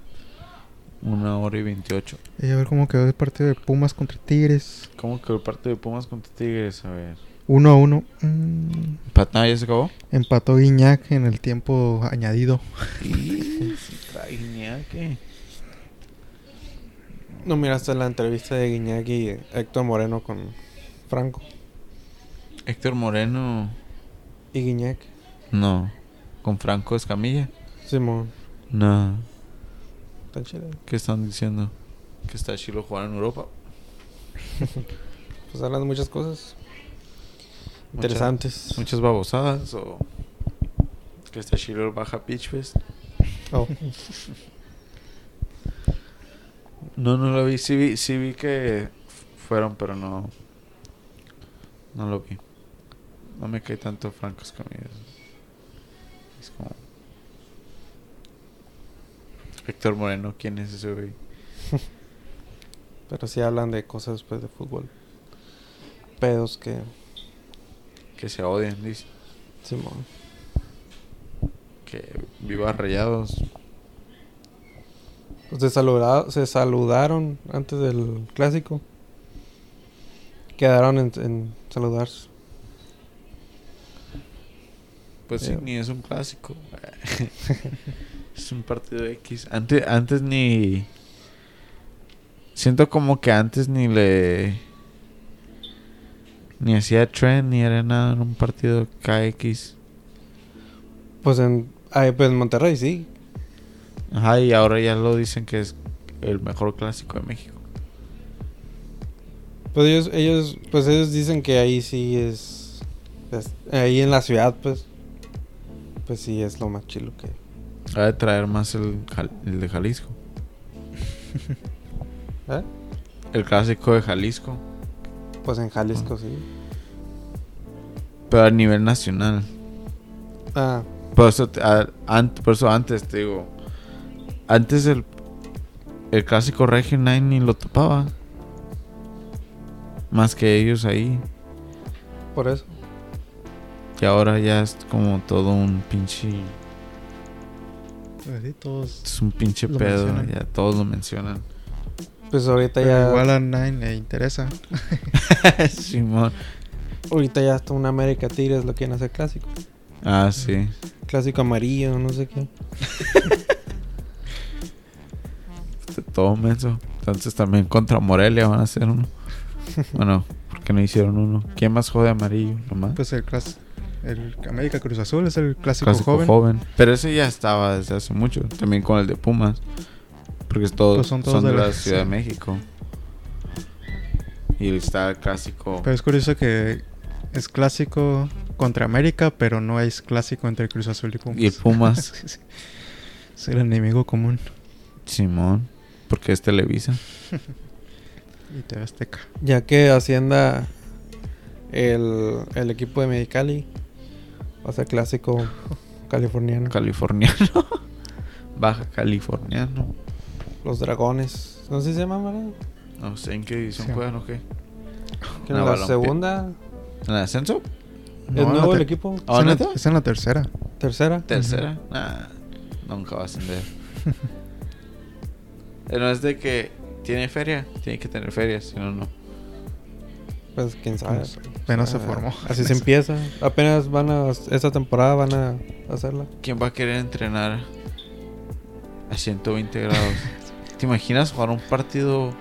[SPEAKER 2] Una hora y veintiocho.
[SPEAKER 1] Eh, a ver cómo quedó el partido de Pumas contra Tigres.
[SPEAKER 2] ¿Cómo quedó el partido de Pumas contra Tigres? A ver.
[SPEAKER 1] 1 a 1. Mm,
[SPEAKER 2] ¿Patna ya se acabó?
[SPEAKER 1] empató Guiñac en el tiempo añadido.
[SPEAKER 2] Sí, sí, trae Iñaki.
[SPEAKER 3] No miraste la entrevista de Guiñac y Héctor Moreno con Franco
[SPEAKER 2] Héctor Moreno.
[SPEAKER 3] y Guiñac.
[SPEAKER 2] No. ¿Con Franco Escamilla?
[SPEAKER 3] Simón,
[SPEAKER 2] No.
[SPEAKER 3] está chido.
[SPEAKER 2] ¿Qué están diciendo? Que está Chilo jugar en Europa.
[SPEAKER 3] Pues hablan de muchas cosas
[SPEAKER 2] Muchas-
[SPEAKER 3] interesantes.
[SPEAKER 2] Muchas babosadas o que está Chilo baja Pitch Fest.
[SPEAKER 3] Oh.
[SPEAKER 2] No, no lo vi. Sí vi, sí vi que fueron, pero no. No lo vi. No me cae tanto Franco Escamilla. Es como. Héctor Moreno, ¿quién es ese güey?
[SPEAKER 3] Pero sí hablan de cosas pues, de fútbol. Pedos que.
[SPEAKER 2] Que se odian, dice.
[SPEAKER 3] Simón.
[SPEAKER 2] Que viva rayados.
[SPEAKER 3] Pues se, saluda- se saludaron antes del clásico. Quedaron en, en saludarse.
[SPEAKER 2] Pues sí,
[SPEAKER 3] Ya.
[SPEAKER 2] ni es un clásico. es un partido X. Antes, antes ni. Siento como que antes ni le. Ni hacía trend ni era nada en un partido KX.
[SPEAKER 3] Pues en, ah, pues en Monterrey sí.
[SPEAKER 2] Ajá, y ahora ya lo dicen que es el mejor clásico de México.
[SPEAKER 3] Pues ellos, ellos, pues ellos dicen que ahí sí es, es- ahí en la ciudad, pues, pues sí es lo más chilo que.
[SPEAKER 2] Ha de traer más el, Jal- el de Jalisco.
[SPEAKER 3] ¿Eh?
[SPEAKER 2] El clásico de Jalisco.
[SPEAKER 3] Pues en Jalisco sí.
[SPEAKER 2] Pero a nivel nacional.
[SPEAKER 3] Ah,
[SPEAKER 2] Por eso, te- a- an- por eso antes te digo. Antes el, el clásico Regio 9 ni lo topaba. Más que ellos ahí.
[SPEAKER 3] por eso.
[SPEAKER 2] Y ahora ya es como todo un pinche.
[SPEAKER 1] Así Pues todos.
[SPEAKER 2] Es un pinche
[SPEAKER 1] Lo
[SPEAKER 2] pedo.
[SPEAKER 1] mencionan.
[SPEAKER 2] Ya todos lo mencionan.
[SPEAKER 3] Pues ahorita
[SPEAKER 1] Pero
[SPEAKER 3] ya,
[SPEAKER 1] igual a Nine le *laughs* interesa.
[SPEAKER 2] Simón.
[SPEAKER 3] ahorita ya hasta un América Tigres lo quieren hacer clásico.
[SPEAKER 2] Ah, sí.
[SPEAKER 3] Clásico amarillo, no sé qué.
[SPEAKER 2] Este, Todo menso. Entonces también contra Morelia van a
[SPEAKER 1] *laughs*
[SPEAKER 2] hacer uno. Bueno, porque no hicieron uno? ¿Quién más jode amarillo? Nomás.
[SPEAKER 1] Pues el clas el América Cruz Azul es el clásico,
[SPEAKER 2] clásico
[SPEAKER 1] joven.
[SPEAKER 2] joven. Pero ese ya estaba desde hace mucho. También con el de Pumas. Porque es todo-
[SPEAKER 1] Pues
[SPEAKER 2] son
[SPEAKER 1] son
[SPEAKER 2] todos
[SPEAKER 1] todos
[SPEAKER 2] de,
[SPEAKER 1] de
[SPEAKER 2] la,
[SPEAKER 1] la-
[SPEAKER 2] Ciudad de
[SPEAKER 1] sí.
[SPEAKER 2] México. Y está el clásico.
[SPEAKER 1] Pero es curioso que es clásico contra América, pero no es clásico entre Cruz Azul y Pumas. *laughs*
[SPEAKER 2] y el Pumas.
[SPEAKER 1] Sí, sí. es el enemigo común.
[SPEAKER 2] Simón. Porque es Televisa.
[SPEAKER 1] Y te Azteca.
[SPEAKER 3] Ya que Hacienda, el, el equipo de Mexicali, va a ser clásico californiano.
[SPEAKER 2] Californiano. *laughs* Baja californiano.
[SPEAKER 3] Los dragones, no sé si se llaman, ¿verdad?
[SPEAKER 2] No sé en qué división
[SPEAKER 1] Sí.
[SPEAKER 2] juegan o qué.
[SPEAKER 3] Que
[SPEAKER 2] No,
[SPEAKER 3] en la
[SPEAKER 2] balompié.
[SPEAKER 3] segunda,
[SPEAKER 2] ¿En el ascenso?
[SPEAKER 1] No, Oh. en
[SPEAKER 3] es
[SPEAKER 1] la
[SPEAKER 3] nuevo el
[SPEAKER 1] ter-
[SPEAKER 3] equipo.
[SPEAKER 2] Ah,
[SPEAKER 1] es, en la,
[SPEAKER 2] ¿neta?
[SPEAKER 1] es en la tercera.
[SPEAKER 3] Tercera.
[SPEAKER 2] Tercera. Nah, nunca va a ascender. *laughs* Pero no es de que tiene feria. Tiene que tener feria, si no, no.
[SPEAKER 3] Pues quién sabe.
[SPEAKER 1] Pues, apenas se
[SPEAKER 3] Ah,
[SPEAKER 1] formó. *laughs*
[SPEAKER 3] Así se empieza. Apenas van a. Esta temporada van a hacerla.
[SPEAKER 2] ¿Quién va a querer entrenar a 120 grados? ¿Te imaginas jugar un
[SPEAKER 1] *laughs*
[SPEAKER 2] partido?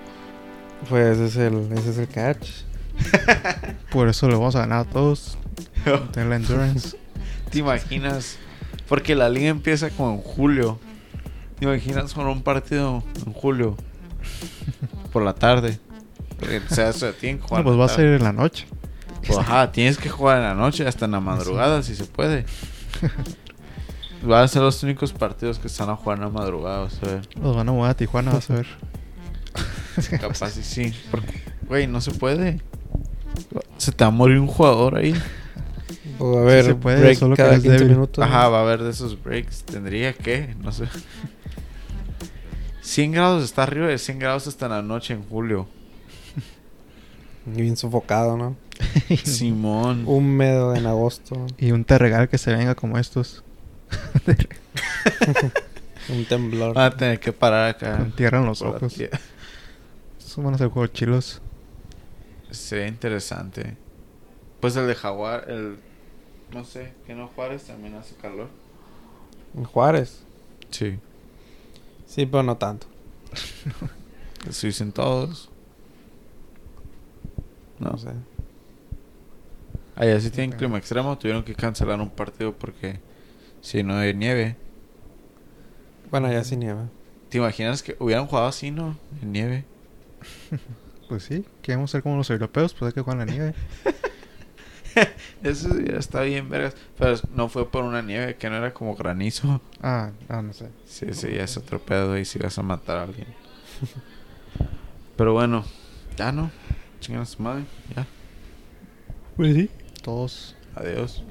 [SPEAKER 3] Pues ese es el, ese es el catch.
[SPEAKER 1] Por eso lo vamos a ganar a todos. Tener la
[SPEAKER 2] *laughs*
[SPEAKER 1] endurance.
[SPEAKER 2] ¿Te imaginas? Porque la liga empieza como en julio. ¿Te imaginas jugar un partido en julio? Por la tarde. Porque, o sea, o sea, tienen que
[SPEAKER 1] No,
[SPEAKER 2] jugar.
[SPEAKER 1] pues
[SPEAKER 2] en
[SPEAKER 1] va
[SPEAKER 2] la
[SPEAKER 1] a
[SPEAKER 2] tarde.
[SPEAKER 1] ser en la noche.
[SPEAKER 2] Pues, ajá, tienes que jugar en la noche, hasta en la madrugada, si se puede. Van a ser los únicos partidos que están a jugar en la madrugada, o sea.
[SPEAKER 1] Los van a jugar a Tijuana, vas a
[SPEAKER 2] *laughs*
[SPEAKER 1] ver. *laughs*
[SPEAKER 2] Capaz y sí. Porque, güey, no se puede. Se te va a morir un jugador ahí.
[SPEAKER 3] O a ver,
[SPEAKER 1] se puede,
[SPEAKER 3] break
[SPEAKER 1] solo que
[SPEAKER 3] cada
[SPEAKER 1] eres
[SPEAKER 3] 15
[SPEAKER 1] débil.
[SPEAKER 3] minutos.
[SPEAKER 2] Ajá, va a haber de esos breaks. Tendría que, no sé. 100 grados está arriba de 100 grados hasta la noche en julio.
[SPEAKER 3] Y Bien sofocado, ¿no?
[SPEAKER 2] *laughs*
[SPEAKER 6] Simón.
[SPEAKER 2] Uh,
[SPEAKER 3] Húmedo en agosto.
[SPEAKER 1] Y un te regalo que se venga como estos. *laughs*
[SPEAKER 3] Un temblor.
[SPEAKER 2] Va a tener que parar acá.
[SPEAKER 1] Con tierra en los
[SPEAKER 2] por la
[SPEAKER 1] ojos.
[SPEAKER 2] tie-
[SPEAKER 1] Estos van a ser juegos chilos.
[SPEAKER 2] Sería interesante. Pues el de Jaguar, el. No sé, que no Juárez también hace calor.
[SPEAKER 3] En Juárez.
[SPEAKER 2] Sí.
[SPEAKER 3] Sí, pero no tanto.
[SPEAKER 2] Sí, dicen todos. No.
[SPEAKER 3] No sé.
[SPEAKER 2] Allá Ah, sí tienen clima extremo. Tuvieron que cancelar un partido porque si no hay nieve.
[SPEAKER 3] Bueno, ya sí nieva.
[SPEAKER 2] ¿Te imaginas que hubieran jugado así, no? En nieve.
[SPEAKER 1] Pues sí, queremos ser como los europeos, pues hay que jugar en la nieve.
[SPEAKER 2] Eso sí, está bien, vergas. Pero es- no fue por una nieve que no era como granizo. *laughs*
[SPEAKER 1] Ah, ah, no sé.
[SPEAKER 2] Sí, sí, ya es otro pedo y si vas a matar a alguien. *laughs* Pero bueno, ya no. Chingan a su madre. Ya.
[SPEAKER 1] Todos
[SPEAKER 2] Adiós.